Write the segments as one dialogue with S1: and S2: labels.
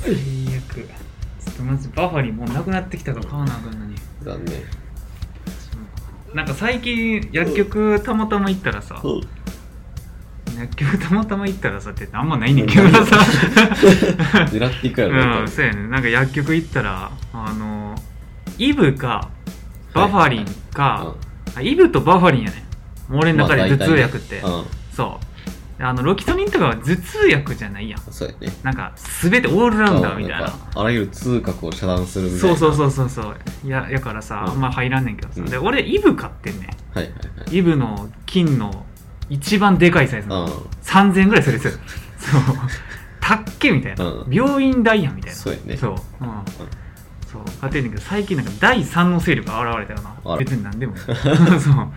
S1: 最悪ちょっとまずバファリンもうなくなってきたから買わなあかんのに
S2: 残念
S1: そうなんか最近薬局たまたま行ったらさ、
S2: うん
S1: 薬局たまたま行ったらさってあんまないねんけどさ
S2: 狙っていくやろ な
S1: うん、そうやねなんか薬局行ったらあのイブかバファリンか、あイブとバファリンやねもう俺
S2: うん
S1: の中
S2: まあ
S1: で
S2: 大
S1: 頭
S2: 体
S1: 痛
S2: ね
S1: 薬って、
S2: う
S1: そうあのロキソニンとかは頭痛薬じゃないやん
S2: んそうやね
S1: なんか全てオールラウンダーみたい
S2: うん
S1: なん
S2: かあらゆる通覚を遮断するみたい
S1: そ
S2: な
S1: うそうそうそうそうややからさ、
S2: うん
S1: あんま入らんねんけどさ、
S2: うん
S1: で俺イブ買ってんね
S2: はいはいはい
S1: イブの金の一番でかいサイズの、
S2: う
S1: 3000円ぐらいするやつそうたっけみたいな、
S2: うん
S1: 病院代やんみたい
S2: ん
S1: な
S2: そうやね
S1: そう、うんそう買ってんねんけど最近なんか第3の勢力が現れたよ
S2: あら
S1: な別に 何でもそう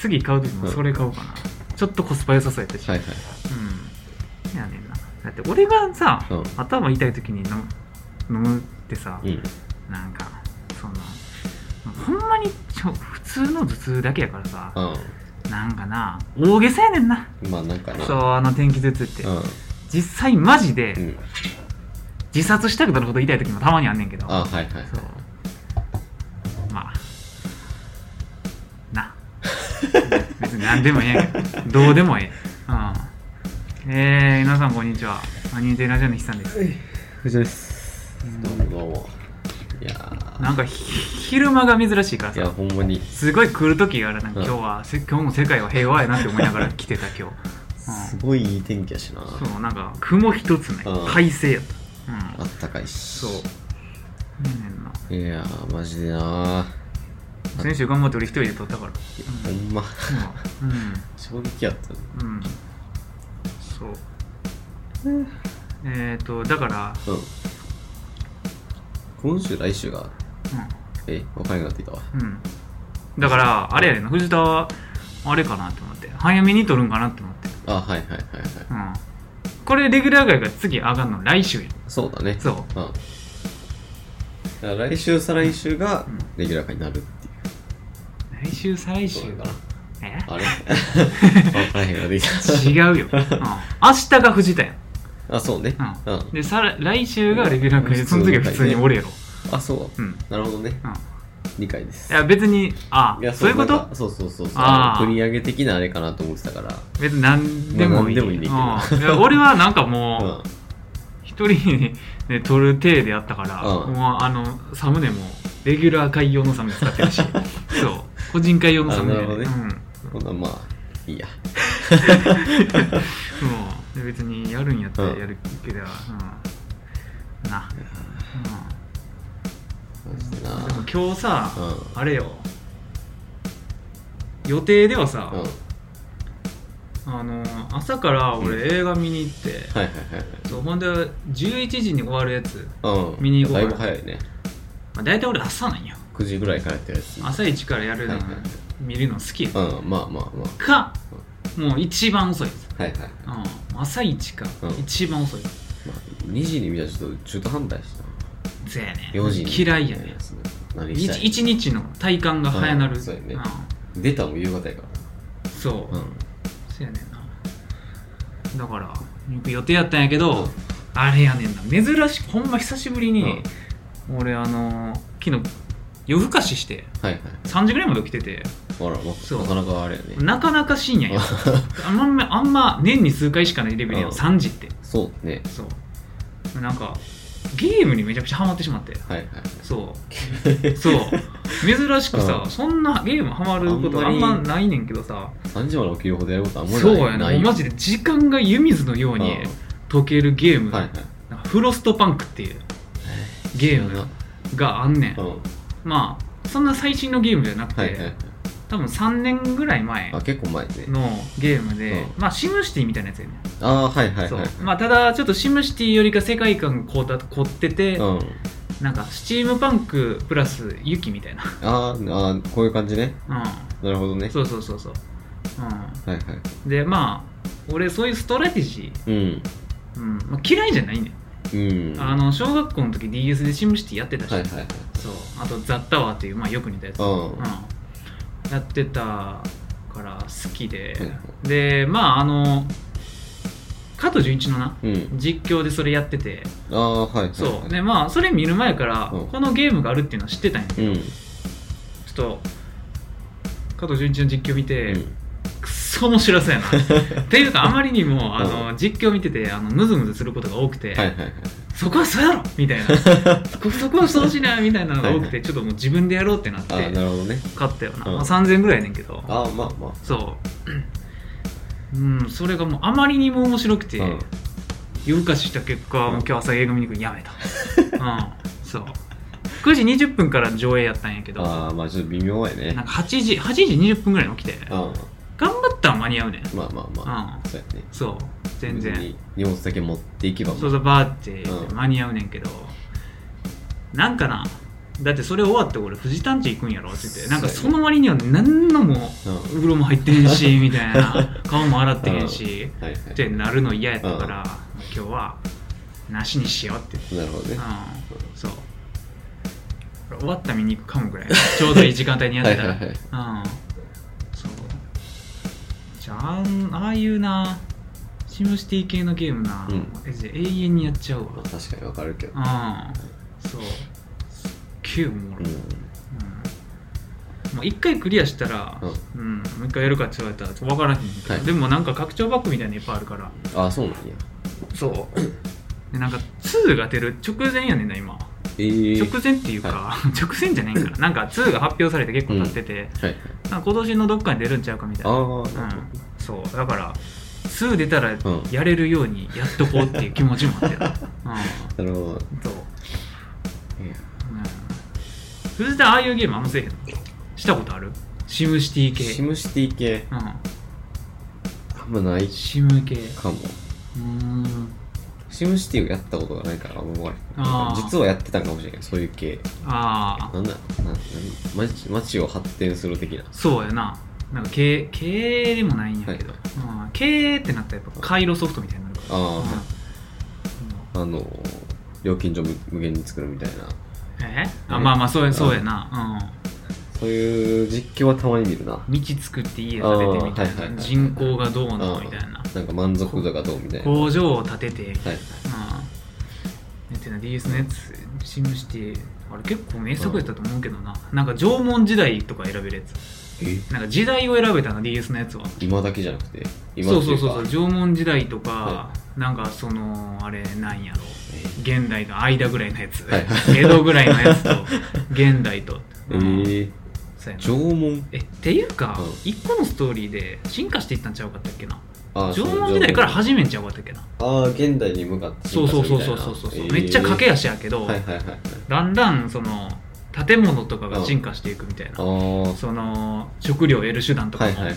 S1: 次買う時もそれ買おうかな、ちょっとコスパ良さそうやったし、
S2: はいはい
S1: うんいやねんなだって俺がさ、
S2: うん
S1: 頭痛い時に飲む飲むってさ、
S2: うん
S1: なんかそのほんまにちょ普通の頭痛だけやからさ、なんかな大げさやねんな
S2: うんまあなんかな
S1: そうあの天気頭痛って、
S2: うん
S1: 実際マジで
S2: うん
S1: 自殺したくなるほど痛い時もたまにあんねんけど
S2: あはいはい
S1: そうまあな 別に何でもええんやけどどうでもええうんえー、皆さんこんにちはアニメテラジオの日さんです
S2: 藤ですどうもどうもいやー
S1: なんかひ 昼間が珍しいから
S2: いや
S1: さ
S2: ほんまに
S1: すごい来る時があるなんか
S2: うん
S1: 今日は、せ今日も世界は平和やなって思いながら来てた 今日
S2: すごいいい天気やしな
S1: そうなんか雲一つね
S2: うん
S1: 快晴やっ
S2: あ
S1: たうん
S2: ったかいし
S1: そうねえねんない
S2: やーマジでな
S1: 先週頑張って俺一人で撮ったから
S2: ほんま
S1: うん、うん
S2: 衝撃やった
S1: うんそうえっ、とだから、
S2: うん今週来週がえわからなくなってきたわ
S1: うんうん、だからあれやねんな藤田はあれかなと思って早めに取るんかなと思って、
S2: あはいはいはいはい
S1: うん、これレギュラー外が次上がるの来週や
S2: そうだね
S1: そう
S2: うんだから来週再来週が
S1: うん
S2: レギュラー化になるっていう
S1: 来週再来
S2: そう
S1: 週
S2: だな
S1: え
S2: あれわからへんようになってき
S1: 違う よ、うん、明日が藤田やん
S2: たあそうね
S1: う
S2: うん
S1: でさら来週がレギュラー外でその次は普通に俺やろ
S2: あそう
S1: うんうん
S2: なるほどね理解で
S1: い
S2: す
S1: や別にあ
S2: いや
S1: そういうこ
S2: な
S1: と
S2: んかそうそうそうそう
S1: あー
S2: 繰り上げ的なあれかなと思ってたから
S1: 別に何でもいい,、
S2: まあ何でもいいねんけど
S1: うんいや俺はなんか
S2: う
S1: もう、
S2: ん
S1: 一人で撮る体でやったから、
S2: うん
S1: もうあのサムネもレギュラー会用のサムネ使って るしそう個人会用のサムネ
S2: あな
S1: で、
S2: るほ
S1: う
S2: ど
S1: ん
S2: ねほんならまあいいや
S1: そうで別にやるんやったらやるけど、うんな、
S2: マジで
S1: う、
S2: なん
S1: でも今日さ、
S2: う
S1: あれよ予定ではさ、
S2: んうん
S1: あの朝から俺映画見に行って、
S2: はいはいはい
S1: そうほんで11時に終わるやつ、
S2: はいうん
S1: 見に行こうか
S2: だい
S1: な
S2: ぶ早いね
S1: まあ、大体俺朝なんよ
S2: 9時ぐらいからやってるやつ
S1: 朝一からやるの、
S2: はいはい
S1: 見るの好きや
S2: うんまあまあま
S1: かもう一番遅いです、
S2: あはいはい
S1: うん、朝一か、
S2: うん
S1: 一番遅いです
S2: まあ、2時に見たらちょっと中途半端やし
S1: せやね
S2: な4時に
S1: 嫌いやね
S2: 何
S1: 一
S2: したい
S1: 一日の体感が早なる、
S2: うんそうやね出たも夕方やから
S1: うんそう、
S2: なうん
S1: せやねんなだから行く予定やったんやけど、
S2: うん
S1: あれやねんな珍しくほんま久しぶりに、俺あのー昨日夜更かしして
S2: はいはい
S1: 3時ぐらいまで起きてて
S2: あら、ま
S1: そう
S2: なかなかあれやね
S1: なかなか深夜やあんまあんま年に数回しかないレベルやん
S2: うん
S1: 3時って
S2: そうね
S1: そうなんかゲームにめちゃくちゃハマってしまって
S2: はいはい
S1: そう そう珍しくさ、
S2: うん
S1: そんなゲームハマることあ
S2: あ
S1: ん
S2: んまり
S1: まないねんけどさ
S2: 3時まで起きるほどやることあんまりな
S1: そ
S2: い
S1: うや
S2: な
S1: ないもうマジで時間が湯水のように溶けるゲー
S2: うん
S1: ム、
S2: はいはい
S1: なんかフロストパンクっていうゲー
S2: 知らな
S1: ムがあんねん、
S2: うん
S1: まあそんな最新のゲームじゃなくて、
S2: はいはいはい
S1: 多分3年ぐらい前
S2: あ結構前ね
S1: のゲームで、
S2: うん
S1: まあシムシティみたいなやつやねん、
S2: ああはいはい
S1: そ
S2: は
S1: う
S2: い
S1: まあただちょっとシムシティよりか世界観がこうた凝ってて、
S2: うん
S1: なんかスチームパンクプラス雪みたいな、
S2: あーあーこういう感じね
S1: う
S2: なるほどね
S1: ん、そうそうそうそう、
S2: はいはい
S1: うん、でまあ俺そういうストラテジ
S2: うん
S1: ー、うんまあ、嫌いじゃないね、
S2: うん
S1: あの小学校の時 DS でシムシティやってたし、
S2: はいはいはい
S1: そうあとザ・タワーっていう、まあ、よく似たやつ、
S2: う
S1: うん
S2: ん
S1: やってたから好きで、
S2: はいは
S1: でまああの加藤純一のな
S2: うん
S1: 実況でそれやってて
S2: ああはいはいはい
S1: そうでまあそれ見る前から
S2: うん
S1: このゲームがあるっていうのは知ってたんやけ
S2: うんうん
S1: どちょっと加藤純一の実況見て、くっそ面白そうや なっていうかあまりにもあの、実況見ててあのムズムズすることが多くて、
S2: はいはいはい
S1: そこはそうやろみたいなそこそこはそうしなみたいなのが多くて
S2: はいはい
S1: ちょっともう自分でやろうってな って
S2: ああなるほどね
S1: 買ったよな、
S2: うん
S1: まあ、3000ぐらいやねんけど
S2: ああまあまあ
S1: そううんそれがもうあまりにも面白くて、
S2: うん
S1: 夜更かしした結果、
S2: うん
S1: もう今日朝映画見に行くのや めたうんそう9時20分から上映やったんやけどな
S2: ああまあちょっと微妙やね
S1: んか8時8時20分ぐらいに起きて
S2: あ
S1: 頑張ったら間に合うねん
S2: まあまあまあそうやね
S1: そう全然
S2: 別に荷物だけ持っていけば
S1: そう
S2: も
S1: そうバーって
S2: うん
S1: 間に合うねんけど、なんかなだってそれ終わって俺富士探知行くんやろって言ってなんかその割には何のも
S2: う
S1: 風呂も入ってへんし みたいな顔も洗ってへんし
S2: んはいは
S1: ってなるの嫌やったか
S2: う
S1: ら今日はなしにしようって言って
S2: いなるほどね
S1: うんそう終わった見に行くかもぐらいちょうどいい時間帯にやってたら
S2: はいはい
S1: うんそうじゃああんああいうなシムシティ系のゲームな、
S2: うん
S1: マジで永遠にやっちゃうわ
S2: まあ確かにわかるけど
S1: うんそうすっげえおもろ
S2: う
S1: い、
S2: ん
S1: うんまあ、1回クリアしたら、うんもう1回やるかって言われたら分からへんけど、
S2: はい
S1: でもなんか拡張バッグみたいなのいっぱいあるから
S2: ああそうなんや
S1: そうでなんか2が出る直前やねんな今
S2: ええ
S1: 直前っていうか、 直前じゃないんからなんか2が発表されて結構経ってて、
S2: はいはい
S1: なんか今年のどっかに出るんちゃうかみたいな、
S2: ああなる
S1: うん、そうだから2出たら
S2: ん
S1: やれるようにやっとこうっていう気持ちも あって、
S2: ほどなるほど
S1: うん、そう、
S2: いや
S1: うん、藤田ああいうゲームあんませえへんのしたことあるシムシティ
S2: シ
S1: 系、
S2: ムシティ系
S1: うん、
S2: あんまない
S1: シム系う
S2: かも
S1: ーん
S2: シムシティをやったことがないからあんまり
S1: あー
S2: 実はやってたんかもしれないそういう系
S1: ああ
S2: なんだなな街街を発展する的な
S1: そうやななんか経営経営でもないんやけど、うん、経営ってなったらやっぱ回路ソフトみたいになるから
S2: あ
S1: う
S2: あ、
S1: ん
S2: あの料金所無無限に作るみたいな
S1: えあ
S2: え
S1: まあまあそうや
S2: ん
S1: そうやな、
S2: そういう実況はたまに見るな
S1: うん、道作って家建ててみた
S2: あーはいはいはい
S1: い
S2: は
S1: ない人口がどうの
S2: うん
S1: みたいな
S2: なんか満足度がどうみたいな
S1: 工場を建ててみたい
S2: はい
S1: な、うん、ってな DS のやつシムシティあれ結構名作やったと思うけどななんか縄文時代とか選べるやつ
S2: え
S1: なんか時代を選べたな DS のやつは
S2: 今だけじゃなくて今
S1: そう
S2: ってい
S1: そう
S2: か
S1: そうそう縄文時代とか、
S2: は
S1: なんかそのあれなんやろ
S2: え
S1: 現代の間ぐらいのやつ、
S2: はいはい
S1: 江戸ぐらいのやつ と現代と、
S2: え
S1: うん
S2: ー、
S1: そうやな
S2: 縄文
S1: えっていうか、
S2: うん
S1: 一個のストーリーで進化していったんちゃうかったっけな
S2: あー
S1: 縄
S2: そう
S1: 文時代から始めんちゃうかったっけな
S2: ああ現代に向かって
S1: そうそうそうそうそうそう、めっちゃ駆け
S2: 合
S1: 足やけど、
S2: はいはいはいはい
S1: だんだんその建物とかが進化していくみたいな、
S2: ああ
S1: その食料を得る手段とかも、
S2: はいはいはい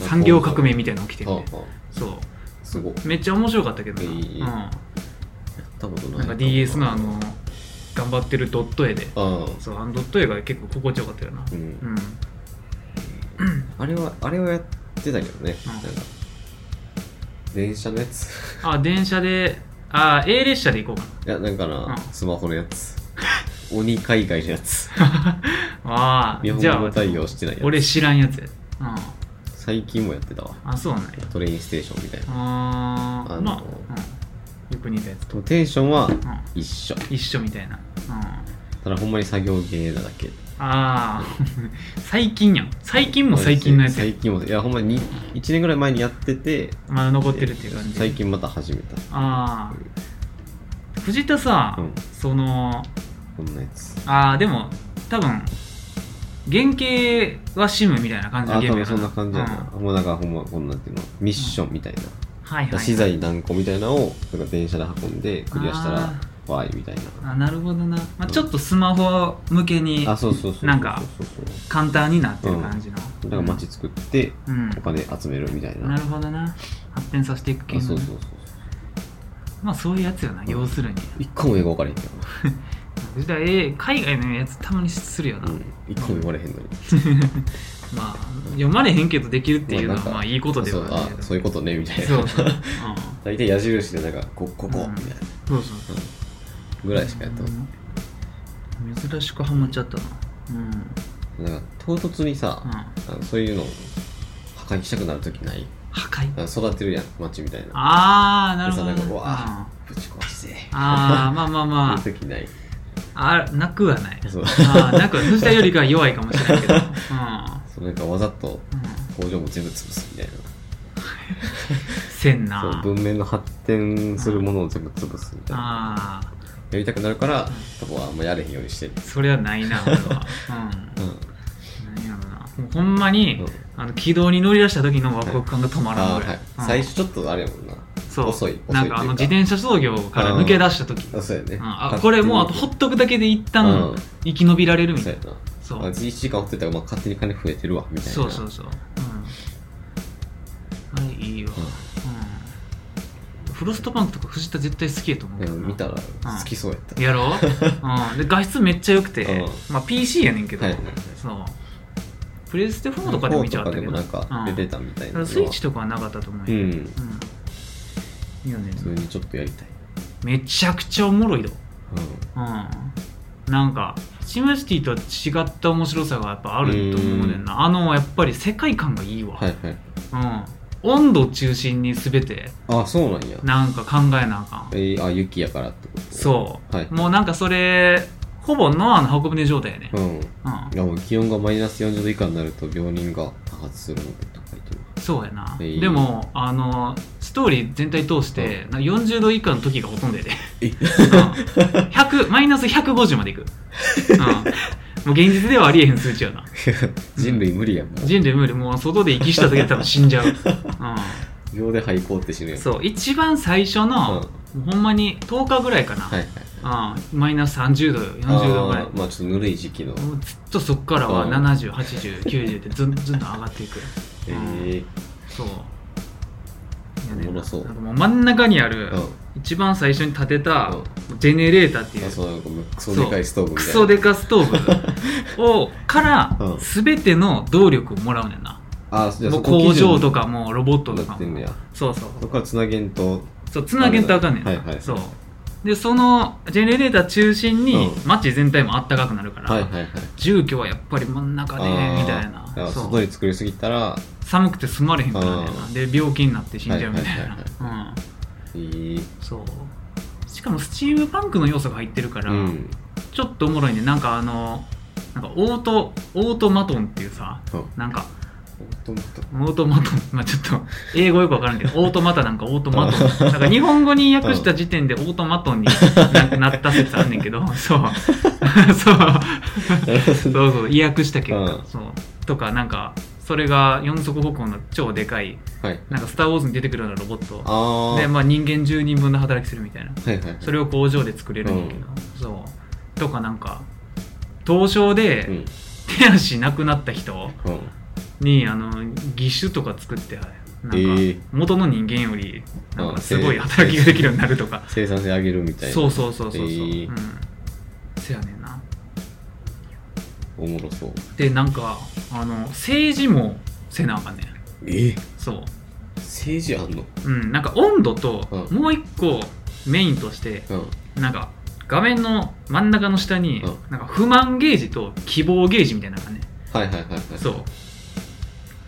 S1: うん産業革命みたいなの起きてる
S2: は
S1: ね
S2: あは
S1: そ
S2: あすごいう
S1: めっちゃ面白かったけどな、
S2: えーやったこと
S1: う、
S2: なんい
S1: なんか DS のあの頑張ってるドット絵で
S2: ああ
S1: そうあのドット絵が結構心地よかったよな
S2: う
S1: うんん
S2: あれはあれはやってたけどね
S1: うん
S2: なんか電車のやつ
S1: あ電車であ A 列車で行こうかない
S2: やなんか
S1: うん
S2: なスマホのやつ 鬼海外のやつ
S1: あ
S2: 日
S1: あ
S2: 本
S1: じゃ
S2: 語
S1: あ
S2: 対応してないや
S1: 俺知らんやつやうん
S2: つ最近もやってたわ
S1: あそうなんや
S2: トレインステーションみたいな
S1: あー
S2: あの
S1: まあ、うん、よく似たやつ
S2: でもテンションは
S1: うん
S2: 一緒
S1: 一緒みたいな、うん、あ
S2: ただほんまに作業ゲーなだけ
S1: あー 最近やん最近も最近のやつや
S2: 最近もいやほんまに1年ぐらい前にやってて
S1: まだ残ってるっていう感じ
S2: 最近また始めた
S1: ああ藤田さ、
S2: うん
S1: その
S2: こんなやつ
S1: ああでも多分原型はシムみたいな感じ
S2: あ
S1: のゲ
S2: 多
S1: ーム
S2: 分
S1: やか
S2: そ
S1: ら
S2: んな感じやな、
S1: うん
S2: もうなんかほんまこんなんていうのミッションみたいな、
S1: はいはい、はい、
S2: 資材何個みたいなのをなんか電車で運んでクリアしたら
S1: あ
S2: わーいみたいな
S1: あなるほどな、まあ、ちょっとスマホ向けに
S2: あそうそうそうそう
S1: なんか
S2: そうそうそ
S1: 簡単になってる感じの、
S2: うだから街作って
S1: うん
S2: お金集めるみたいな、
S1: なるほどな発展させていく系
S2: あ
S1: のね
S2: そうそうそう
S1: まあそういうやつよな、要するに
S2: 一個も英語分からへんけど
S1: 藤田え海外のやつたまにするよな、
S2: な、うん、一個も言われへんのに
S1: まあ読まれへんけどできるっていうのは
S2: なんか
S1: まあいいことではあ
S2: そう
S1: る
S2: あそういうことねみたいな
S1: そうそう、うん、
S2: 大体矢印でなんかここここ、
S1: うん
S2: みたいな
S1: そうそうそう
S2: ぐらいしかやったことない
S1: うん珍しくハマっちゃったなうん、
S2: なんか唐突にさ、
S1: うん、
S2: あのそういうのを破壊したくなるときない
S1: 破壊
S2: だから育てるやん街みたいな
S1: ああなるほど、
S2: でさなんかこう
S1: うん
S2: あぶち壊して
S1: あーまあまあま
S2: そういう時ない
S1: ああなくはない
S2: そう
S1: あーなくは藤田よりかは弱いかもしれ ないけど、うん
S2: そうなんかわざと
S1: うん、
S2: 工場も全部潰すみたい
S1: せん
S2: な
S1: な
S2: そう文明の発展するものを全部潰すみたいな
S1: ああ
S2: やりたくなるから多分あんまやれへんようにしてる
S1: それはないな俺は、う
S2: うんん
S1: なんやろなもうほんまに、
S2: うん
S1: あの軌道に乗り出した時のワクワク感が止まらん
S2: あ
S1: ぐらい、
S2: ーはい最初ちょっとあれやもんな
S1: うんそう
S2: 遅い遅
S1: なん
S2: い
S1: かあの
S2: って
S1: 自
S2: いうか
S1: 転車操業から抜け出した時、
S2: あそうやね、
S1: うんあこれもうあとほっとくだけで一旦
S2: うん
S1: 生き延びられるみ
S2: そ
S1: た
S2: う
S1: いな、
S2: やな
S1: そう
S2: あ1時間追ってたらまあ勝手に金増えてるわみたいな
S1: そうそうそう、うん、あれいいよ、うんフロストバンクとか藤田絶対好きやと思う
S2: で
S1: けど
S2: も
S1: な
S2: 見たら好きそうやった、
S1: や ろ、うん、で画質めっちゃ良くて、
S2: う
S1: まあ PC やねんけど、
S2: はいはい
S1: そうプレステ4とかでも見ちゃったけど
S2: フォーとかでもなんか出てたみたいな、
S1: うんスイッチとかはなかったと思う
S2: う
S1: よ、
S2: ん
S1: うんいいよね
S2: それにちょっとやりたい、
S1: めちゃくちゃおもろいど
S2: う
S1: うんなんかシムシティとは違った面白さがやっぱあると思うねんなあのやっぱり世界観がいいわ、
S2: ん、はいはい
S1: うん温度を中心に全て
S2: あそうなんや
S1: なんか考えなあかん
S2: えー、あ雪やからってこと
S1: そう
S2: はい、
S1: うもうなんかそれほぼノアの箱舟状態やね、
S2: うん、い
S1: うん、
S2: やもう気温がマイナス40度以下になると病人が多発するのでとか言ってる
S1: そうやな、
S2: えー
S1: でもあのストーリー全体通して、な40度以下の時がほとんどやで
S2: え
S1: うん100マイナス150までいく、うん、もう現実ではありえへん数値やな
S2: 人類無理やもん
S1: 人類無理もう外で息しただけで多分死んじゃう、う
S2: 秒で肺凍って死ぬや
S1: ん、
S2: ん
S1: そう一番最初の、ほんまに10日ぐらいかな、
S2: はいはい
S1: うん、マイナス30度40度ぐらい
S2: あーまあちょっとぬるい時期の、
S1: もうずっとそこからは
S2: うん
S1: 708090ってずんずんと上がっていく
S2: えー、
S1: そういやね
S2: おもろそう
S1: なんかもう真ん中にある、
S2: うん
S1: 一番最初に建てた、ジェネレーターっていう
S2: あそうなんかもうクソでかいストーブみ
S1: ク
S2: たいな
S1: ソデカストーブを から
S2: うん
S1: 全ての動力をもらうねんな、
S2: あじゃあ
S1: も
S2: そうこ基準
S1: 工場とかもうロボットと
S2: な
S1: か
S2: ってん
S1: も
S2: ねや
S1: そうそう
S2: そこからつなげんと
S1: そうつなげんとあかんねんな、
S2: はいはい
S1: そうでそのジェネレーター中心に
S2: うん
S1: 街全体もあったかくなるから、
S2: はいはいはい
S1: 住居はやっぱり真ん中で
S2: あー
S1: みたいな
S2: だから
S1: そう
S2: 外に作りすぎたら
S1: 寒くて住まれへんからね
S2: あ
S1: で病気になって死んじゃうみたい
S2: は
S1: ない
S2: はい
S1: うん
S2: いい
S1: そうしかもスチームパンクの要素が入ってるから、
S2: うん
S1: ちょっとおもろいねなんかあのなんかオートオートマトンっていうさ
S2: うん
S1: なんか
S2: オートマト
S1: オートマトン まあちょっと英語よくわからんけどオートマタなんかオートマトンなんか日本語に訳した時点でオートマトンにななった説あんねんけ どそう そうそうそう意訳した結果、
S2: うん
S1: そうとかなんかそれが四足歩行の超でかい
S2: はい
S1: なんか「スター・ウォーズ」に出てくるようなロボット
S2: ああ
S1: で、まあ、人間10人分の働きするみたいな
S2: はいはいはい
S1: それを工場で作れるんだけど、そうとかなんか凍傷
S2: う
S1: で
S2: ん
S1: 手足なくなった人
S2: うん
S1: に、あの義手とか作ってなんか
S2: えー
S1: 元の人間よりなん
S2: あ
S1: かすごい働きができるようになるとか、
S2: 生産性上げるみたいな
S1: そうそうそうそうそう、
S2: えー
S1: うんせやねんな
S2: おもろそう
S1: でなんかあの政治もせなあかんねん
S2: え
S1: そう
S2: 政治あんの
S1: うんなんか温度と
S2: うん
S1: もう一個メインとして、
S2: うん
S1: なんか画面の真ん中の下に、
S2: うん
S1: なんか不満ゲージと希望ゲージみたいなのがね
S2: はいはいはいはい
S1: そう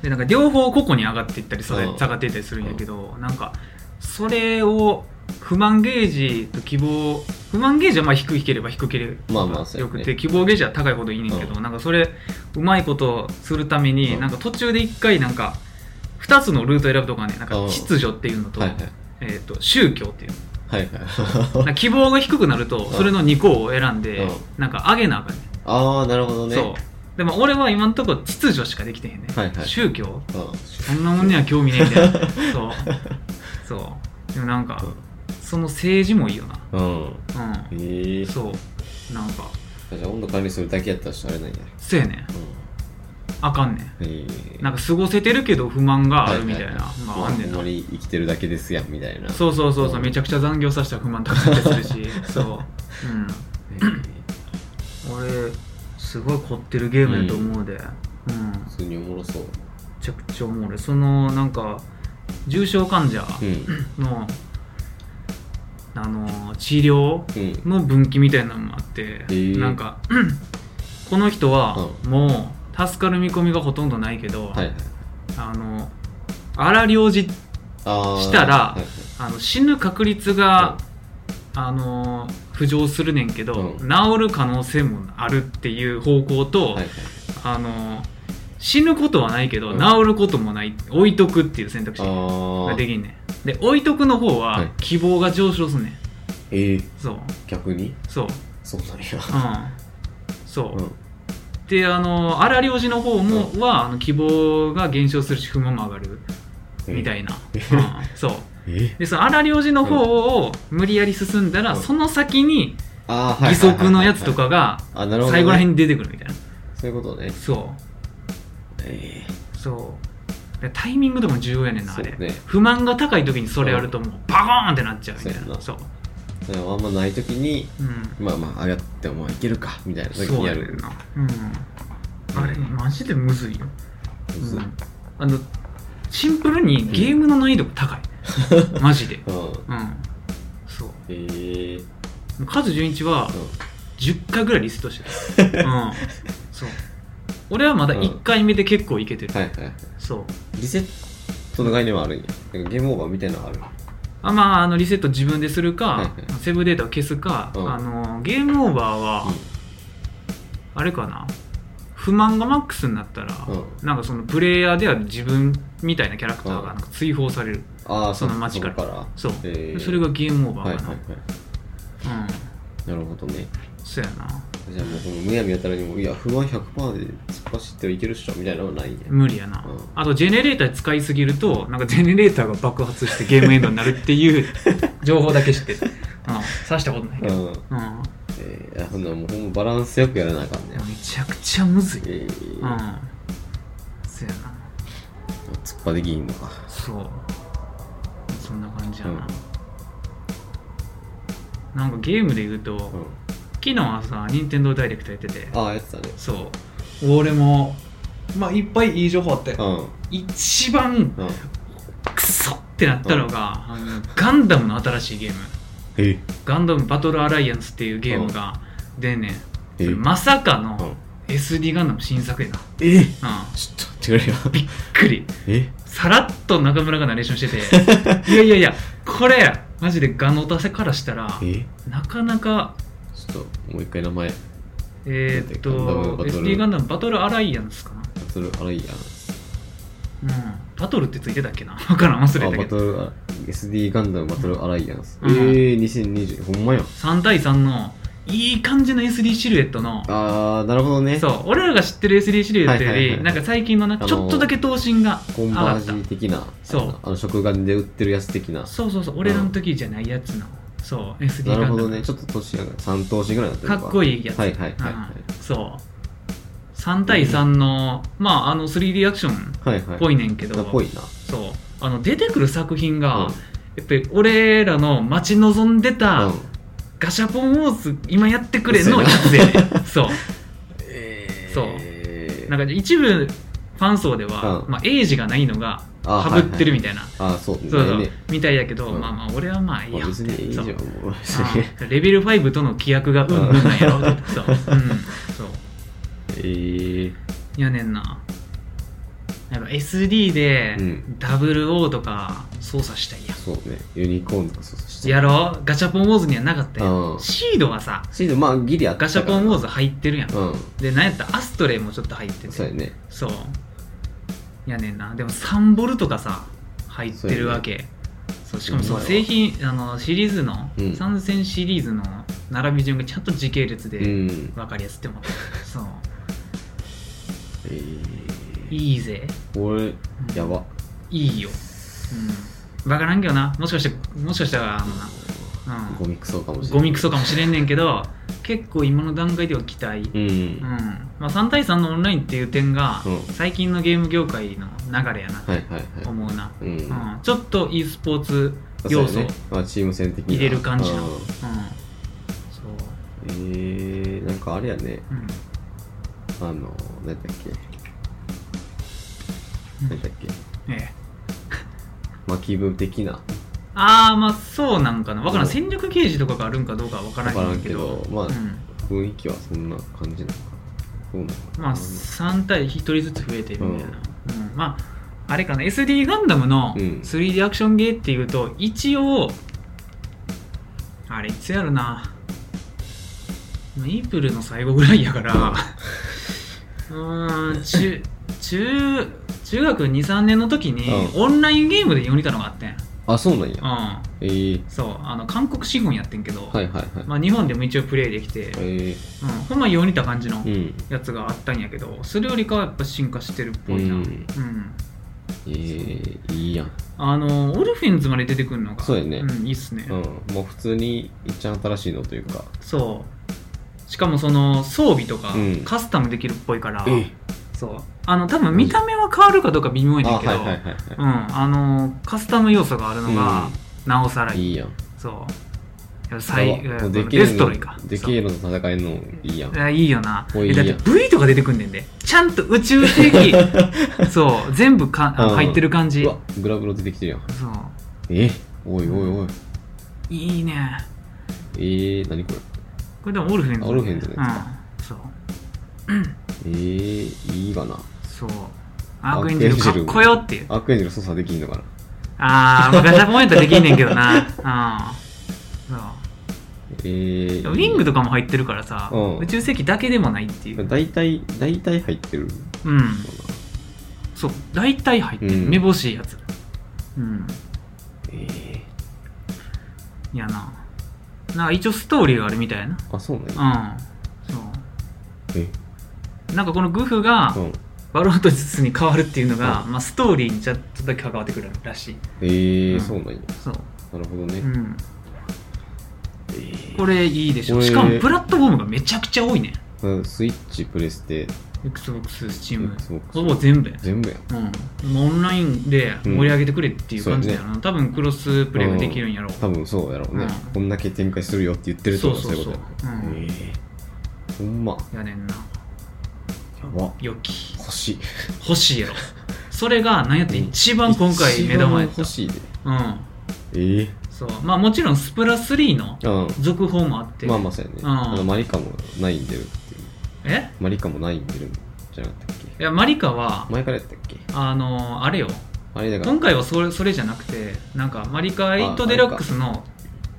S1: でなんか両方個々に上がっていったり下が
S2: うん
S1: 下がっていったりするんやけど、なんかそれを不満ゲージと希望不満ゲージはまあ低いければ低けれ
S2: ま
S1: ば
S2: あまあそうや
S1: よ
S2: ね
S1: くて、希望ゲージは高いほどいいねんけど、なんかそれうまいことするために、
S2: うん
S1: なんか途中で一回なんか2つのルート選ぶとかねなんか
S2: うん
S1: 秩序っていうのと,、
S2: はいはい
S1: えー、と宗教っていうの
S2: はい はい
S1: なんか希望が低くなると
S2: うん
S1: それの2個を選んで
S2: うん
S1: なんか上げなあかんね
S2: ああなるほど
S1: ん
S2: ね
S1: そうでも俺は今のところ秩序しかできてへんねん、
S2: はいはい
S1: 宗教
S2: うん
S1: そんなもんには興味ねえみ たいなそうそうでもなんかその政治もいいよな
S2: うん
S1: う
S2: ええ
S1: んそうなんか
S2: じゃあ温度管理するだけやったらしゃあれないんだ
S1: そうやねん
S2: う
S1: あかんねん
S2: んええ
S1: なんか過ごせてるけど不満があるみたいな、まあ、
S2: ま
S1: あ
S2: ああ
S1: んね
S2: ん
S1: んな
S2: まり生きてるだけですやんみたいな
S1: そうそうそうそう、
S2: うん
S1: めちゃくちゃ残業させたら不満たくさん出てる しそううん
S2: ええ
S1: 俺すごい凝ってるゲームやと思うでうん
S2: 普通におもろそう。
S1: めちゃくちゃおもろいそのなんか重症患者
S2: うん。
S1: の、あの治療
S2: うん。
S1: の分岐みたいなのもあって、
S2: ー
S1: なんか この人はもう助かる見込みがほとんどないけど、
S2: はいはい。
S1: あの荒療治
S2: あー
S1: したら
S2: はい
S1: あの死ぬ確率が、あのー浮上するねんけど、
S2: うん
S1: 治る可能性もあるっていう方向と、
S2: はいはい
S1: あのー死ぬことはないけど、
S2: うん
S1: 治ることもない置いとくっていう選択肢
S2: あ
S1: がで
S2: ー
S1: きんねんで置いとくの方
S2: は
S1: はい希望が上昇すんねん、
S2: えー、
S1: そう
S2: 逆に
S1: そう
S2: そうな
S1: う
S2: んや
S1: んそう、
S2: うん
S1: であの荒療治の方も、はあの希望が減少するし不満も上がるみた
S2: い
S1: い な、
S2: え
S1: うんそう
S2: え
S1: でその荒療治の方を無理やり進んだら、
S2: うん
S1: その先に
S2: あーはいはいはいはい
S1: 義足のやつとかが
S2: あなるほど、ね、
S1: 最後らへんに出てくるみたいな
S2: そういうことね
S1: そ
S2: え
S1: うそうでタイミングでも重要やねんなあれ、
S2: そうね
S1: 不満が高い時にそれやるともうバコーンってなっちゃうみたい
S2: そう
S1: な
S2: やな
S1: そう
S2: ーそれはあんまないときに
S1: うん
S2: まあまあ上がってもいけるかみたいな時
S1: そう
S2: にや
S1: やねん
S2: る
S1: なうんあれマジでむずいよ
S2: むずい
S1: うんあのシンプルにゲームの難易度が高い、マジで
S2: うん
S1: うんそう
S2: えー
S1: もうカズ純一は
S2: う
S1: 10回ぐらいリストしてたうんそう俺はまだ1回目で結構いけてる、
S2: んはいはいはい
S1: そう
S2: リセットの概念はあるんやなんかゲームオーバーみたいなのある
S1: あまああのリセット自分でするか、
S2: はいはい
S1: セーブデータを消すか、
S2: うん
S1: あのゲームオーバーは、あれかな不満がマックスになったら、
S2: う
S1: なんかそのプレイヤーでは自分みたいなキャラクターがなんか追放される、
S2: ああ
S1: その街から
S2: そこから
S1: そう、
S2: えー
S1: それがゲームオーバ
S2: は
S1: ー
S2: いは
S1: か
S2: い
S1: な、
S2: はいなるほどね
S1: うんそうやな
S2: じゃあもうこのむやみやたらにもいや不安100%で突っ走ってはいけるっしょみたいなのはないんや
S1: 無理やな、
S2: うん
S1: あとジェネレーター使いすぎるとなんかジェネレーターが爆発してゲームエンドになるって いう情報だけ知ってる、うん、刺したことないけど、
S2: うん
S1: うん
S2: えー、あそんなもうほんまバランスよくやらなあかんね
S1: めちゃくちゃむずい、
S2: え
S1: う
S2: ー
S1: んそうやな
S2: 突っ張できんのか
S1: そうそんな感じやな、
S2: うん
S1: なんかゲームで言うと、
S2: うん
S1: 昨日朝任天堂ダイレクトやってて
S2: ああやってたね
S1: そう俺もまあいっぱいいい情報あって
S2: うん
S1: 一番
S2: うん
S1: クソってなったのが、あのガンダムの新しいゲーム
S2: え
S1: ガンダムバトルアライアンスっていうゲームが出んねんそ
S2: え
S1: れまさか
S2: う
S1: の
S2: ん
S1: SD ガンダム新作やな、う
S2: え
S1: ん、
S2: ちょっと待ってくれよ
S1: びっくり
S2: え
S1: さらっと中村がナレーションして ていやいやいやこれマジでガノタセからしたら
S2: え
S1: なかなか
S2: ちょっともう一回名前バ
S1: えーっ
S2: ガンダム
S1: と
S2: バトル
S1: SD ガンダムバトルアライアンスかな
S2: トルアライアン
S1: うんバトルってついてたっけな 分からん忘れ
S2: あ
S1: た
S2: バ
S1: け
S2: ト
S1: ど
S2: ルア SD ガンダムバトルアライアンス、
S1: うん
S2: ええー、2020ほんまや
S1: 3対3のいい感じの SD シルエットの
S2: あーなるほどね
S1: そう俺らが知ってる SD シルエットよ
S2: はいはい
S1: り
S2: はい
S1: なんか最近のな
S2: あのー
S1: ちょっとだけ頭身が
S2: コ
S1: 上
S2: ンバ
S1: が
S2: ー
S1: っ
S2: ジ
S1: た
S2: ー的な
S1: そう
S2: あの食玩で売ってるやつ的な
S1: そうそうそう俺らの時じゃないやつのそう SD ガ
S2: な
S1: ン
S2: る
S1: ダ
S2: ほど
S1: ム
S2: ねちょっと年が3頭身ぐらいになってる
S1: か
S2: の
S1: っこ
S2: いい
S1: いいやつ
S2: はいはいはいは
S1: う
S2: い
S1: んそう3対3のまああの 3D アクション
S2: はいは
S1: っ
S2: い
S1: ぽいねんけど
S2: なぽいな
S1: そうあの出てくる作品が
S2: うん
S1: やっぱり俺らの待ち望んでたガシャポンウォーズ今やってくれのやつや ねんそう
S2: え
S1: そう
S2: う
S1: なんか一部ファン層では、
S2: うん
S1: まあ、エイジがないのが
S2: あ
S1: かぶってるみたいな、
S2: あーそう
S1: そうそ
S2: な
S1: う、
S2: いね
S1: みたいやけど、
S2: うん
S1: まあまあ俺はまあいい
S2: ま
S1: よ
S2: あ、別にいいじゃん
S1: そ う
S2: もう別
S1: あ
S2: に
S1: あレベル5との規約がうんうんなんやろ
S2: うん
S1: そう、うん、そう
S2: えー、
S1: やねんなやっぱ SD で
S2: うん
S1: ダブル O とか操作したいやん、
S2: そうねユニコーンとかそうそうして
S1: やろガチャポンウォーズにはなかったやん、
S2: うん
S1: シードはさ
S2: シーズンまあギリあった
S1: ガシャポンウォーズ入ってるやん、
S2: うん
S1: でなんやったらアストレイもちょっと入ってて
S2: そうやね
S1: そうやねんなでも3ボルとかさ入ってるわけそう、しかもその
S2: うん
S1: 製品あのシリーズの、
S2: うん
S1: 参戦シリーズの並び順がちゃんと時系列
S2: う
S1: で
S2: ん
S1: 分かりやすってもらったそう
S2: えー、
S1: いいぜ
S2: これ
S1: うん
S2: やば
S1: いいようん分からんけどなもしかしてもしかしたらあのな、う
S2: ゴ
S1: ん、
S2: ミクソかもしれ
S1: ゴ
S2: ない
S1: ミクソかもしれんねんけど結構今の段階では期待
S2: う
S1: う
S2: ん、
S1: んまあ、3対3のオンラインっていう点が、
S2: うん
S1: 最近のゲーム業界の流れやな
S2: はいはいはい
S1: と思うな、
S2: うん、
S1: うんちょっと e スポーツ要素
S2: そうやねまあ、チーム戦的な
S1: 入れる感じの、
S2: う
S1: うんんそう、
S2: えー、なんかあれやね
S1: うん
S2: あの何だっけ
S1: う
S2: 何
S1: ん
S2: だっけ
S1: ええ
S2: 巻き分的な
S1: ああまあそうなんかなわからん
S2: うん
S1: 戦力ゲージとかがあるんかどうかはわから
S2: 分から
S1: ん
S2: ん
S1: け
S2: け
S1: ど
S2: どまあ、
S1: うん
S2: 雰囲気はそんな感じなのかなどうなのかな
S1: まあ3対1人ずつ増えてみたいな、うんまああれかな SD ガンダムの
S2: うん
S1: 3D アクションゲーっていうと一応あれいつやるなメイプルの最後ぐらいやから うーん中中中学23年の時に
S2: う
S1: オンラインゲームで読みたのがあってん
S2: あそうなんや
S1: う
S2: えー、
S1: んそうあの韓国資軍やってんけど、
S2: はいはいはい、
S1: まあ、日本でも一応プレイできて、
S2: え
S1: うん、ほんま読みた感じの
S2: ー、うん
S1: やつがあったんやけどそれよりかはやっぱ進化してるっぽいな、
S2: う
S1: うんん
S2: えー、いいやん
S1: あのオルフェンズまで出てくるのが
S2: そうやね
S1: ん、いいっすね、
S2: うんもう普通にいっちゃん新しいのというか
S1: そうしかもその装備とか
S2: うん
S1: カスタムできるっぽいから、
S2: えー
S1: そうあの多分見た目は変わるかどうか微妙やね
S2: あ
S1: ん
S2: は
S1: け
S2: い
S1: ど、
S2: はいはいは
S1: うん、あのカスタム要素があるのが、なおさら
S2: い、
S1: いい
S2: いいやん
S1: そう最
S2: あもう
S1: デ
S2: でけえ
S1: ストロイか
S2: のでけえのと戦えんのいいやん
S1: いやいいよな
S2: もうい
S1: え
S2: いや
S1: だって V とか出てくんねんでちゃんと宇宙 的そう全部かあ
S2: うん
S1: 入ってる感じ
S2: う
S1: そう
S2: わグラブロ出てきてるやんえー、おいおいおい
S1: いいね
S2: えー、何これ
S1: これでもオルフェンズ
S2: あオルフェンズの
S1: う
S2: やつ
S1: んそ
S2: か
S1: う
S2: えー、いいがな
S1: そうアークエンジェルかっこよっていう
S2: アークエンジェル操作できんのかな
S1: あーまあガチャポンやったらできんねんけどなうんそう
S2: えー、
S1: でもウィングと
S2: か
S1: かも入ってるからさ
S2: うん
S1: 宇宙世紀だけでもないっていう
S2: 大体大体入ってるのか
S1: うんそう大体入ってる
S2: うん
S1: めぼしいやつうん
S2: なえ
S1: いやななんか一応ストーリーがあるみたいやな
S2: ー、あそうなんや
S1: うんそう
S2: え
S1: なんかこのグフが
S2: うん
S1: バロート術に変わるっていうのが、まあ、ストーリーにちょっとだけ関わってくるらしい
S2: えー
S1: うん
S2: そうなんや
S1: そう、
S2: なるほど
S1: う
S2: ね、
S1: ん、
S2: えー
S1: これいいでしょ
S2: これ
S1: しかもプラットフォームがめちゃくちゃ多いね
S2: うんスイッチプレステ
S1: XBOX、Steam
S2: Xbox
S1: ほぼ全部や
S2: 全部やん
S1: うん、オンラインで盛り上げてくれっていう感じだよな、多分クロスプレイができるんやろう、
S2: 多分そうやろうね、
S1: うん
S2: こんだけ展開するよって言ってるってこと
S1: そうそうそう
S2: いうことや、
S1: うん
S2: えー、ほんま
S1: やねんな
S2: やば
S1: 良き
S2: 欲しい
S1: 欲し いやろそれが何やって一番今回目玉やっ
S2: 一番欲しいで
S1: たうん
S2: えー、
S1: そうまあもちろんスプラ3の
S2: うん
S1: 続報もあって、
S2: まあまあそうやね、
S1: うん
S2: あのマリカもないんでるっていう
S1: え
S2: マリカもないんでるんじゃなかったっ
S1: いやマリカは
S2: け前からやったっけ
S1: あのあれよ
S2: あれだから
S1: 今回はそれそれじゃなくてなんかマリカ8デラックスの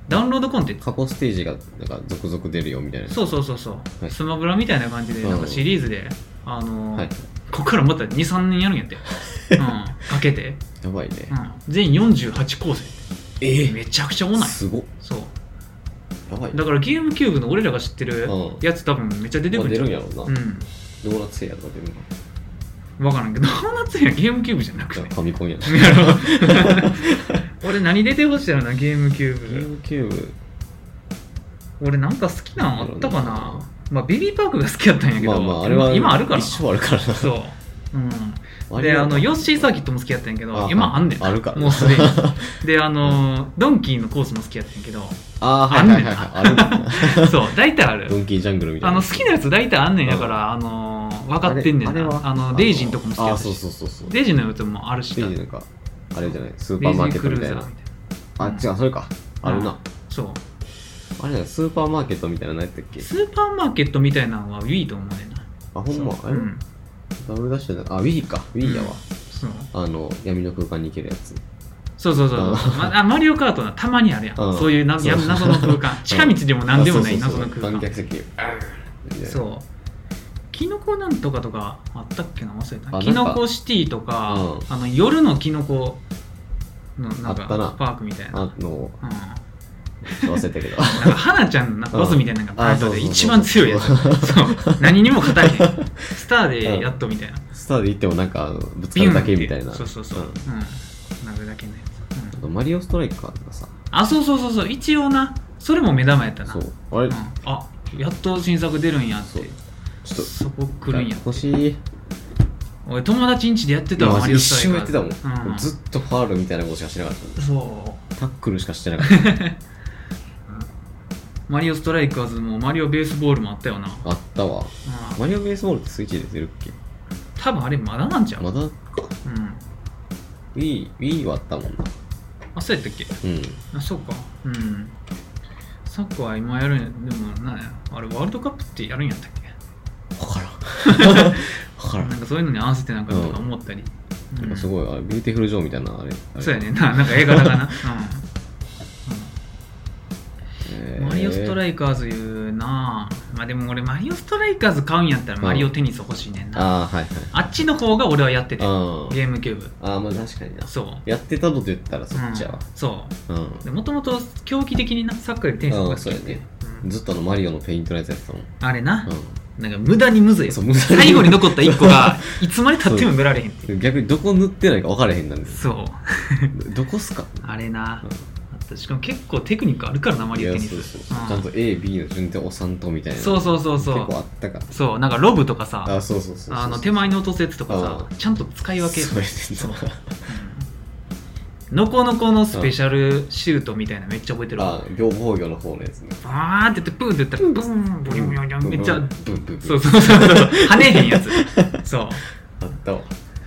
S1: ダウンロードコンテンツ
S2: 過去ステージがなんか続々出るよみたいな
S1: そうそうそうそう、
S2: はい
S1: スマブラみたいな感じで
S2: うん
S1: なんかシリーズで、あの
S2: はい
S1: こっからまた23年やるんや って、うん、かけて、
S2: やばいね
S1: うん、全48構成
S2: え
S1: めちゃくちゃおもない
S2: すごっ
S1: そう
S2: やばい
S1: だからゲームキューブの俺らが知ってる
S2: うん
S1: やつ多分めっちゃ出て
S2: ま
S1: く
S2: あ
S1: るん
S2: 出
S1: じゃ
S2: る
S1: ん
S2: んやろうな、
S1: う
S2: ド
S1: ん
S2: ーナツ屋とか 出るのか
S1: 分からんけどドーナツやゲームキューブじゃなく
S2: な
S1: て
S2: ファミコンや な
S1: やろ俺何出てほしいやろなゲームキューブ
S2: ゲームキュー
S1: 俺なんか好きなんあったかなまあベビーパークが好きやったんや
S2: ブ
S1: け
S2: まあ
S1: ど、
S2: まああれは
S1: 今あるからな
S2: 一生あるからな
S1: そう、うん、であのヨッシーサーキットも好きやったんやけど
S2: あ
S1: 今あんねん
S2: あるから
S1: もうすで にであのドンキーのコースも好きやったんやけ ど
S2: ああはいはいはいはいあるんだ
S1: そう大体ある
S2: ドンキージャングルみたい
S1: あ
S2: な
S1: の好きなやつ大体あんねんやからあの分かってんねん
S2: あれあれ
S1: な
S2: は
S1: あのデイジーのとこも好き
S2: あ
S1: や
S2: あ
S1: った
S2: そう
S1: し
S2: そうそうそう
S1: デ
S2: デ
S1: イジーのやつもあるし
S2: イジーなんかあれじゃないスーパーマーケットみたいなあ
S1: ーみたいな
S2: 違うそれかある
S1: うん
S2: な
S1: そう
S2: あれだよスーパーマーケットみたいなのやったっけ
S1: スーパーマーケットみたいなのは Wii と思うねんな
S2: あほんま
S1: そう
S2: あ
S1: う
S2: れ
S1: ん
S2: ダブルダッシュじゃないあ Wii か Wii やわ
S1: そう
S2: あの闇の空間に行けるやつ
S1: そうそうそうそう
S2: あ
S1: まあ マリオカートなたまにあるやん、
S2: うん
S1: そういうな
S2: そう
S1: や謎の空間近道でも何でもない
S2: あ
S1: 謎
S2: そうそう
S1: の
S2: そう
S1: 空間
S2: 観客席う
S1: そうキノコなんとかとかあったっけな忘れた
S2: あ
S1: キノコシティとか、
S2: う
S1: あの夜のキノコのなん
S2: あったな
S1: かパークみたいな
S2: あの
S1: うん、なん
S2: 忘れたけど
S1: か花ちゃんのボスみたいなのがパイトで
S2: あそうそうそう
S1: 一番強いやつ
S2: そ
S1: そう何にも勝たれへ んスターでやっとみたいな
S2: スターで行ってもなんかあのぶつかるだけみたいな
S1: そうそうそう、うん
S2: ん
S1: なるだけのやつ、う
S2: あ
S1: ん
S2: とマリオストライカーとかさ
S1: あそうそうそうそう一応なそれも目玉やったな
S2: そうあれ
S1: うん、あやっと新作出るんやって
S2: そうちょっ
S1: そこ
S2: と
S1: 来るんや
S2: 欲しい
S1: 俺友達ん家でやってたわ
S2: いや
S1: マリオ
S2: 一
S1: スト
S2: 瞬
S1: ラ
S2: や
S1: イカ
S2: って
S1: ー
S2: たもん、
S1: うん
S2: ずっとファールみたいなことしかしてなかっ
S1: そ
S2: たタックルしかしてなかった
S1: うマリオストライカーズもマリオベースボールもあったよな、
S2: あったわ
S1: うん、
S2: マリオベースボールってスイッチで出るっけ
S1: 多分あれまだなんちゃう、
S2: まだか
S1: うん、
S2: Wii, Wii はあったもんな
S1: あそうやったっけ
S2: うん
S1: あそうかうんサッカーは今やるんやでもなんやあれワールドカップってやるんやったっけ
S2: 分からん 分から
S1: なんんかそういうのに合わせてなんかとか思ったり、
S2: なんかすごいあれビューティフルジョーみたいなあれあれ
S1: そうやねんななんか映画だか な、
S2: え
S1: う
S2: ー
S1: んマリオストライカーズ言うなまあでも俺マリオストライカーズ買うんやったらマリオテニス欲しいねんな、
S2: ああはいはい
S1: あっちの方が俺はやってて
S2: あー
S1: ゲームキューブ
S2: あーまあ確かにな
S1: そう
S2: やってたのと言ったらそっちやわ
S1: うん、そ
S2: うん
S1: うもともと競技的になサッカーよりテニスの方が好き
S2: あーそうやね
S1: うん
S2: ずっとあのマリオのペイントのやつやってたもん。
S1: あれな、
S2: う
S1: なんか無駄にむずい
S2: ん。そう、無駄
S1: 最後に残った1個 がいつまでたっても塗られへんっていう
S2: 逆にどこ塗ってないか分からへんなん です。
S1: そう
S2: どこっすか
S1: あれな
S2: うん、
S1: あとしかも結構テクニックあるからなマ
S2: い
S1: リオ
S2: や、
S1: テニ
S2: そう
S1: ス
S2: そう
S1: う
S2: そ
S1: ん
S2: う。ちゃんと A、B の順で押さんとみたいな。
S1: そうそうそうそう
S2: 結構あったから。
S1: そうなんかロブとかさ
S2: あ、そうそうそうそう。
S1: あの手前に落とすやつとかさ
S2: あ
S1: ちゃんと使い分け
S2: そうやねんな
S1: うんのこのこのスペシャルシュートみたいなめっちゃ覚えてる わ
S2: あ、両防御の方のやつね。
S1: バーンってやってプーンって言ったらブーンブニョブニョブニョめっちゃ
S2: ブンブンブン。
S1: そうそうそうそう跳ねへんやつそう、
S2: あったわ。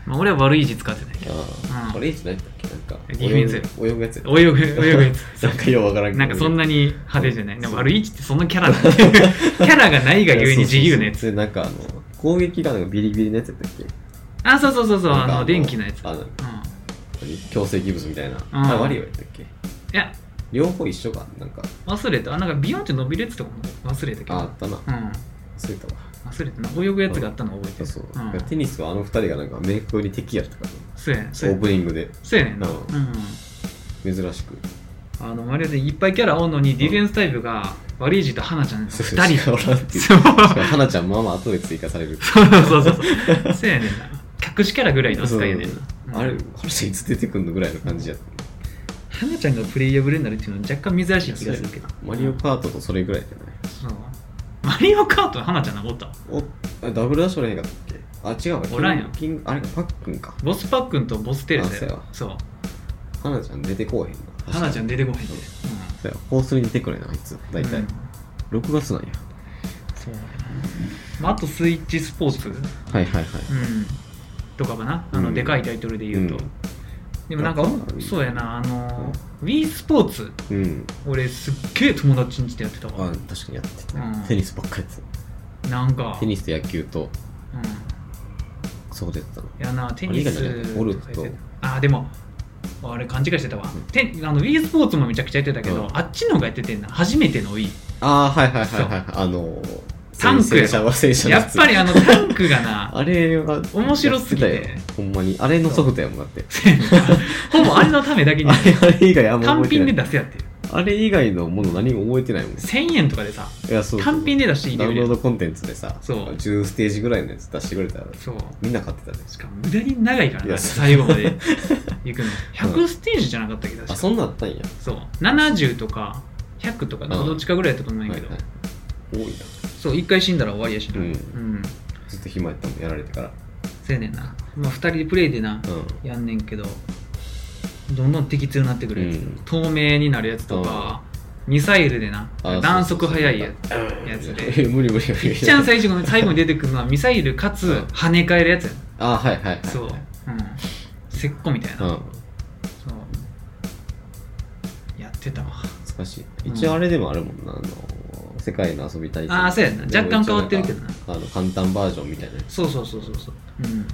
S1: まあ、俺は悪い字使ってないけど
S2: あ
S1: うん
S2: あ。あれじゃないんだっけなんか。
S1: ディフェンス
S2: 泳ぐ泳ぐやつや
S1: 泳ぐ泳ぐやつ
S2: なんかよう分からんけど。
S1: なんかそん
S2: な
S1: なに派手じゃない、
S2: うん
S1: でも悪い字ってそんなキャラなんでキャラがないがゆえに自由なやつ
S2: つ。なんかあの、攻撃がなんかビリビリのやつやったっけ
S1: あそうそうそうそう
S2: なんか
S1: あの電気のやつ
S2: あの
S1: うん、
S2: 何強制ギブスみたいな。あ、マリオやったっけ
S1: いや
S2: 両方一緒かなんか
S1: 忘れたあなんかビヨンって伸びるやつとかも忘れたけ
S2: ああ
S1: ど
S2: ったな
S1: うん
S2: 忘れたわ
S1: 忘れたな泳ぐやつがあったの覚えて
S2: そう
S1: る
S2: そう、
S1: ん
S2: なんかテニスはあの二人がなんか明確に敵やったからね
S1: そうやねんそう
S2: オ
S1: や
S2: ープニングで
S1: そうやねんな、
S2: う
S1: うんん
S2: 珍しく
S1: あのマリオでいっぱいキャラおんのにディフェンスタイプが悪い字と花ちゃんの
S2: そう
S1: 2人
S2: そうそう
S1: そう
S2: しかも花ちゃんまあまあ後で追加される
S1: そうそうそうそう。そうやねんな。隠しキャラぐらいの扱いやねんな。
S2: あれ
S1: うん
S2: 花ちゃんいつ出てくんのぐらいの感じやった
S1: 花ちゃんがプレイヤブルになるっていうのは若干珍しい気がするけど。
S2: マリオカートとそれぐらいじゃ
S1: そ
S2: ない
S1: う。マリオカートの花ちゃんなんかおった
S2: おあダブルダッシュおらへんかったっけあ違うわ
S1: おらんよ
S2: キングキングあれかパックンか
S1: ボスパックンとボステレス
S2: あそう
S1: や
S2: やわ。
S1: そう。
S2: 花ちゃん出てこうへんな
S1: 花ちゃん出てこへんで。
S2: そうそうやコースに出てくれなあいつ
S1: うん
S2: 大体、
S1: うん
S2: 6月なんや
S1: そうやな。まああとスイッチスポーツうん。
S2: はいはいはい、
S1: とかかな。あ
S2: う
S1: の、
S2: ん
S1: でかいタイトルで言うと
S2: うん。
S1: でもなんか
S2: なんかあ、る
S1: そうやな。あの、Wii スポーツ、
S2: うん
S1: 俺すっげえ友達んちでやってた
S2: あ
S1: わ。
S2: 確かにやってた、
S1: うん
S2: テニスばっかりやって
S1: なんか
S2: た。テニスと野球と
S1: うん
S2: そこでやってたの
S1: いやな、テニ
S2: あれ以外じゃない
S1: ス
S2: ゴルフと
S1: あ、でも、あれ勘違いしてたわ
S2: うん。
S1: てあの Wii スポーツもめちゃくちゃやってたけど、
S2: う
S1: あっちの方がやっててんな。初めての Wii。
S2: ああはいはいはいはいあのー
S1: タンクや
S2: 戦車は戦車の
S1: や
S2: や
S1: っ
S2: つ
S1: ぱりあのタンクがな、
S2: あれは
S1: 面白すぎて
S2: やってたよほんまにあれのソフトやもんだって
S1: ほぼあれのためだけに
S2: あ、れあれ以外あんま
S1: 単
S2: 覚えて
S1: 品で
S2: ない
S1: 出せやってる。
S2: あれ以外のもの何も覚えてないもんい
S1: 1000円とかでさ、
S2: やそうそう
S1: 単品で出していい
S2: ダ
S1: レ
S2: ウ
S1: ベ
S2: ン
S1: ル
S2: ロ
S1: や
S2: ードコンテンツでさ
S1: そう
S2: 10ステージぐらいのやつ出してくれたら
S1: そう。
S2: みんな買ってたね
S1: しかも無駄に長いから
S2: いや
S1: な、
S2: そう
S1: 最後まで 行くの。
S2: う
S1: 100ステージじゃなかったっけど、
S2: あ
S1: 確か
S2: そんなんあったんや
S1: そう。70とか、100とか、なんか
S2: うん
S1: どっちかぐらいやったと思うんや
S2: はい
S1: け
S2: は
S1: ど、
S2: い多いな
S1: そう、1回死んだら終わりやしな。
S2: う
S1: うんん。
S2: ずっと暇やったもんやられてから
S1: そうやねんな。まあ、2人でプレイでな、
S2: うん
S1: やんねんけどどんどん的中になってくるやつ、
S2: うん
S1: 透明になるやつとか、ミサイルでな
S2: あ
S1: 弾速速い
S2: そ
S1: や
S2: う
S1: つやつで
S2: え 無理無理無理
S1: いっちゃん最初に最後に出てくるのはミサイルかつ
S2: うん
S1: 跳ね返るやつやん
S2: あはいはいはい
S1: そう、うん、石膏みたいな、
S2: うん
S1: そうやってたわ
S2: 難しい
S1: うん
S2: 一応あれでもあるもんなあの世界の遊び大
S1: あーそうやな
S2: でも
S1: 若干変わってるけどな
S2: 一応んかあの簡単バージョンみたいなやつ
S1: そうそうそうそうそううん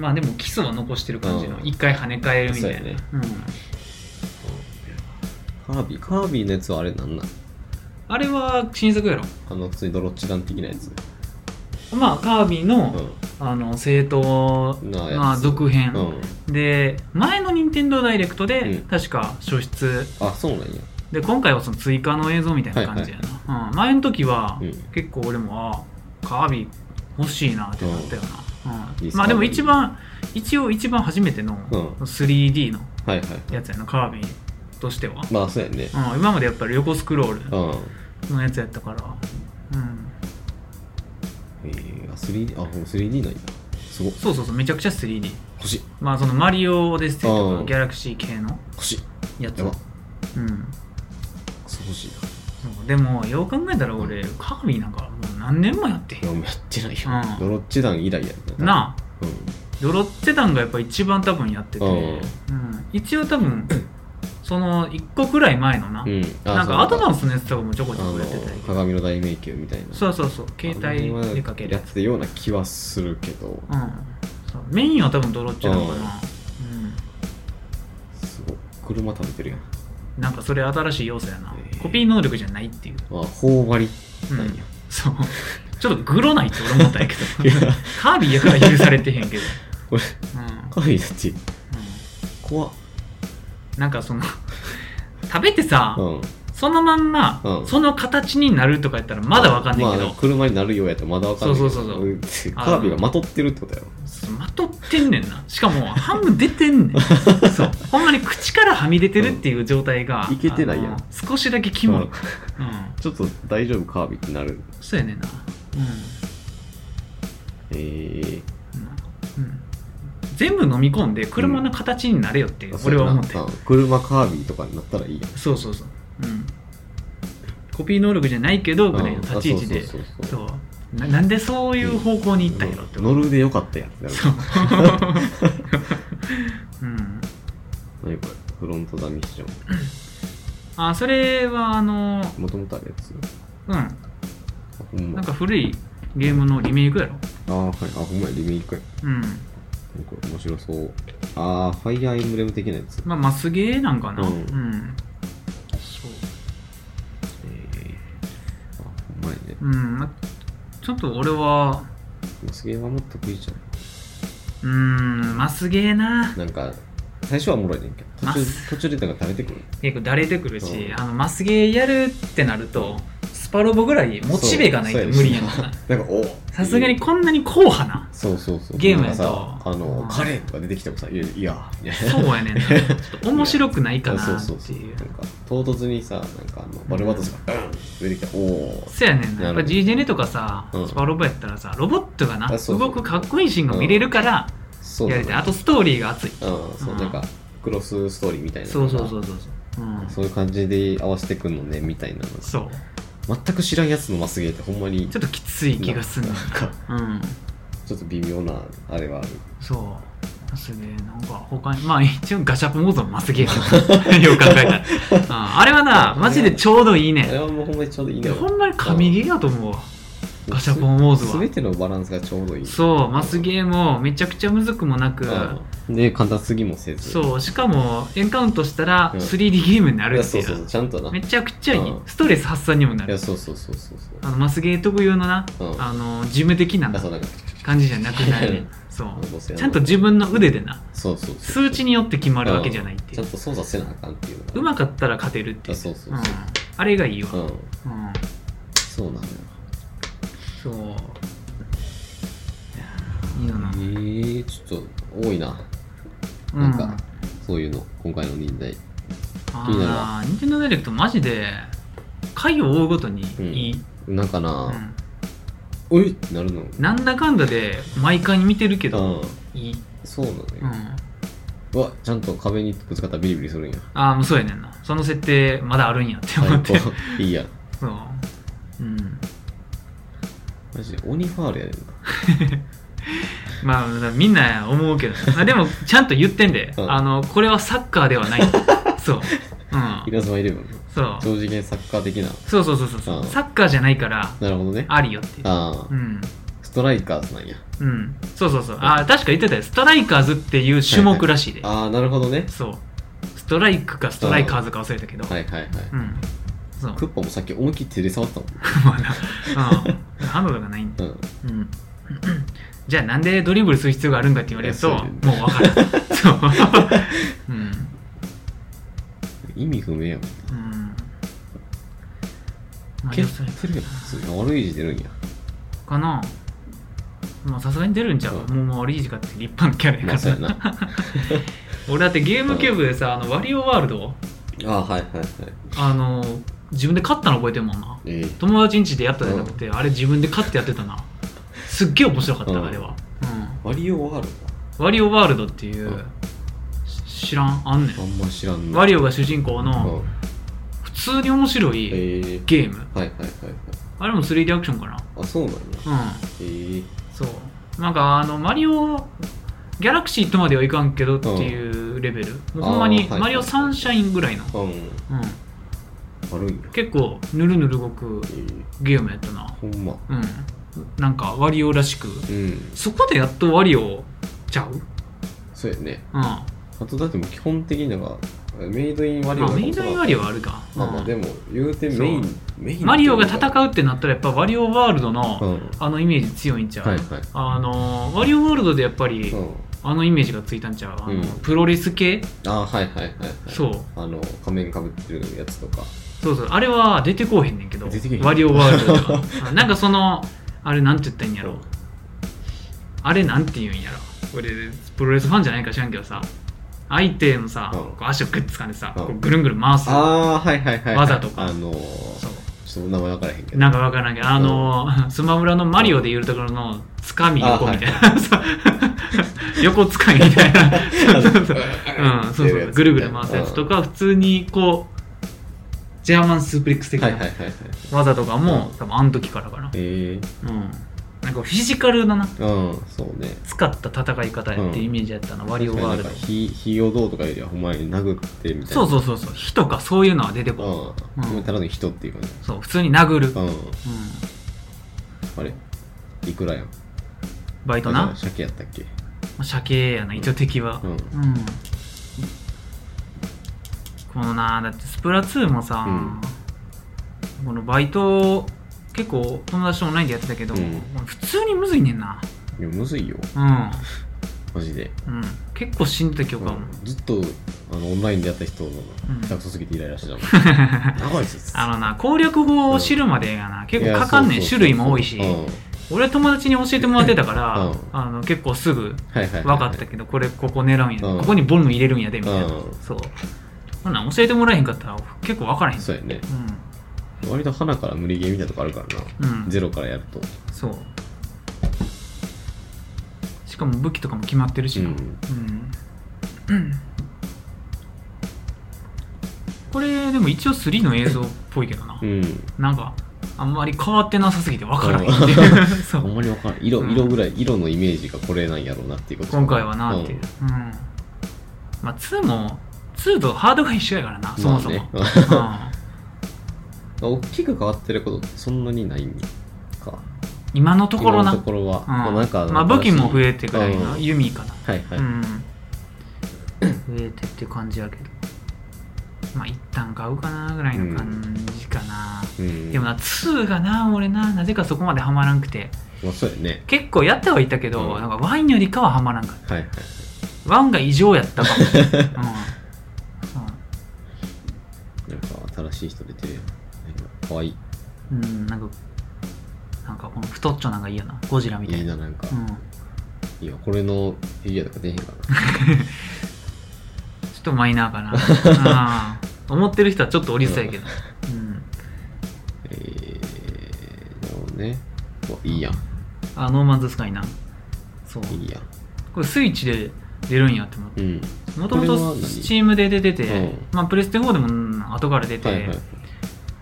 S1: まあでも基礎は残してる感じの
S2: うん
S1: 一回跳ね返るみたいな
S2: そうやね
S1: うん、
S2: カービィカービィのやつはあれなんなん
S1: あれは新作やろ
S2: あの普通にドロッチ弾的なやつ
S1: まあカービィの、
S2: う
S1: あの正
S2: ん
S1: 統
S2: な
S1: まあ続編、
S2: うん
S1: で前の任天堂ダイレクト
S2: うん
S1: で確か初出
S2: あそうなんや
S1: で今回はその追加の映像みたいな感じやな、うん、前の時は
S2: うん
S1: 結構俺もああカービィ欲しいなってなったよな、
S2: うん
S1: う
S2: いいっ
S1: ん
S2: す
S1: まあでも
S2: カービィ
S1: 一番一応一番初めての
S2: うん
S1: 3D の
S2: はいはい
S1: やつやなカービィとしては、
S2: まあそうやね
S1: うん、今までやっぱり横スクロ
S2: う
S1: ー
S2: ん
S1: ルのやつやったから、うん、
S2: えーあ 3D あもう 3D なんやすごい
S1: そうそうそうめちゃくちゃ 3D
S2: 欲しい
S1: まあそのマリオオデッセイと
S2: う
S1: か
S2: ん
S1: ギャラクシー系の
S2: 欲しい
S1: やつ
S2: やば
S1: うん
S2: クソ欲しいな
S1: そうでもよう考えたら俺カービィなんかもう何年もやってへ
S2: いや
S1: ん
S2: もうやってないよ
S1: うん
S2: ドロッチ弾以来やん
S1: なあ
S2: うん
S1: ドロッテ団がやっぱ一番多分やってて、
S2: う
S1: うんん、一応多 分その1個くらい前のな、
S2: うんあ
S1: なん
S2: そう
S1: かアドバンスのやつとかもちょこち
S2: あ
S1: ょこ
S2: の
S1: やってたんやけど
S2: 鏡の大迷宮みたいな
S1: そうそうそう携帯でかける
S2: や
S1: や
S2: っ
S1: つ
S2: てたような気はするけど
S1: うんそうメインは多分ドロッチなのかな、
S2: すごい車食べてるやん
S1: うん、なんかそれ新しい要素やな
S2: えー
S1: コピー能力じゃないっていう、
S2: あ頬張り
S1: うん
S2: なんや、
S1: そうちょっとグロないって俺思ったんやけど
S2: いや
S1: カービィやから許されてへんけど、
S2: これ
S1: うんうん、
S2: 可愛いだって怖っ
S1: なんかその 食べてさ、
S2: うん
S1: そのまんま、
S2: うん
S1: その形になるとかやったらまだわかんないけど、
S2: まあ、車になるようやったらまだわかんないけど
S1: そうそうそうそ
S2: んカービィがまとってるってことやろ
S1: そうまとってんねんなしかも半分出て んねんそうほんまに口からはみ出てるっていう状態が、
S2: うんいけてないやん
S1: あの少しだけキモい、う
S2: うん
S1: ん、
S2: ちょっと大丈夫カービィってなる
S1: そうやねんな
S2: えー、
S1: うん、うんうん、全部飲み込んで車の形になれよって、俺は思って
S2: うん車カービィとかになったらいいやん
S1: そうそうそう、うん、コピー能力じゃないけどぐらいの立ち位置で
S2: うんあ
S1: そ
S2: そううそうそう
S1: ななんでそういう方向に行ったんやろって
S2: 乗るでよかったやんってなる
S1: そううん
S2: 何これフロントダミッション
S1: あそれはあの
S2: もともとあるやつ
S1: う
S2: あほん
S1: ん
S2: ま
S1: なんか古いゲームのリメイクやろ
S2: あーはいあほんまやリメイクや
S1: うん
S2: なんか面白そうああファイアーエンブレム的なやつ
S1: まあマスゲーなんかなう、
S2: うんん
S1: そう
S2: えー、あほんまやね
S1: うんまちょっと俺は
S2: すげえはもっと得意じゃ
S1: う
S2: ん
S1: んマスゲーな
S2: なんか最初はおもろいねんけど途
S1: ま
S2: 中
S1: す
S2: 途中でなんか食べてくる
S1: 結構だれてくるし
S2: うん
S1: あのマスゲーやるってなるとスパロボぐらいモチベがないと無理やんか
S2: なんかおっ
S1: さすがにこんなに硬派な
S2: そうそうそう
S1: ゲームや
S2: なん
S1: と
S2: かさあの、
S1: うん
S2: カレーとか出てきてもさ「いやいや」みたい
S1: そうやね んなちょっと面白くないか
S2: な
S1: な
S2: そう
S1: っ
S2: そ
S1: て
S2: うそう
S1: いう
S2: なんか唐突にさなんかあのバルバトスが「うん」出てきたら「おお
S1: そうやねんな。やっぱ
S2: なるほど
S1: G ジェネとかさ、
S2: うん
S1: スパロボやったらさ、ロボットがな、
S2: あそうそう
S1: 動くかっこいいシーンが見れるから、
S2: そう
S1: や
S2: だ
S1: りたい。
S2: ね
S1: あとストーリーが熱い。
S2: うんそううんなんかクロスストーリーみたいな
S1: そうそうそううそう。うん、
S2: そういう感じで合わせてくんのねみたいなの
S1: そう。
S2: 全く知らんやつのマスゲーってほんまに
S1: ちょっときつい気がすんねん
S2: なんか
S1: うん。
S2: ちょっと微妙なあれはある
S1: そう。すげえ、なんか他に、まあ一応ガシャポンもぞマスゲーム よく考えたら。うんあれはな、マジでちょうどいいね
S2: あれはもうほんまにちょうどいい
S1: ん。
S2: ね
S1: ほんまに神ゲーやと思うわ。ガシャポンウォーズは
S2: 全てのバランスがちょうどいい
S1: そう、マスゲーもめちゃくちゃむずくもなく、
S2: うんで簡単すぎもせず
S1: そう、しかもエンカウントしたら
S2: うん
S1: 3D ゲームになる
S2: いや
S1: って
S2: そ
S1: いうう。
S2: そうそうちゃんとな
S1: め
S2: い
S1: ちゃくちゃいい、
S2: うん
S1: ストレス発散にもな
S2: や
S1: る
S2: そうそうそうそうそう
S1: あのマスゲー特有のな、
S2: うん
S1: あの事務的な
S2: あそうなんか
S1: 感じじゃなくな
S2: う
S1: る
S2: ん
S1: そ
S2: そうそうう
S1: ちゃんと自分の腕でな
S2: そうそうそう
S1: 数値によって決まるわけじゃないっていう
S2: うんちゃんと操作せなあかんっていうのが
S1: うまかったら勝てるっていう、
S2: あそうそうそうん
S1: あれがいいわ、うん
S2: うんそうなのよ
S1: そういいよな、
S2: えー、ちょっと多いな
S1: う
S2: なんかそういうの今回の忍耐気になる
S1: ああニンテンドーダイレクトマジで回を追うごとにいい、
S2: なんか
S1: う
S2: なんおいってなるの
S1: なんだかんだで毎回見てるけど、
S2: うん
S1: いい、
S2: そうな
S1: う
S2: のよ
S1: ん
S2: うわちゃんと壁にぶつかったらビリビリす るんや
S1: ああ、もうそうやねんな。その設定、まだあるんやって思
S2: 最
S1: って。 そう。
S2: 高いいや
S1: うん。
S2: マジで鬼ファールやねんな
S1: まあ、みんな思うけど。まあ、でも、ちゃんと言ってんで、
S2: うん
S1: あの、これはサッカーで はない。そう。うん。
S2: 稲妻イレブン
S1: そう。
S2: 超次元サッカー的な
S1: そうそうそうそうそう。
S2: うん
S1: サッカーじゃないから、
S2: なるほどね
S1: ありよっていう。
S2: あ
S1: う
S2: あ
S1: ん。
S2: ストライカーズなんや
S1: うん。そうそうそう。ああ、確か言ってたよ。ストライカーズっていう種目らしいで。
S2: ああなるほどね
S1: そう。ストライクかストライカーズか忘れたけど。
S2: はいはいはい
S1: うん。そう。
S2: クッパもさっき思いっきり手で触ったも ん
S1: まだ、うん。ハンドがないんで。
S2: うん
S1: うんじゃあなんでドリブルする必要があるんだって言われると
S2: いや
S1: も
S2: そう
S1: う分 からんそう、うん
S2: 意味不明やもん
S1: うんまあ、
S2: 蹴
S1: 要
S2: っ
S1: するに
S2: てるやん普通に悪い字出るんや
S1: かなまあさすがに出るんちゃう、
S2: う
S1: もうもうリージがって立派なキャラ
S2: ま
S1: や
S2: あ
S1: か
S2: そう
S1: ら
S2: やな
S1: 俺だってゲームキューブでさ、あのワリオワールド
S2: ああはいはいはい
S1: あの自分で勝ったの覚えてるもんな
S2: ええ
S1: 友達ん家でやったじゃなくて、あれ自分で勝ってやってたなすっげえ面白かった、
S2: うん
S1: あれは、うん
S2: ワリオワール
S1: ワリオワールドっていう、
S2: うん
S1: し知らんあんねん
S2: ドあんま知らんな
S1: ワリ
S2: オ
S1: オが主人公の普通に面白い
S2: ええ
S1: ゲーム。
S2: はいはいはいはい
S1: あれも 3D アクションかな
S2: あそうなんや
S1: う
S2: ええ
S1: ん。そう。なんかあの、マリオ、ギャラクシーとまではいかんけどっていうレベル。もうほんま
S2: あー
S1: に
S2: はいはい
S1: マリオサンシャインぐらいの。
S2: う
S1: う
S2: ん
S1: ん。
S2: 悪いんや
S1: 結構ぬるぬる動く
S2: ええ
S1: ゲームやったな。
S2: ほんま
S1: うん。なんかワリオらしく。
S2: うん
S1: そこでやっとワリオちゃううん。
S2: そうやね
S1: ま
S2: あとだってもう基本的になんかメイドインワリオ
S1: あ、
S2: だと
S1: メイドインワリオはあるか。
S2: まあまあでも言うて
S1: そう
S2: メインメイン
S1: マリオが戦う
S2: う
S1: ってなったらやっぱワリオワールド
S2: う
S1: の
S2: ん
S1: あのイメージ強いんちゃう、
S2: はいはい
S1: あのーワリオワールドでやっぱり
S2: うん
S1: あのイメージがついたんちゃうあの、
S2: うん
S1: プロレス系
S2: あーはいはいはいはい
S1: そう
S2: あの仮面かぶってるやつとか
S1: そうそうあれは出てこうへんねんけど
S2: 出てけへん
S1: ワリオワールドで はあなんかそのあれなんて言ったらいいんやろあれなんて言うんやろ俺プロレスファンじゃないか知らんけどさ相手のさ、
S2: うん
S1: こう足をグッつかんでさ、
S2: うん
S1: こうぐるんぐるん回すそ
S2: ああはいはいはいはい
S1: 技とか
S2: あのー
S1: う
S2: ちょっと名前分からへんけど
S1: なんかわからんけどあのー スマブラのマリオでいうところのつかみ横みたいな、 そう横つかみみたいな そうそううん、そうそうぐるぐる回すやつと
S2: か、
S1: か普通にこうジャーマンスープレックス
S2: うん
S1: 的
S2: はいはい
S1: な
S2: はいはい
S1: 技とかも、
S2: うん
S1: 多分あの時からかな、
S2: え
S1: うん、なんかフィジカルだな
S2: えー、うんそうね
S1: 使った戦い方やっていうイメージやったな、ワリオワール
S2: 確かにな
S1: ド
S2: んか火火をどうとかよりはほんまに殴ってみたいな
S1: そう
S2: う
S1: そうそうそう火とかそういうのは出てこない、
S2: うん、
S1: うん
S2: ただの人っていうかね
S1: そう普通に殴る、うん、
S2: うんあれいくらやん
S1: バイトな、ま
S2: 鮭やったっけ
S1: あ、射形やな一応敵は
S2: う、ん
S1: うんこのなだってスプラ2もさ、このバイト結構友達とオンラインでやってたけど、
S2: うん
S1: 普通にむずいねんない
S2: やむずいよ
S1: う
S2: マジで、
S1: ん、うん、結構死んでた記憶あるもん、
S2: うんずっとあのオンラインでやった人の
S1: ん
S2: 下手くそすぎてイライラしてた もん長いっす
S1: あのな攻略法を知るまでがな、結構かかんね
S2: い
S1: ん
S2: やそうそうそう
S1: 種類も多いし、
S2: うん
S1: 俺は友達に教えてもらってたから、
S2: うん
S1: あの結構すぐ
S2: はいはいはいはい
S1: 分かったけどこれここ狙うんやで、
S2: うん
S1: ここにボルム入れるんやでみたいな、
S2: うん
S1: そうそんなん教えてもらえへんかったら結構分からへん
S2: そうやね
S1: う
S2: 割と花から無理ゲーみたいなとこあるからな、
S1: ん、うん、
S2: ゼロからやると
S1: そうしかも武器とかも決まってるしな
S2: うん
S1: うんこれでも一応3の映像っぽいけどな、
S2: うん
S1: なんかあんまり変わってなさすぎて分からへんって そ
S2: あ
S1: うん
S2: まりわからん色,、
S1: うん
S2: 色ぐらい色のイメージがこれなんやろうなっていうこと
S1: 今回はなっていう、
S2: ん
S1: うんまあ2も2とハードが一緒やからなそもそも、
S2: まあね大きく変わってることってそんなにないんか
S1: うん今のところな
S2: 今のところは、
S1: うん
S2: まあなんか
S1: まあ、武器も増えてくらい
S2: うん
S1: な、
S2: はい
S1: 弓かな、
S2: はい、
S1: うん増えてって感じやけどまあ一旦買うかなぐらいの感じかな、
S2: うん
S1: でもな2がな俺ななぜかそこまでハマらんくて
S2: まあそうやね
S1: 結構やってはいたけど、
S2: うん
S1: なんかワインよりかはハマらんかっ
S2: はいはい
S1: たワンが異常やったかも、うん そう
S2: なんか新しい人出てるやんなんか可愛い
S1: うん、なんか、なんかこの太っちょなんかいいよな、ゴジラみた
S2: いい
S1: いな。
S2: ななんか、
S1: うん、ちょ
S2: いやこれのフィギュアとか出へんかな
S1: っとマイナーかな。あー思ってる人はちょっとおりそうやけど。うん、
S2: えーなるほどねおいいやん
S1: あ、ノーマンズスカイな。そう。
S2: いいやん
S1: これスイッチで出るんやって思って。
S2: うん
S1: もとも
S2: これは
S1: と
S2: 何
S1: スチームで出てて、
S2: うん
S1: まあ、プレステ4でもうん後から出て、
S2: はいはい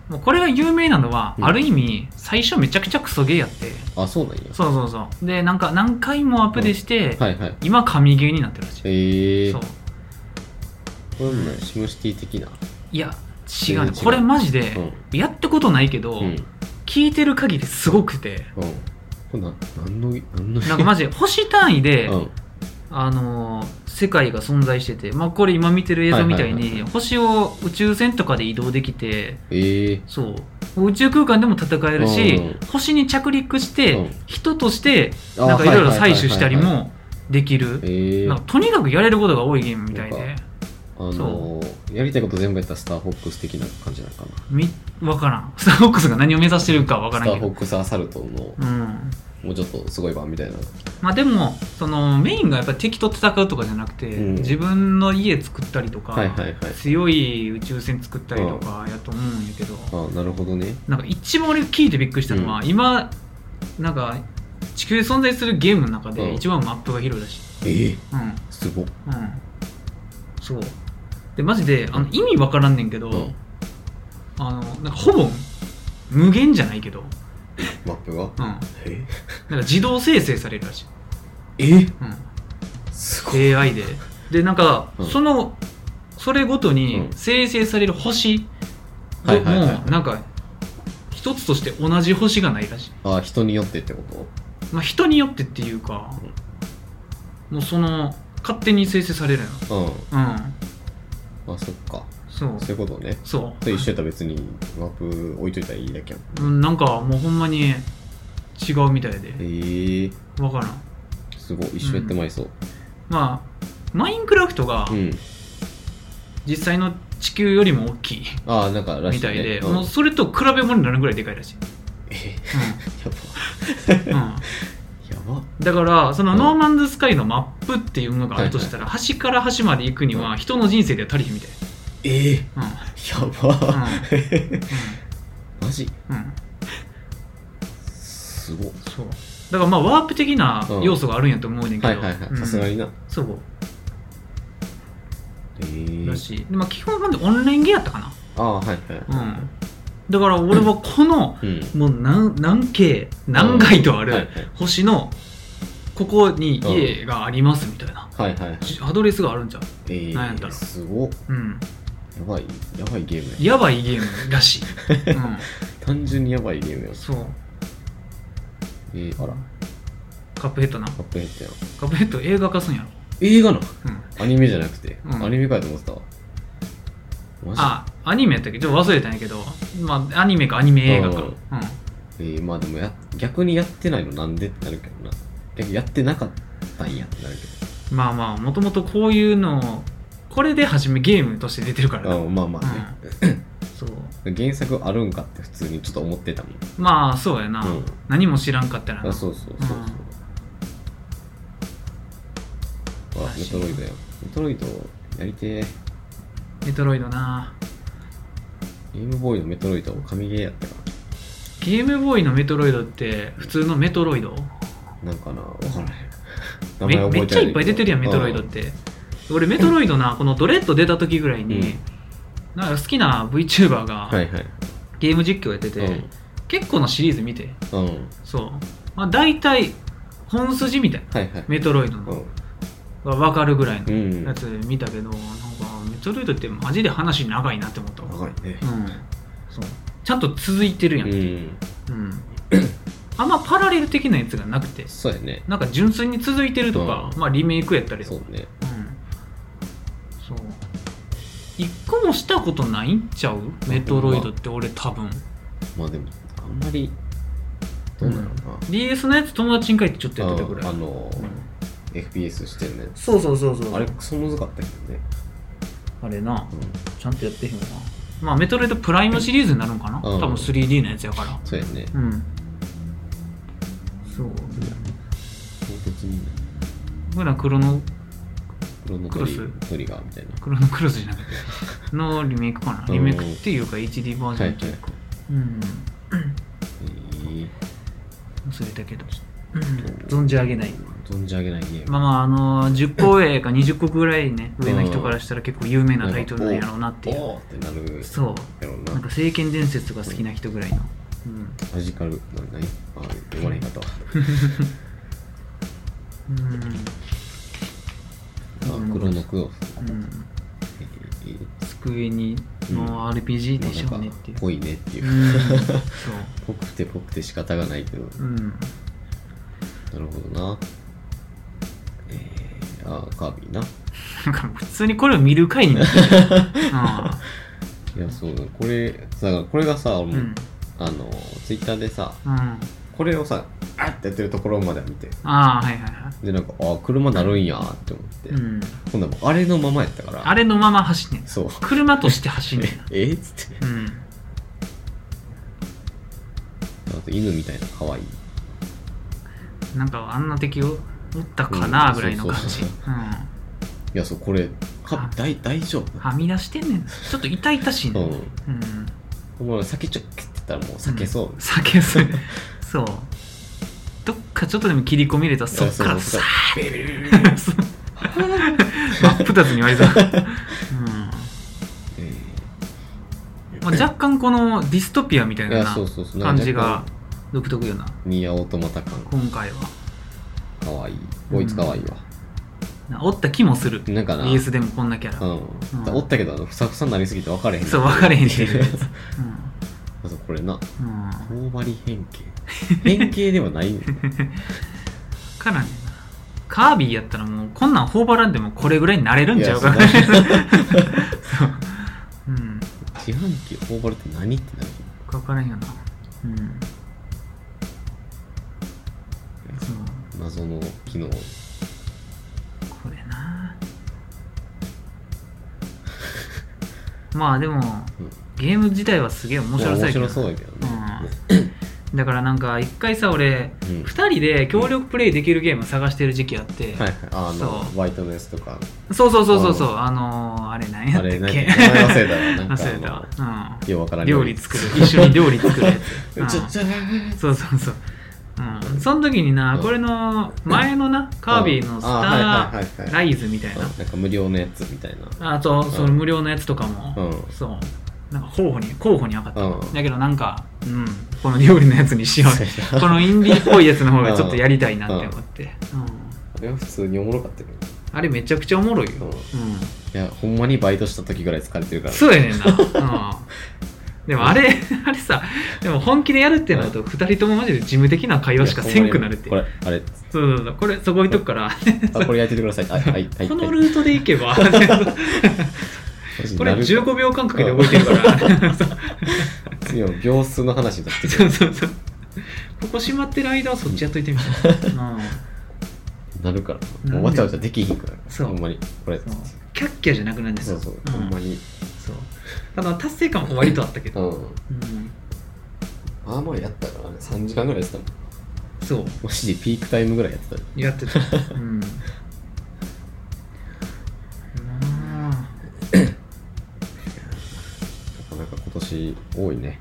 S1: もうこれが有名なのは、
S2: うん
S1: ある意味最初めちゃくちゃクソゲーやって
S2: あそうなんや
S1: そうそうそうでなんか何回もアップデートして、
S2: はいはい
S1: 今神ゲーになってるらしい、
S2: ええ
S1: そう
S2: ー、これもねシムシティ的ない
S1: や違うね
S2: 全然違う
S1: これマジで、やったことないけど、
S2: うんうん
S1: 聞いてる限りすごくて
S2: うんこれな何の何の
S1: なんかマ ジで星単位で、
S2: うん
S1: あのー世界が存在してて、まあ、これ今見てる映像みたい
S2: はいはいはい
S1: に星を宇宙船とかで移動できて
S2: ええ
S1: そう宇宙空間でも戦えるし、
S2: うん
S1: 星に着陸して、
S2: うん
S1: 人として
S2: あ
S1: なんかいろいろ採取したり
S2: はいはいはい
S1: もできる
S2: ええ
S1: なんかとにかくやれることが多いゲームみたいで
S2: なんあのー、やりたいこと全部やったらスターフォックス的な感じなのかな
S1: み分からん スターフォックスが何を目指してるか分か
S2: ス
S1: らん
S2: タ
S1: け
S2: ーフォ
S1: ど、
S2: ックスアサルトの
S1: うん、
S2: もうちょっとすごい版みたいな
S1: まあでもそのメインがやっぱり敵と戦うとかじゃなくて、
S2: うん
S1: 自分の家作ったりとか、
S2: はいはいはい
S1: 強い宇宙船作ったりとかやと思うんやけど、
S2: あなるほどね
S1: なんか一番俺聞いてびっくりしたのは、
S2: う
S1: 今なんか地球で存在するゲームの中
S2: う
S1: で
S2: ん
S1: 一番マップが広いらしい
S2: ええ
S1: うん
S2: すごっ
S1: うんそうでマジであの意味わからんねんけど、
S2: うん
S1: あのなんかほぼ無限じゃないけど、うん、
S2: マップが
S1: なんか
S2: え
S1: 自動生成されるらしい、
S2: え
S1: うん、
S2: すごい
S1: AI ででなんか、
S2: うん
S1: そのそれごとに
S2: うん
S1: 生成される星も、
S2: はいはいはい
S1: なんか一つとして同じ星がないらしい、
S2: あ人によってってこと
S1: まあ、人によってっていうか、もうその勝手に生成される
S2: う
S1: のうん
S2: ん。あ、そっか。
S1: そう
S2: そういうことね。
S1: そ
S2: と一緒やったら別にマップ置いといたらいいだけやもん。
S1: う、うん、なんかもうほんまに違うみたいで
S2: ええ
S1: 分からん
S2: すごい。一緒やってまいそう。
S1: まあマインクラフトが
S2: うん。
S1: 実際の地球よりも大きい
S2: ああ、なんからし
S1: み
S2: いね。
S1: たいで、
S2: うん
S1: もうそれと比べ物になるぐらいでかいらしい、
S2: え
S1: うんうん
S2: やば。やば。
S1: だからその
S2: うん
S1: ノーマンズスカイのマップっていうものがあるとしたら、端から端まで行くに
S2: う
S1: は人の人生では足りひんみたい
S2: ええ
S1: うん
S2: やば。 マジ
S1: うん、うん、
S2: すごい。
S1: そうだからまあワープ的な要素があるんやと思うねんけ
S2: は
S1: ど、
S2: いはいは
S1: う
S2: い。
S1: ん
S2: さすがにな。
S1: そう
S2: ええ
S1: だし、でまあ、基本はオンラインゲーやったかな
S2: ああ、はいはい。
S1: うんだから俺はこの
S2: うん。
S1: もう何何系何階とあ
S2: はい
S1: る星のここに家がありますみたいな
S2: はいはいはい。
S1: アドレスがあるんじゃん
S2: ええ
S1: なんやったら
S2: すごっ。
S1: うん
S2: やばい、やばいゲームや。
S1: やばいゲームら しい、う
S2: 単純にやばいゲームや
S1: ん、。そう
S2: えー、あら、
S1: カップヘッドな
S2: カップヘッドやん。
S1: カップヘッド映画化すんやろ、
S2: 映画な
S1: うん、
S2: アニメじゃなくて、
S1: うん
S2: アニメかと思ってたわ。マジ
S1: あアニメやったっけど忘れたんやけどまあアニメかアニメ映画か
S2: うん
S1: うん
S2: えー、まあでもや、逆にやってないのなんでってなるけどな。逆にやってなかったんやってなるけ
S1: まあまあもともとこういうのをこれで初めゲームとして出てるからな
S2: ど。あまあまあね、
S1: そう
S2: 原作あるんかって普通にちょっと思ってたもん。
S1: まあそうやな、
S2: うん
S1: 何も知らんかったらな
S2: あそうそうそうそう。
S1: うん
S2: あ、メトロイドやん。メトロイドやりてー。
S1: メトロイドな
S2: ゲームボーイのメトロイド、神ゲーやったか
S1: ゲームボーイのメトロイドって普通のメトロイド
S2: な。なんかな、わからへ
S1: め
S2: ん。
S1: めっちゃいっぱい出てるやんメトロイドっ。て俺メトロイドなこのドレッド出た時ぐらいに、
S2: うん
S1: なんか好きな VTuber
S2: あーは
S1: が
S2: いはい。
S1: ゲーム実況やってて、
S2: うん
S1: 結構なシリーズ見て
S2: うん。
S1: そうまあ大体本筋みたいな
S2: はいはい。
S1: メトロイドのが分かるぐらいの
S2: うん。うん。
S1: やつ見たけど、なんかメトロイドってマジで話長いなって思ったわ
S2: 長いね
S1: う。んそうちゃんと続いてるやん、うん
S2: ん。
S1: あんまパラレル的なやつがなくて
S2: そうやね。
S1: なんか純粋に続いてるとか、
S2: う
S1: まあリメイクやったりと
S2: そ
S1: か
S2: うね。
S1: うんそう一個もしたことないんちゃうメトロイドって俺多分
S2: まあでも、あんまり、どうなのか
S1: DS のやつ友達に帰ってちょっとや
S2: な。う
S1: ってたぐ
S2: ん
S1: ら
S2: あ
S1: い、
S2: の
S1: う
S2: ー、
S1: ん
S2: FPS してるね。
S1: そうそうそうそう
S2: あれ、クソむずかったけどね。
S1: あれな
S2: うん。
S1: ちゃんとやってへんわなまあメトロイドプライムシリーズになるんかな、
S2: うん
S1: 多分 3D のやつやから
S2: そうやね。
S1: うんそう
S2: 唐突に、
S1: 僕らクロノ
S2: クロノトリ
S1: クロ
S2: トリガーみたいな。
S1: クロノクロスじゃなく てのリメイクかなリメイクっていうか HD バージ
S2: は
S1: ョン
S2: いはい
S1: というか、うん
S2: え
S1: 忘れたけど、うん、存じ上げない
S2: ー存じ上げないゲーム。
S1: まあまああの10個上か20個ぐらいね上の人からしたら結構有名なタイトルなんやろうなっていう
S2: おーってなる
S1: そ
S2: やろう
S1: うなん
S2: な
S1: か。聖剣伝説が好きな人ぐらいの、うん
S2: マジカル、な何あ、読まれへんかったわ。
S1: う
S2: あ
S1: ん
S2: クロノクロス。
S1: うん、
S2: えー
S1: 机にの RPG でしょうねっていう、
S2: ぽいねっていうう。
S1: ん、そう
S2: ぽくてぽくて仕方がないけど。
S1: うん
S2: なるほどな。えー、あー、カービィな。
S1: なんか普通にこれを見る回になってる、
S2: いや、そうだ。これ、さ、これがさ、俺
S1: うん
S2: も
S1: うん
S2: あの、ツイッターでさ、
S1: うん、あ
S2: これをさ、あってやってるところまでは見て。
S1: あはいはいは
S2: で、なんか、あー、車なるんやーって思って。
S1: い、うん、
S2: 今度はもうあれのままやったから。
S1: あれのまま走んねん
S2: そう。
S1: 車として走んねん
S2: えー、っつって。
S1: うん
S2: あと、犬みたいな、可愛い
S1: なんかあんな敵を撃ったかなぐらいの感じ、
S2: うんそうそ
S1: う
S2: ういや、そう、これ、か
S1: あ
S2: 大大丈夫
S1: ん、はみ出してんねんちょっと痛々しいね
S2: うん。
S1: うん、
S2: お前、酒ちょっけって言ったらもう酒そう。
S1: ん避けそうそうどっかちょっとでも切り込み入れたらそっからさ
S2: そう
S1: ービリビリビリビリそう 真っ二つに 割れた、うん
S2: え
S1: まあ、若干このディストピアみたい
S2: ーいや、
S1: な
S2: そうそうそう。なん
S1: 感
S2: か
S1: じが。独特よな
S2: ニアオートマタ感。
S1: 今回は
S2: かわいい。こいつかわいいわ。
S1: なおった気もする
S2: なんかな。
S1: BS でもこんなキャ
S2: う
S1: ラ、
S2: ん。おったけど、あの、ふさふさになりすぎて分かれへん。
S1: そう分かれへん し
S2: あと、これな。
S1: うん、うん、
S2: 頬張り変形。変形ではないね。
S1: からねカービィやったらもうこんなん頬張らんでもこれぐらいになれるんちゃうか
S2: いやそ
S1: そううん
S2: 自販機頬張るって何ってなる
S1: 分からんよなうんそう
S2: 謎の機能
S1: これ なまあでも、
S2: うん
S1: ゲーム自体はすげえ面白そうやけど
S2: 面白そうやけどね
S1: だからなんか一回さ俺
S2: うんうん
S1: 2人で協力プレイできるゲーム探してる時期あって、
S2: はいはいあ
S1: そう
S2: のホワイトのやつとか
S1: そうそうそうそうそうあのー、あれ何やった
S2: あ
S1: っ
S2: れ何名
S1: け
S2: 前忘れたわなんか
S1: 忘れたわ
S2: あ
S1: う
S2: のようわから
S1: ん
S2: ん
S1: 料理作る一緒に料理作るやつ、うん
S2: ちょちょ
S1: そうそうそううんその時にな、
S2: うん
S1: これの前のな、カービィのスタ
S2: あはいはいはいは
S1: ー
S2: い
S1: ライズみたいな、
S2: なんか無料のやつみたいな
S1: あと、その無料のやつとか
S2: う
S1: も、
S2: ん
S1: そう、なんか候補に、候補に上がった。
S2: うん
S1: だけどなんか、うん、この料理のやつにしよ う。このインディーっぽいやつの方がちょっとやりたいなって思って。うん
S2: あれは普通におもろかったけど
S1: あれめちゃくちゃおもろいよ。う
S2: いやほんまにバイトした時ぐらい疲れてるか
S1: ん。
S2: ら
S1: そうやねんな。うん。でもあれ、 あれさ、でも本気でやるってなると、二人ともマジで事務的な会話しかせんくなるって
S2: こ。れあれ
S1: そうそうそう。これ、そこ置いとくから、
S2: あこれ焼いててくださいはいはいはい
S1: こ
S2: は
S1: の
S2: い
S1: ルートで行けば、
S2: マ ジ
S1: これ
S2: なる
S1: 15秒間隔で動いてるから。 そう
S2: 次は秒数の話になってく
S1: そ
S2: る
S1: うそうそう。ここ閉まってる間はそっちやっといてみたい な。うん。
S2: なるから
S1: なんで
S2: もうわちゃわちゃできひんくなる
S1: そう
S2: ほんまにこれ
S1: そうキャッキャじゃなくなるんです
S2: そ
S1: よ。
S2: うそう、
S1: ん
S2: ほんまに
S1: そうただ達成感も割とあったけ
S2: う
S1: ど。
S2: ん
S1: うん。
S2: まあまあやったからね3時間ぐらいやってたもん
S1: そう。
S2: もしピークタイムぐらいやってたよ
S1: や ってた。うん。なあ
S2: なかなか今年多いね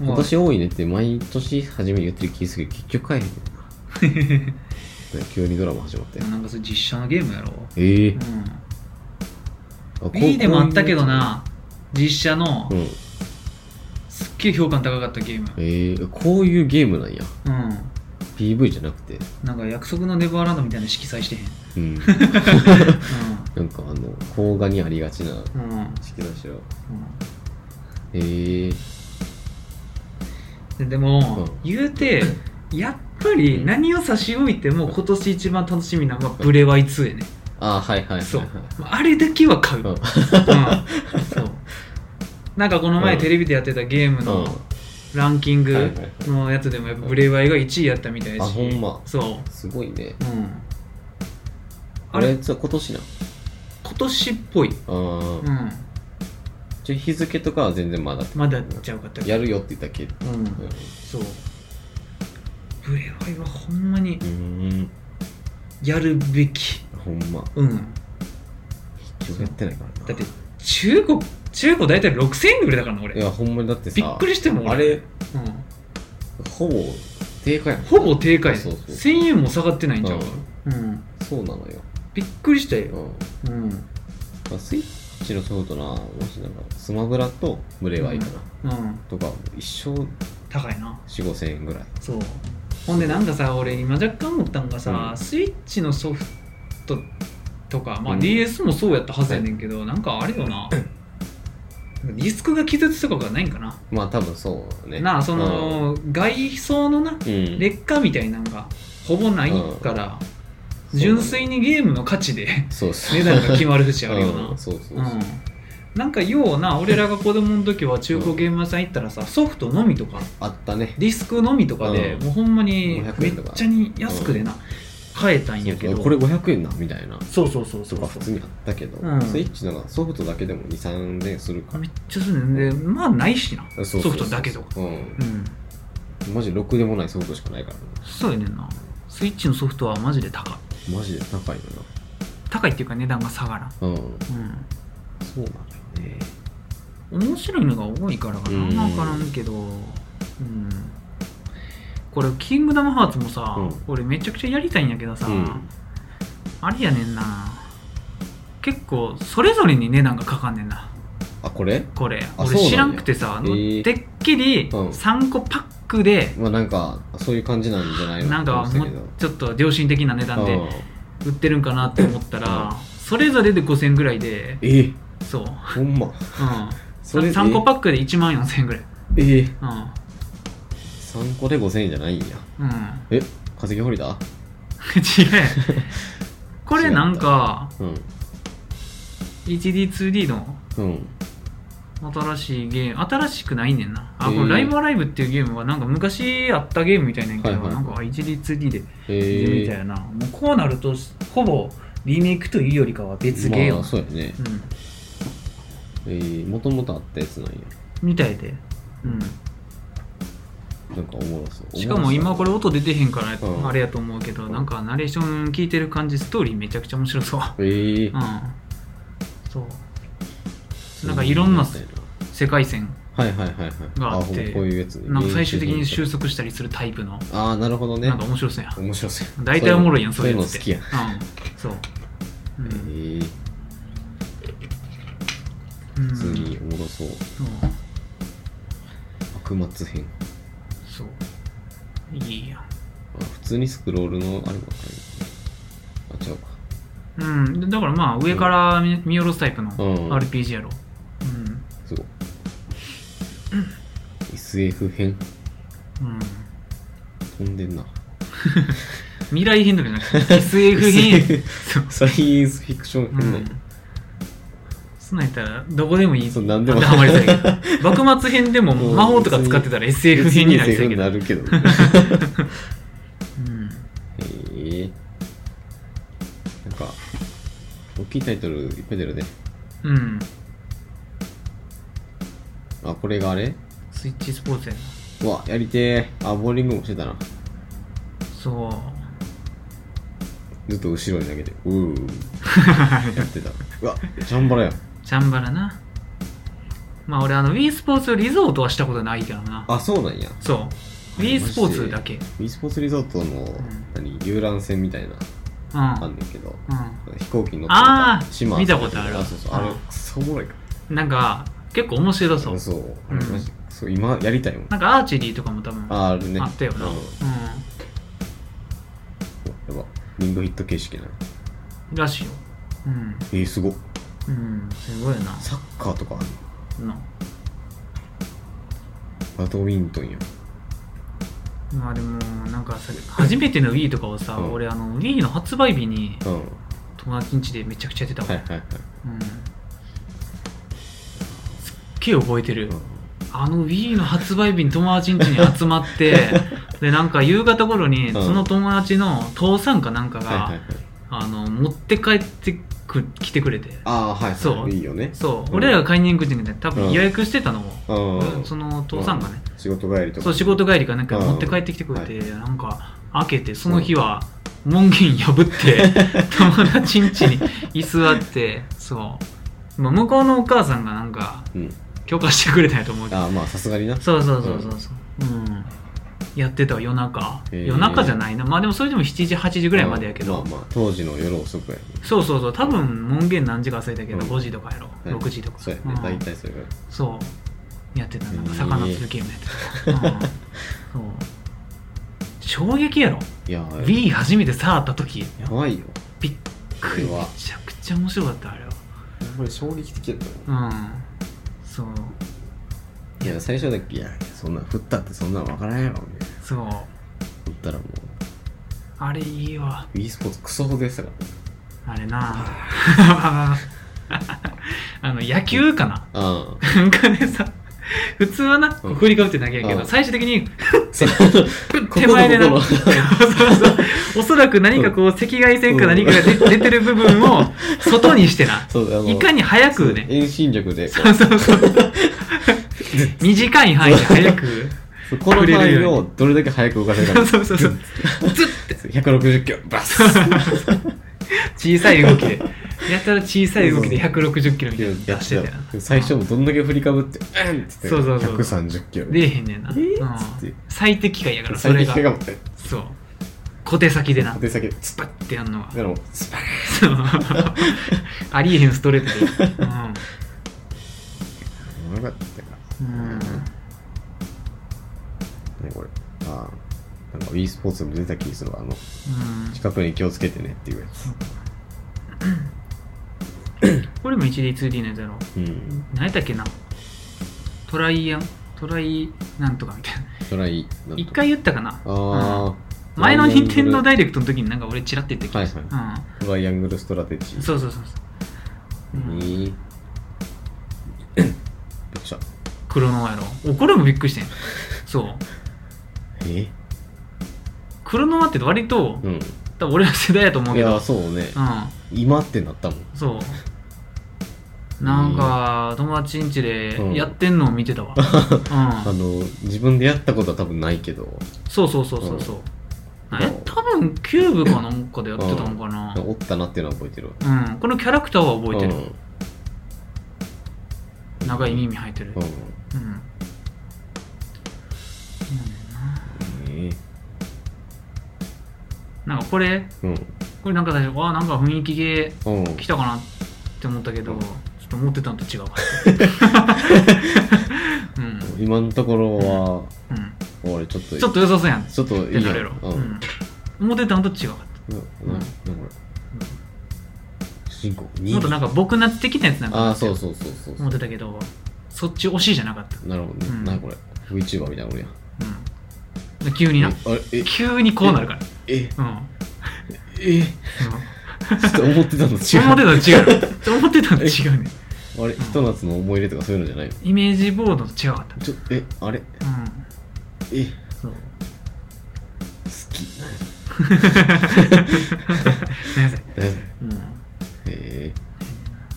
S1: も
S2: 今
S1: う
S2: 年多いねって毎年初め言ってる気するけど結局帰へんねんな ね急にドラマ始まって
S1: でもなんかそれ実写のゲームやろ。
S2: ええ
S1: う
S2: あこ
S1: ん。B でもあったけどな、実写の
S2: うん
S1: すっげえ評価の高かったゲーム。
S2: ええこういうゲームなんや
S1: うん。
S2: PV じゃなくて
S1: なんか約束のネバーランドみたいな色彩してへん。
S2: うん なんかあの邦画にありがちな
S1: うん。うん。
S2: 式だしよ
S1: うん
S2: ええ
S1: ででも、
S2: う
S1: 言う てやっぱり何を差し置いても今年一番楽しみなのはブレワイ2やね、
S2: ああはいはいはいはい
S1: そうあれだけは買う、
S2: う
S1: うんん、そうなんかこの前
S2: うん
S1: テレビでやってたゲーム
S2: うん
S1: のランキン
S2: はい
S1: グ
S2: はいはい
S1: のやつでもやっぱブレワイが1位やったみたいし
S2: あほんま
S1: そ
S2: すごいね
S1: ううんあ
S2: あ
S1: れ
S2: れじゃあ今年な
S1: 今年っぽい、
S2: あー
S1: うん、
S2: じゃあ日付とかは全然まだ
S1: まだちゃうかった
S2: やるよって言ったっけ
S1: うんそうブレワイはほんまに
S2: うん
S1: やるべき
S2: ほんま
S1: うん
S2: 結局やってないからな
S1: だって中古中古大体6000円ぐらいだからな俺
S2: いやほんまにだってさ
S1: びっくりしても俺
S2: あれ
S1: うん
S2: ほぼ定価やん
S1: ほぼ定価や
S2: そうそう
S1: 1000円も下がってないんちゃうかうん
S2: そうなのよ、
S1: びっくりした
S2: うん
S1: ようん
S2: まあ、スイッチのソフトなもしなんかスマブラとブレワイかな、
S1: うん
S2: とか一生
S1: 高いな
S2: 4 5千円ぐらい
S1: そうほんでなんかさ俺今若干思ったんがさ、
S2: うん
S1: スイッチのソフトとかまあ
S2: うん
S1: DS もそうやったはずやねんけど、なんかあれよなディスクが気絶とかがないんかな、
S2: まあ多分そうね
S1: なあその、外装のな
S2: うん、うん
S1: 劣化みたいなのがほぼないから、純粋にゲームの価値で
S2: そうそう
S1: 値段が決まる節あるよ
S2: うん
S1: な。
S2: そう そうそう、
S1: うんなんかような俺らが子供の時は中古ゲーム屋さん行ったらさソフトのみとか
S2: あったね
S1: ディスクのみとかで、
S2: うん
S1: もうほんまに
S2: 500
S1: めっ
S2: 円とか
S1: ちゃに安くでな、買えたんやけど
S2: これ500円なみたいな
S1: そうそうそうそ
S2: と
S1: う
S2: か普通にあったけど、
S1: うん
S2: スイッチのがソフトだけでも23円するから
S1: めっちゃするんでまあないしな
S2: そうそうそう
S1: ソフトだけとか
S2: うん
S1: うん
S2: マジろくでもないソフトしかないからね
S1: そうやねんなスイッチのソフトはマジで高い
S2: マジで高いよ
S1: 高いっていうか値段が下がらん
S2: なうん
S1: うん
S2: そうなんだよね
S1: 面白いのが多いからか
S2: うん
S1: な分からんけど、うん、これ「キングダムハーツ」もさ、
S2: うん
S1: 俺めちゃくちゃやりたいんやけどさ、
S2: うん
S1: あれやねんな結構それぞれに値段がかかんねんな
S2: あこれ
S1: これ
S2: あそ
S1: 俺
S2: うなんや
S1: 知らんくてさ、あの
S2: へー
S1: てっきり
S2: うん
S1: 3個パックで、
S2: まあなんかそういう感じなんじゃないの
S1: なんか
S2: と
S1: も
S2: 思
S1: う
S2: ってた
S1: ちょっと良心的な値段
S2: けど
S1: で売ってるんかなって思ったら、それぞれで5000円ぐらいで
S2: うんえ
S1: そう、うん、
S2: ほんまそれで
S1: 3個パックで1万4000円ぐらい
S2: ええ
S1: うん
S2: 3個で5000円じゃないんや
S1: うん
S2: え化石掘りだ
S1: 違 えこれなんか
S2: うん。
S1: 1D2D の
S2: うん。
S1: 新しいゲーム新しくないねんなあこ
S2: へ
S1: れ
S2: ー
S1: 「ライブアライブ」っていうゲームはなんか昔あったゲームみたいなんやけど、
S2: はいはい
S1: なんか 1D2D で
S2: へえ。
S1: みたいな、もうこうなるとほぼリメイクというよりかは別ゲーよ、
S2: まあ、そうやね。
S1: うん、
S2: えー、もともとあったやつなんや。
S1: みたいで、うん、
S2: なんかおもろそう。
S1: しかも今これ
S2: れ。
S1: 音出てへんから
S2: うん
S1: あれやと思うけど、
S2: うん
S1: なんかナレーション聞いてる感じストーリーめちゃくちゃ面白そう、
S2: え
S1: う
S2: ー。
S1: ん、そうなんかいろんな世界線
S2: はいはいはいはい。
S1: があって
S2: ほんまこういうやつね
S1: なんか最終的に収束したりするタイプの、
S2: ああ、なるほどね
S1: なん。か面白そうやん
S2: 面白そうや。
S1: 大体おもろいやんそういう
S2: の
S1: の
S2: 好
S1: って
S2: きやん。
S1: うんそう、うん
S2: えー、
S1: うん
S2: 普通におもろそう。
S1: そう
S2: 幕末編。
S1: そういいやん
S2: あ普通にスクロールのあればあれあ、違うか。
S1: うん、だからまあ上から見見下ろすタイプの
S2: ん
S1: RPG やろ、
S2: すごい。SF 編
S1: うんうん、
S2: 飛んでんな。
S1: 未来編とかじゃなくて SF 編そう、
S2: サイエンスフィクション
S1: う
S2: 編
S1: ん、そんなんやったらどこでもいい
S2: そう何でも
S1: 当てはまりそうやけど幕末編でも
S2: うん
S1: 魔法とか使ってたら SF 編になりそうやけど、
S2: SF になる けど。
S1: うん、
S2: へえ。なんか、大きいタイトルいっぱい出るね。
S1: うん、
S2: あ、これがあれ
S1: スイッチスポーツやな
S2: うわ、やりてー。あ、ボーリングもしてたな。
S1: そう
S2: ずっと後ろに投げて、うー。 やってた。うわ、ジャンバラや。
S1: チャンバラなまあ俺あの w e スポーツリゾートはしたことないけどな
S2: あ、そうなんや。
S1: そう w e スポーツだけ
S2: e スポーツリゾートの、
S1: ん
S2: 何、遊覧船みたいな、
S1: う
S2: あん
S1: ん、
S2: ねんけど、
S1: うん
S2: 飛行機に乗って
S1: あー
S2: 島
S1: 見たことある
S2: そうそう。あれ
S1: うん、
S2: クソおもろいか
S1: なんか結構面白
S2: ら。
S1: そう
S2: そう。あ
S1: うん
S2: れマジそう、今やりたいもん。
S1: なんかアーチェリーとかも多分あ
S2: あ、あるね。
S1: ったよな、
S2: うん
S1: うん
S2: やば。リングヒット形式なの。
S1: らしいようん
S2: えー、すごっ。
S1: うんすごいな
S2: サッカーとかある
S1: な
S2: バドミントンや。
S1: まあでもなんかさ初めての Wii とかをさ、
S2: うん
S1: 俺あの Wii の発売日に
S2: うん。は
S1: 友達ん家でめちゃくちゃやってたわ、
S2: いはいはい。
S1: うんすっげえ覚えてる、あの Wii の発売日に友達ん家に集まって でなんか夕方頃に
S2: うん
S1: その友達の父さんかなんかが、
S2: はいはいはい。
S1: あの持って帰ってく来てくれて
S2: ああ、はいはい。
S1: そう
S2: いいよね。
S1: そう、
S2: うん
S1: 俺らが買いに行く時にね多
S2: う
S1: 分
S2: ん
S1: 予約してたのを、
S2: うん。
S1: その父さんがね、
S2: 仕事帰りとか。
S1: そう仕事帰りかなんか
S2: うん
S1: 持って帰ってきてくれて、なんか開けてその日は門限破って 友達ん家に居座ってそう、まあ、向こうのお母さんがなんか
S2: うん。
S1: 許可してくれたんやと思うけど
S2: ああ、まあさすがにな。
S1: そうそうそうそうそううんやってたわ夜中
S2: へー
S1: 夜中じゃないなまあでもそれでも7時8時ぐらいまでやけど、
S2: うんまあまあ、当時の夜遅くやね。
S1: そうそうそう多分門限何時か忘れたけど、
S2: うん
S1: 5時とかやろ、
S2: はい
S1: 6時とか
S2: そうやね
S1: ん。
S2: 大体それぐらい。
S1: そうやってたなんか
S2: へえ
S1: 魚釣るゲームやってた、う んそう衝撃やろ
S2: いやー、
S1: Wii 初めて触った時
S2: やばいよ。
S1: びっくり
S2: これ
S1: め
S2: は
S1: ちゃくちゃ面白かったあれ
S2: これ衝撃的やった
S1: はうんそう
S2: いや、最初だけ、いや、そんな、振ったってそんなんわからんやろ、みたいな。
S1: そう
S2: 振ったらも
S1: あれいいわ
S2: う、e スポーツクソほどでしたから
S1: あ
S2: ね。
S1: れ なあの野球かな
S2: ああ。
S1: なんかねさ普通はな、こう振りかぶって投げやけど、
S2: うん
S1: 最終的に
S2: そう
S1: 手前でな
S2: ここのところ
S1: そうそうそうおそらく何かこう赤外線か何かが出出てる部分を外にしてな
S2: そう、あの、
S1: いかに早くね
S2: 遠心力で、こ
S1: そうそうそう短い範囲で早く
S2: うこの
S1: 触れ
S2: 範
S1: る
S2: 囲
S1: ように
S2: をどれだけ早く動かせるか
S1: そうそうそうそうずっ
S2: 160キロバス
S1: 小さい動きでやたら小さい動きで160キロみたいなの出してたよな
S2: 最初もどんだけ振りかぶってうんっつって
S1: そうそうそう
S2: 130キロ
S1: 出えへんねんな、うん
S2: つって
S1: 最適解やからそ
S2: 最
S1: れ
S2: 近
S1: が
S2: 手が持って
S1: そう小手先でな
S2: 手先でつっ
S1: バッてやんのが
S2: でもスパー
S1: そう ありえへんストレートで、うん
S2: ンよかったか
S1: うん
S2: ねこれああなんか e スポーツでも出た気するわあの
S1: うん
S2: 近くに気をつけてねっていうやつ
S1: これも 1D2D のやつやろ
S2: うん
S1: 何やったっけなトライアントライなんとかみたいな
S2: トライ
S1: 一回言ったかな
S2: ああ
S1: うん前の任天堂ダイレクトの時になんか俺チラって言った気がする、
S2: はトライアングルストラテジ
S1: うん、
S2: ー
S1: そうそうそうそう、うん
S2: に、びっくりした
S1: 黒のやろおこれもびっくりしてんそう
S2: え
S1: 黒の輪って割と、
S2: うん
S1: 多分俺ら世代やと思う
S2: い
S1: けど
S2: やそうね
S1: う
S2: 今ってなったもん
S1: んそうなんか友達ん家
S2: うん
S1: でやってんのを見て たわ、
S2: あ
S1: うん、
S2: の自分でやったことは多分ないけど
S1: そうそうそうそうそう
S2: うん
S1: え多分キューブかなんかでやってたのかな
S2: おったなっていうのは覚えてるわ
S1: うんこのキャラクターは覚えてる、
S2: うん
S1: 長い耳入ってる
S2: うん
S1: うん、うん
S2: え
S1: なんかこれ
S2: ーうん
S1: これなんか最初あーなんか雰囲気系
S2: うん
S1: 来たかなって思ったけど、
S2: うん
S1: ちょっと思ってたのと 違うわうん
S2: 今のところは
S1: うん
S2: 俺ちょっと
S1: ちょっと良さそうやん
S2: ちょっと
S1: っ
S2: い
S1: て
S2: い
S1: な
S2: や
S1: れろ、う
S2: う
S1: んん、思ってたのと違うかっ
S2: なななんこれ主人公
S1: たもっとなんか僕なってきたやつなんか
S2: あ
S1: な
S2: あ
S1: って
S2: そうそうそうそう
S1: 思ってたけどそっち惜しいじゃなかった、
S2: なるほどね、
S1: うん
S2: なにこれ VTuber みたいな俺や
S1: うん、急にな
S2: あれえ
S1: 急にこうなるから
S2: え
S1: うん、うん
S2: えちょっと思ってたの違う
S1: 思ってたの違う思ってたの違うね
S2: あれひと夏の思い入れとかそういうのじゃないの
S1: イメージボードと違かった
S2: ちょえあれ
S1: うん
S2: え
S1: そう
S2: 好き
S1: ごめんな さい
S2: え
S1: うん
S2: え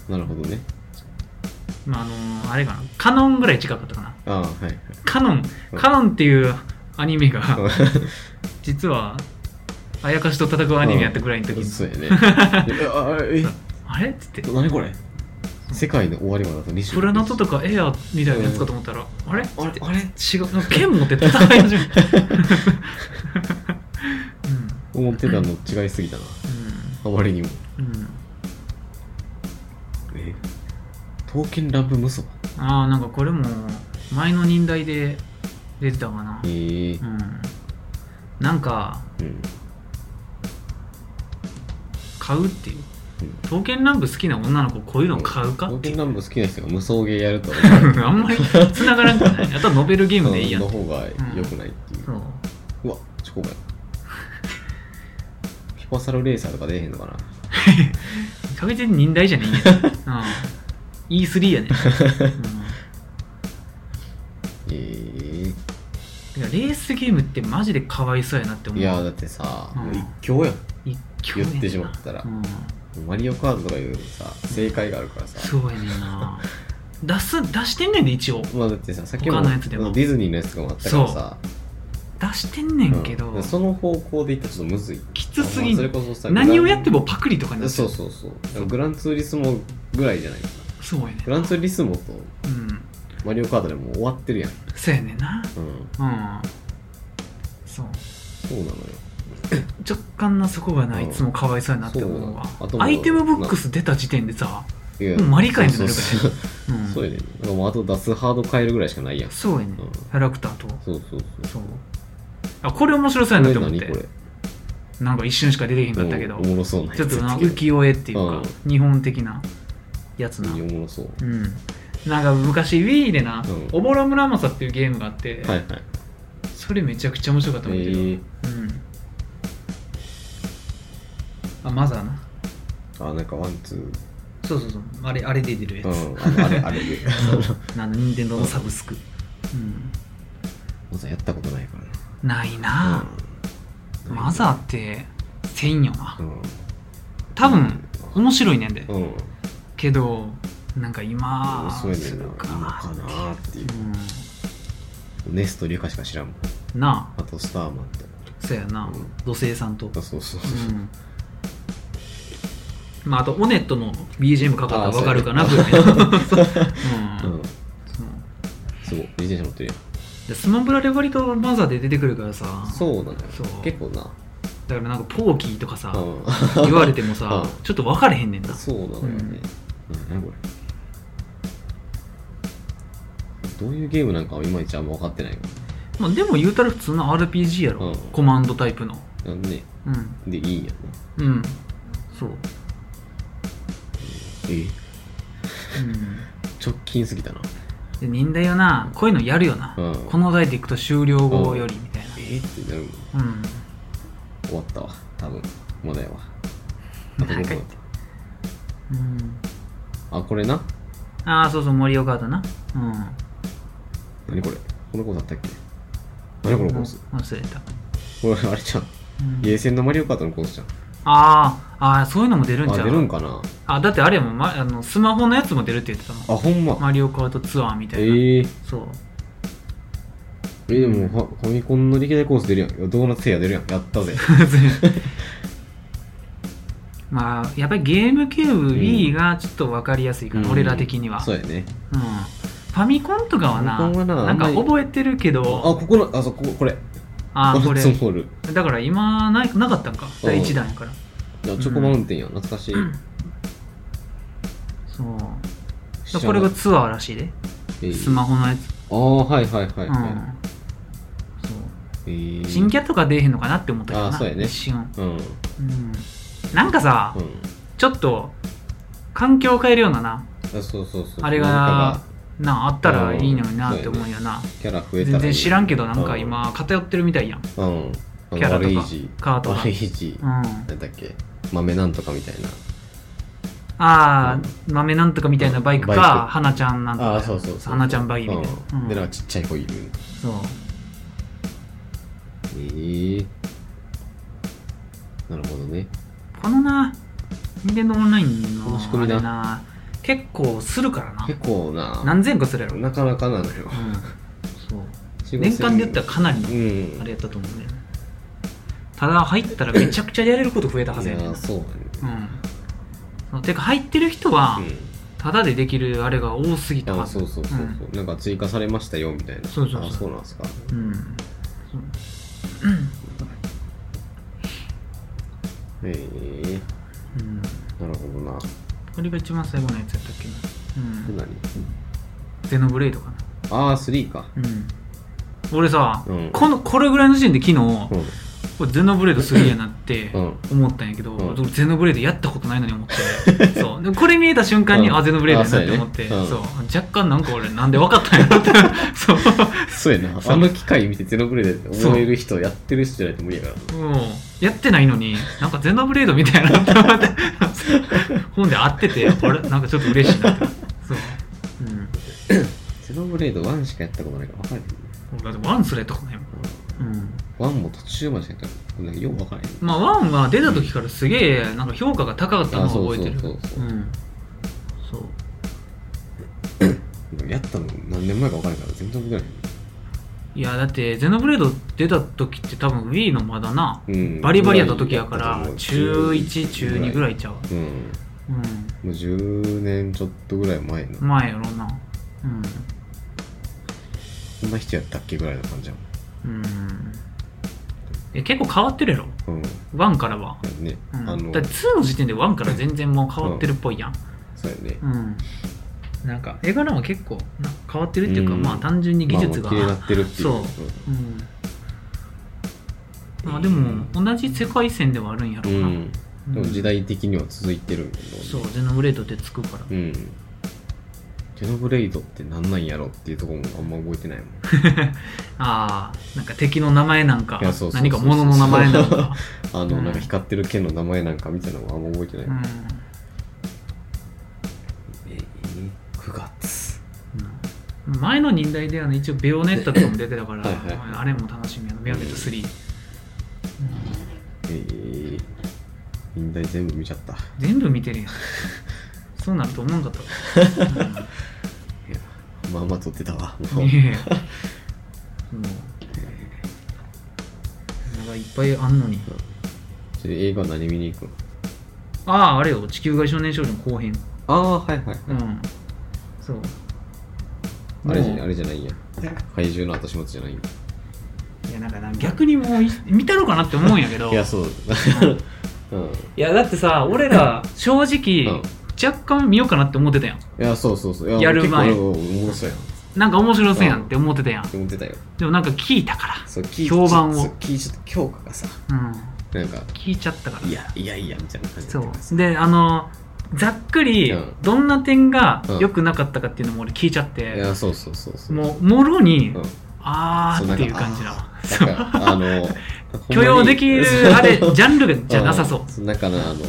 S2: ー、なるほどね
S1: まああのーあれかなカノンぐらい近かったかな
S2: ああはいはい
S1: カノン
S2: うん
S1: カノンっていうアニメが実はあやかしと戦 うアニメやったぐらいの時に、
S2: そう やねえああれえ
S1: あれっつって
S2: 何これ世界の終わりまであと2週
S1: プラナトとかエアみたいなやつかと思ったら、あれっつ
S2: あ
S1: っ
S2: れ
S1: て
S2: あれ
S1: 違うなんか剣持って戦い始めたうん
S2: 思ってたの違いすぎたなあまりにも
S1: うんうん
S2: え刀剣乱舞無双
S1: ああなんかこれも前の忍耐で出てたかな
S2: えー
S1: う、んなんか
S2: うん
S1: 買うっていう
S2: うん
S1: 刀剣乱舞好きな女の子こういうの買うかっ
S2: 刀
S1: てい
S2: 剣
S1: う
S2: 乱舞好きな人が無双ゲーや ると
S1: あんまり繋がらんくないあとはノベルゲームでいいやん
S2: の方が良くないっていう
S1: そう
S2: うわチョコがピパサロレーサーとか出えへんのかな
S1: 確実に忍耐じゃねえ んやうん E3 やね、うん
S2: えー、
S1: いやレースゲームってマジでかわいそうやなって思う
S2: いやだってさ、
S1: うん
S2: もう一強やん
S1: 一挙やねんな
S2: 言ってしまったら
S1: うん
S2: マリオカートとかいうさ正解があるからさ、
S1: そうやねんな出す出してんねんで一応
S2: まあだってささっきも
S1: 他のやつでも
S2: ディズニーのやつとかもあったからさ
S1: 出してんねんけど、
S2: うんその方向でいったらちょっとむずい
S1: きつすぎん
S2: それこそさ
S1: 何をやって
S2: も
S1: もパクリとかになっちゃ
S2: そう
S1: う
S2: そうそうグランツーリスモぐらいじゃないかな
S1: そうやねん
S2: グランツーリスモと
S1: うん
S2: マリオカートでもう終わってるやん
S1: そうやねんな
S2: うん
S1: うんそう
S2: そうなのよ
S1: 若干なそこがな
S2: うん
S1: いつもかわいそうやなって思うわ
S2: そうだあともう
S1: アイテムボックス出た時点でさ、
S2: いや
S1: もうマリカやんってなる
S2: そうそうそう
S1: う
S2: そ
S1: ん、
S2: うやねんなんかもうあと出すハード変えるぐらいしかないやんそう
S1: そうやねん
S2: ん
S1: キャラクターと
S2: そうそう
S1: そうあこれ面白そうやなって思っ
S2: これ
S1: て
S2: 何これ
S1: なんか一瞬しか出てへんかったけど
S2: おもろそうなや
S1: ちょ
S2: つ
S1: っとな浮世絵っていうか、日本的なやつな
S2: おもろそう
S1: うんなんか昔 Wii でな、
S2: うん
S1: おぼろ村正っていうゲームがあって、
S2: はいはい
S1: それめちゃくちゃ面白かったんだけど、
S2: えー
S1: うんあマザーな
S2: あなんかワンツー
S1: そうそうそうあれあれで出るやつ、
S2: うんあのあれあれ で
S1: なんだ任天堂のサブスク、うん
S2: まだやったことないから
S1: ないな
S2: な、うん
S1: マザーってせんよな、
S2: うん
S1: 多分面白いねんで、
S2: うん
S1: けどなんか今
S2: そうやねんな
S1: する
S2: 今かなーっていうネストリュカしか知らんもん
S1: うん、な
S2: あとスターマンと
S1: あそうやな、
S2: うん
S1: 土星さんと、
S2: あそうそうそう
S1: うんまあ、あとオネットの BGM かかったらわかるかな
S2: あ
S1: ぐ
S2: そう
S1: ら
S2: や
S1: いのうん
S2: うん
S1: そう
S2: すごい自転車乗ってる
S1: でスマブラで割とマザーで出てくるからさ
S2: やんそうなのよ
S1: そう
S2: 結構な
S1: だからなんかポーキーとかさ、
S2: うん
S1: 言われてもさ、
S2: うん
S1: ちょっと分かれへんねんな
S2: そうなのよね何これどういうゲームなんかはいまいちあんま分かってないか
S1: まあ、でも言うたら普通の RPG やろ、
S2: うん
S1: コマンドタイプの
S2: らなんで
S1: うん
S2: でいいんやな
S1: うんそう
S2: え
S1: うん
S2: 直近すぎたな
S1: で忍耐よなこういうのやるよな、
S2: うん
S1: この台でいくと終了後よりみたいな
S2: えってなるもん
S1: うん、
S2: 終わったわ多分まだやわあと
S1: 長
S2: 5
S1: い
S2: 分
S1: うん
S2: あこれな
S1: ああそうそう森岡だなうん
S2: 何これこのコースあったっけ何このコース
S1: 忘れた、
S2: これあれじゃん
S1: うん
S2: ゲーセンのマリオカートのコースじゃん
S1: あーあーそういうのも出るん
S2: あ
S1: ちゃ
S2: 出るん
S1: う
S2: かな
S1: あだってあれも、ま、あのスマホのやつも出るって言ってたもん
S2: あほんま
S1: マリオカートツアーみたいな、
S2: ええー、
S1: そう
S2: えでもファファミコンの歴代コース出るやんドーナツや出るやんやったぜ
S1: まあやっぱりゲームキューブ
S2: うん
S1: Wii がちょっと分かりやすいから、
S2: う ん
S1: 俺ら的には
S2: そうやね
S1: うん、ファミコンとかはな
S2: ファミコンはな
S1: なんか
S2: あんまり
S1: 覚えてるけ
S2: あ
S1: ど
S2: ここのあそうこここれ
S1: あ
S2: ド
S1: こ
S2: ー ナ
S1: れ
S2: ツホール
S1: だから今ないなかったんか
S2: うん
S1: 第1弾やから
S2: いやチョコマウンテンやん懐かしい、
S1: そう
S2: 下の
S1: これがツアーらしいで
S2: えー
S1: スマホのやつ、
S2: ああはいはいはい
S1: うん
S2: は
S1: そう
S2: い、えー
S1: 新キャラとか出えへんのかなって思ったけど
S2: あ
S1: な
S2: そうやね
S1: 一瞬、
S2: うんうん
S1: うん、なんかさ、ちょっと環境を変えるようなな
S2: あそうそうそう
S1: あれが
S2: なんか
S1: なあったらいいのになって思うよな、
S2: キャラ増えたら
S1: 全然知らんけどなんか
S2: うん
S1: 今偏ってるみたいやん
S2: うんキ
S1: キャラとか
S2: レイジ
S1: カートが
S2: レイジ
S1: うん、あ
S2: なんだっけ豆なんとかみたいな
S1: あー豆なんとかみたいなバイク
S2: バイク
S1: か花ちゃんなんとか
S2: あーそうそうそう
S1: 花ちゃんバギーみたいな、
S2: うん
S1: うん
S2: でなんかちっちゃいホイール
S1: そう
S2: ええなるほどね
S1: このな任天堂オンライン
S2: こ
S1: の
S2: の仕組
S1: あ
S2: みだ
S1: れな結構するからな
S2: 結構な
S1: 何千個するやろ、うん、
S2: なかなかなのよ
S1: そう年間で言ったらかなり
S2: う
S1: の
S2: ん
S1: あれやったと思うんだよねただ入ったらめちゃくちゃやれること増えたはいずやねん
S2: や
S1: な
S2: そうだね
S1: うんてか入ってる人は
S2: うん
S1: ただでできるあれが多すぎた
S2: あ
S1: はず
S2: そうそうそうそう、なんか追加されましたよみたいな
S1: そうそうそう
S2: あそうなんですか
S1: うん
S2: へえ
S1: うん
S2: なるほどな
S1: これが一番最後のやつやったっけなうん
S2: 何
S1: ゼノブレイドかな
S2: ああ3か
S1: うん俺さ、
S2: うん
S1: このこれぐらいの時点で昨日
S2: うん
S1: これゼノブレード3やなって
S2: うん
S1: 思ったんやけど、
S2: うん
S1: 俺ゼノブレードやったことないのに思ってそうでこれ見えた瞬間に、
S2: うん
S1: あゼノブレードやなって思って
S2: あ
S1: そう,、
S2: そうやね
S1: 若干なんか俺なんで分かったんやろって そう
S2: そうや な
S1: そう
S2: あの機械見てゼノブレーで思える人やってる人じゃないと無理やからな
S1: もうやってないのになんかゼノブレードみたいなって思って本で合っててあれなんかちょっと嬉しいなってそううん
S2: ゼノブレード1しかやったことないから分かるよ
S1: 俺だってワンすらやったことないもん、うん、
S2: 1も途中までしかやったことないよく分からへん
S1: まあワンは出た時からすげえなんか評価が高かったのを覚えてる
S2: あそうそうそうそう
S1: うんそう
S2: でもやったの何年前か分からへんから全然分か
S1: いやだってゼノブレード出た時って多分 Wii のまだな
S2: らへん、うん、
S1: バリバリやった時やから
S2: ぐい
S1: 中1中2ぐらいちゃう
S2: うん
S1: う
S2: もう10年ちょっとぐらい前の
S1: ん前やろなうん
S2: こんな人やったっけぐらいの感じや
S1: うんえ結構変わってるやろ
S2: もんうん
S1: ワンからは
S2: ね、
S1: うん、
S2: あの
S1: だって2の時点で1から全然もう変わってるっぽいやん、
S2: そうやね
S1: うんなんか絵柄も結構な変わってるっていうか、
S2: うん
S1: まあ単純に技術が、
S2: まあ、綺麗になってるっていう
S1: そう
S2: う
S1: うんまあでも同じ世界線ではあるんやろうな、
S2: ん、うん、でも時代的には続いてるんだろね
S1: そうゼノブレードってつくから
S2: うん。ジェノブレイドってなんなんやろっていうところもあんま覚えてないもん。
S1: ああなんか敵の名前なんか
S2: いやそうそうそう
S1: 何か物の名前なんか
S2: あの、
S1: うん
S2: なんか光ってる剣の名前なんかみたいなのもあんま覚えてない。
S1: うん、うん
S2: えー、9月。
S1: 前の任代ではね一応ベヨネッタとかも出てたから
S2: はいはい
S1: あれも楽しみやなベヨネッタ3、
S2: えー、引退全部見ちゃった。い
S1: 全部見てるやんそうなると思わん かったわ、
S2: や、まあまあ撮ってたわ。
S1: う
S2: も
S1: ん、
S2: う
S1: ねえもうなんかいっぱいあんのに
S2: それ映画何見に行くの
S1: あああれよ地球外少年少女の後編
S2: ああ、はいはい。
S1: うんそう
S2: あれじ
S1: も
S2: ゃ
S1: う
S2: あれじゃないんや。怪獣の後始末じゃないんや。
S1: いやなんかな逆にもうい見たろかなって思うんやけど
S2: いや、そう。 うん。
S1: いやだってさ俺ら正直、
S2: うん
S1: 若干見ようかなって思ってたやん
S2: いや、そうそうそう。いや、
S1: やる前
S2: 結構俺も面白いなっ
S1: なんか面白そうやんって思ってたやん、
S2: て思ってたよ。
S1: でもなんか聞いたか
S2: そう聞い
S1: 評判を
S2: そう聞いちゃった強化がさ、
S1: らうん
S2: なんか、
S1: 聞いちゃったから
S2: いやいやいやみたいな感じだったから
S1: そうであのざっくり
S2: うん
S1: どんな点が
S2: うん
S1: 良くなかったかっていうのも俺聞いちゃっ
S2: い
S1: て、
S2: やそうそうそうそう
S1: もうもろに、
S2: うん
S1: あ
S2: そ
S1: ー
S2: な
S1: っ
S2: ん
S1: て
S2: か
S1: いう感じだ
S2: あーなんかあの
S1: 許容できるあれ ジャンルじゃなさそう
S2: う。だから、あの、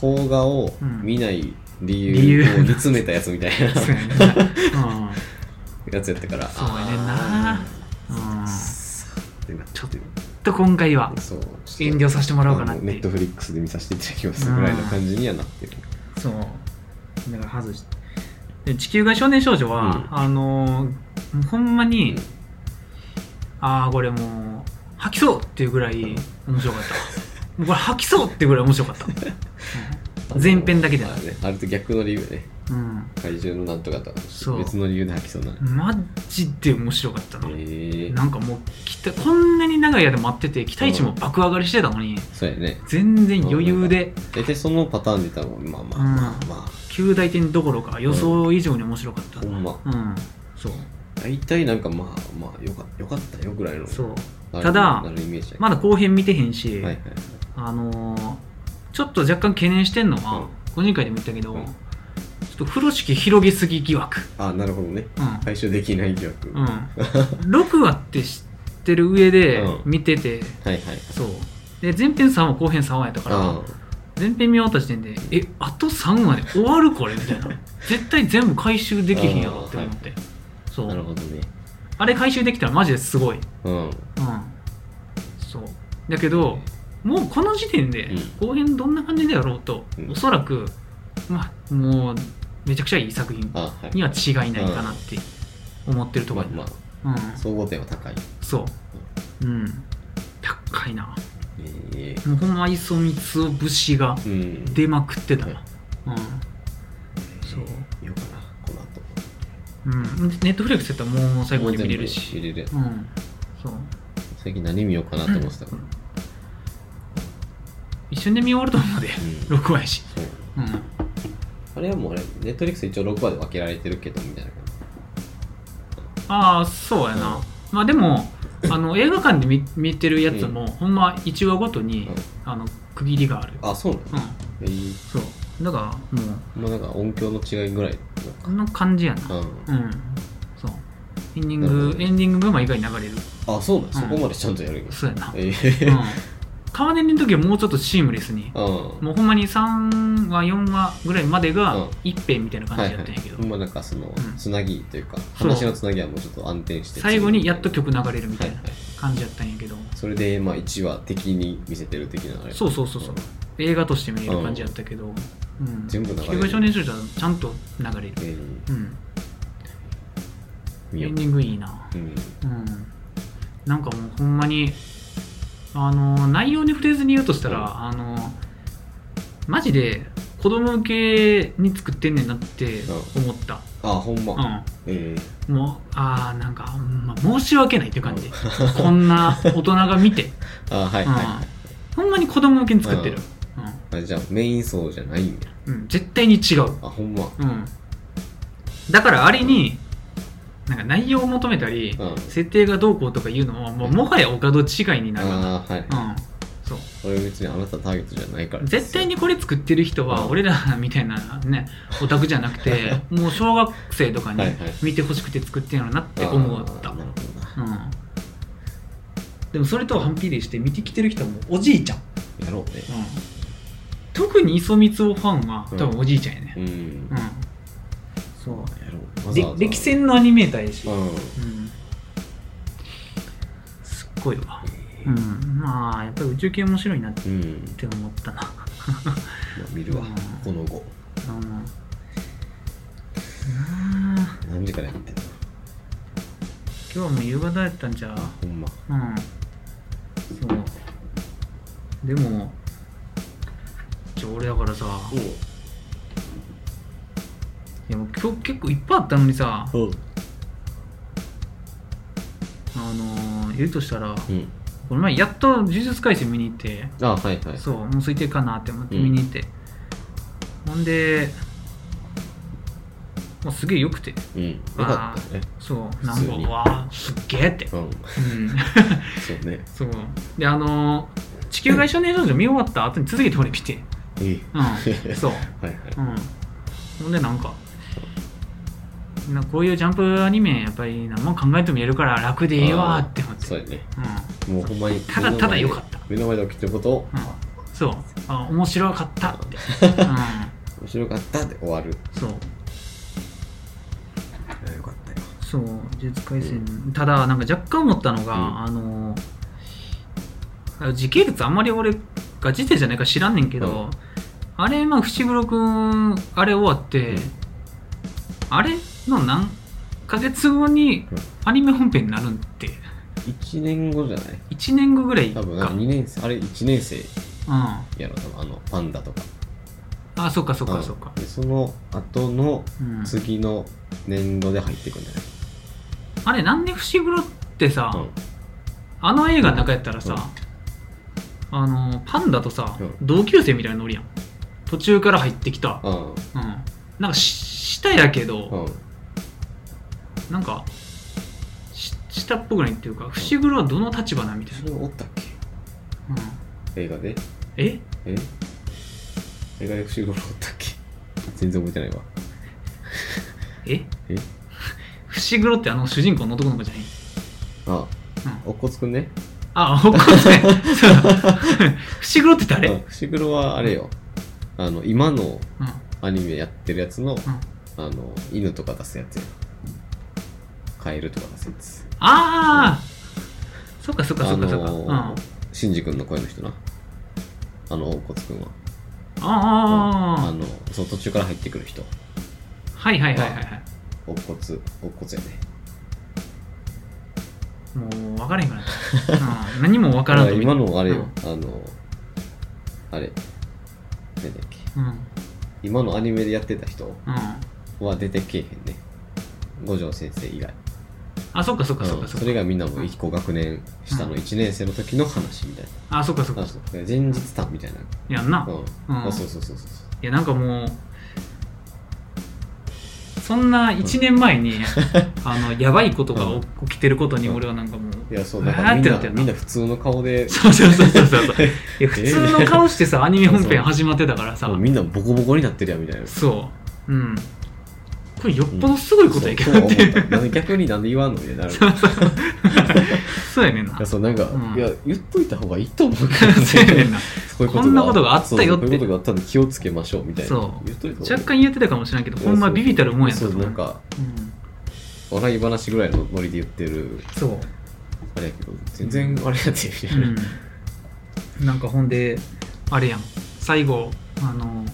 S2: 邦画を見ない理由
S1: うん理由
S2: を煮詰めたやつみたいな
S1: そうやねんなうん
S2: やつやったから、
S1: そうやねんなうん
S2: さあってなっちゃってる。
S1: と今回は
S2: そう。
S1: 遠慮させてもらおうかなって
S2: ネットフリックスで見させていただきますぐらいの感じにはなってる。
S1: そうだから外してで地球外少年少女は、あのーほんまに、
S2: うん
S1: ああこれもう吐きそうっていうぐらい面白かった もうこれ吐きそうっていうぐらい面白かった、うん前編だけで
S2: あのねあれと逆の理由ね。
S1: うん
S2: 怪獣のなんとかとは
S1: そう
S2: 別の理由で吐きそうな。
S1: マジで面白かったな、
S2: ええ。
S1: なんかもう期待こんなに長い間待ってて期待値も爆上がりしてたのに
S2: そうやね。
S1: 全然余裕で
S2: 大体そのパターンで言ったら、まあまあまあま
S1: 9大点どころか予想以上に面白かった、
S2: あ、ほんま。
S1: うん、そう
S2: 大体なんかまあまあよかよかったよぐらいの
S1: そう
S2: なる
S1: ただ
S2: なるイメージだけど
S1: まだ後編見てへんし、
S2: はいはい
S1: あのーちょっと若干懸念してんのは、
S2: うん
S1: 個人会でも言ったけど、
S2: うん
S1: ちょっと風呂敷広げすぎ疑惑、
S2: あなるほどね
S1: うん
S2: 回収できない疑惑、
S1: う
S2: は
S1: ん、6話って知ってる上で
S2: うん
S1: 見てて、
S2: いはい
S1: そうで前編3話後編3話やったから、
S2: あ
S1: 前編見終わった時点でえあと3話で終わるこれみたい な絶対全部回収できへんやろって思って、そ
S2: あなる
S1: う
S2: ほどね
S1: あれ回収できたらマジですごい、うん、
S2: うん
S1: そうだけどもうこの時点で
S2: う
S1: 後編どんな感じでやろうと、
S2: うん
S1: おそらくまあもうめちゃくちゃいい作品
S2: あはい
S1: には違いないかなって思ってるとこ
S2: まあ
S1: ろやな、
S2: ま
S1: うん
S2: あ、総合点は高い
S1: そううん高いな
S2: え
S1: もうほんま磯光節が
S2: えうん
S1: 出まくってた
S2: は
S1: な、うんそう
S2: よかなこの後
S1: うん、ネットフレックスやったらもう最後に見れる
S2: もう全
S1: し、
S2: 部見れる
S1: うん、そう
S2: 最近何見ようかなと思ってたから
S1: 一瞬で見終わると思うで、
S2: うん
S1: 6話やし、
S2: そう
S1: うん、
S2: あれはもうあれネットリックス一応6話で分けられてるけどみたいな感じ
S1: ああそうやな、
S2: うん
S1: まあでもあの映画館で見見てるやつも、ほんま1話ごとに、
S2: うん
S1: あの区切りがある
S2: あそうなの
S1: うん
S2: ええ
S1: そうだからもう
S2: まあなんか音響の違いぐらい
S1: こんな感じやな
S2: うん
S1: うんそうエンディン
S2: なる
S1: グ
S2: ほ、ど
S1: エンディングがまあ以外に流れる
S2: あそうなのそこまでちゃんとやるんや
S1: そうやな、
S2: え
S1: う
S2: え
S1: ん、川根の時はもうちょっとシームレスに
S2: うん
S1: もうほんまに3話4話ぐらいまで
S2: う
S1: が
S2: ん
S1: 一編みたいな感
S2: は
S1: じ
S2: い
S1: だ
S2: は
S1: ったんやけど、
S2: い、まあなんかその
S1: ん
S2: つなぎというか、
S1: そう
S2: 話のつなぎはもうちょっと暗転して
S1: 最後にやっと曲流れるみたい
S2: は
S1: ない
S2: はい
S1: 感じだったんやけど、
S2: それでまあ1話的に見せてる的なあれ
S1: そうそうそうそう、映画として見れる感じだったけど、うん、
S2: 全部流れる
S1: 地球外少年少女はちゃんと流れる
S2: え、ー
S1: うん、
S2: 見
S1: エ
S2: よ
S1: ンディングいいな
S2: う、うん、
S1: うん、なんかもうほんまにあの内容に触れずに言うとしたら、
S2: うん
S1: あのマジで子供向けに作ってんねんなって思った、
S2: あほんま、
S1: うん
S2: え
S1: もうああなんか、うんまあ申し訳ないっていう感 じ、こんな大人が見て、
S2: ー、あ はいはい、は
S1: うん、ほんまに子供向けに作ってる、
S2: いあじゃあメイン層じゃないんや
S1: うんうん絶対に違う、
S2: あほんま
S1: うん、だからあれになんか内容を求めたり、
S2: うん
S1: 設定がどうこうとかいうのはもうもはやお門違いになる、うん
S2: あーはい、
S1: そう
S2: 俺別にあなたターゲットじゃないから
S1: 絶対にこれ作ってる人は
S2: うん
S1: 俺らみたいなねオタクじゃなくて もう小学生とかに
S2: はいはい
S1: 見てほしくて作ってるのなって思った、
S2: あーなるほどな
S1: うんでもそれとは反比例して見てきてる人はもうおじいちゃん、
S2: やろうね
S1: 特に磯光雄ファンは
S2: うん
S1: 多分おじいちゃんやね
S2: うん、
S1: うん、
S2: や
S1: そ
S2: ろう
S1: う
S2: わ
S1: で
S2: ざわざ
S1: 歴戦のアニメーターやし、
S2: う
S1: うん
S2: ん
S1: すっごいわうんまあやっぱり宇宙系面白いなっ
S2: うん、
S1: て思ったな
S2: まあ見るわ、
S1: うん
S2: この後
S1: うんなあ
S2: 何時からやってんの
S1: 今日はもう夕方やったんじゃう
S2: あほんま
S1: うん。そう。でも、じゃあ俺だからさ、いやもう今日結構いっぱいあったのにさ、
S2: おうん
S1: あのー、言うとしたら、
S2: うん
S1: この前やっと呪術廻戦見に行って、
S2: あはいはい
S1: そう、もう空いてるかなって思って見に行って。ほんで、もうすげえ良くて、
S2: うんよかったね
S1: そう、なん
S2: 普
S1: か、
S2: 通に
S1: うわあ、すっげえって。
S2: う
S1: うんん。
S2: そうね
S1: そう。で、あのー、地球外少年少女見終わった後に続けて俺見て。
S2: いい
S1: うん、そう。
S2: はいはい
S1: うん。ほんで、なんか、なこういうジャンプアニメ、やっぱり何も考えてもやるから楽でいいわーって思って。
S2: そうやね
S1: うん。
S2: もうほんまに
S1: ただただ良かった
S2: 目の前で起きてることを
S1: うん、そうあ面白かった って、う
S2: 面白かったで終わる
S1: ん、そう
S2: よかったよ
S1: そう呪術廻戦、ただなんか若干思ったのが、
S2: うん
S1: あの時系列あんまり俺ガチ勢じゃないから知らんねんけど、
S2: うん
S1: あれまあ伏黒君あれ終わって、
S2: うん
S1: あれの何ヶ月後に
S2: うん
S1: アニメ本編になるんって
S2: 1年後じゃない
S1: 1年後ぐらいか
S2: 多分なんか2年生あれ1年生
S1: うん、あ
S2: やろ多分あのパンダとか
S1: そうかそうかそうか
S2: ん、でその後の
S1: うん、
S2: 次の年度で入っていくんじゃない
S1: あれなんで伏黒ってさ、
S2: うん
S1: あの映画の中やったらさ、あのパンダとさ、
S2: うん
S1: 同級生みたいなノリやん途中から入ってきた、
S2: うん
S1: うん、なんかし下やけど、
S2: うん
S1: なんかし下っぽくないっていうか伏黒はどの立場なみたい
S2: そ
S1: な、
S2: れおったっ
S1: うん、
S2: け映画で
S1: え
S2: え映画で伏黒おったっけ全然覚えてないわ
S1: え
S2: え
S1: 伏黒ってあの主人公の男の子じゃない
S2: あおっこつくんね
S1: あ、怒って。そう伏黒って誰、う
S2: うんん伏黒はあれよあの今のアニメやってるやつの、あの犬とか出すやつやカエルとか出すやつ
S1: ああ、そっかそっかそっかそっか。うん、
S2: あ
S1: あ
S2: のーシンジ君の声の人なあの大骨君はあ
S1: あ、
S2: のその途中から入ってくる人
S1: はいはいはいはいはい。
S2: お骨お骨やね
S1: もう分からへんから、うん、何も分からんと
S2: あ
S1: 思う
S2: 今のあれよ、
S1: うん
S2: あのあれなんだっけ
S1: うんうん
S2: 今のアニメでやってた人は出てけえへんね五条先生以外
S1: あそっかそっかそっ
S2: うん
S1: かそっ
S2: そ
S1: か、
S2: れがみんなも一個学年下の1年生の時の話みたいな
S1: あそっかそっか
S2: 話だ前日談みたいな
S1: やんな、
S2: うん、あそうそうそうそう
S1: いやなんかもうそんな1年前 に、あのやばいことが
S2: うん
S1: 起きてることに
S2: うん
S1: 俺はなんかもう、
S2: いやそうだからみん
S1: あー
S2: な
S1: ってなってんの
S2: みんな普通の顔で
S1: そうそうそうそうそういや普
S2: え
S1: 通の顔してさアニメ本編始まってたからさ
S2: もうみんなボコボコになってるやんみたいな
S1: そううんこれよっぽどすごいことやけ
S2: そう
S1: ど
S2: そう
S1: ってい
S2: 思
S1: う
S2: ったなんで逆になんで言わんのみたいになる
S1: そうそうそうやねんない
S2: やそうなんか、
S1: うん
S2: いや言っといた方がいいと思う けど、
S1: そうやねんな
S2: そういう
S1: こんなことがあったよって
S2: そうそうこういうことがあったんで気をつけましょうみたいな
S1: そう
S2: 言っといた方が
S1: 若干言えてたかもしれないけどほんまビビたるもんやった
S2: そう
S1: と
S2: そう
S1: 思う
S2: なんか
S1: うん
S2: 笑い話ぐらいのノリで言ってる
S1: そう
S2: あれやけど全然あれやってる、
S1: うん、なんかほんであれやん最後あの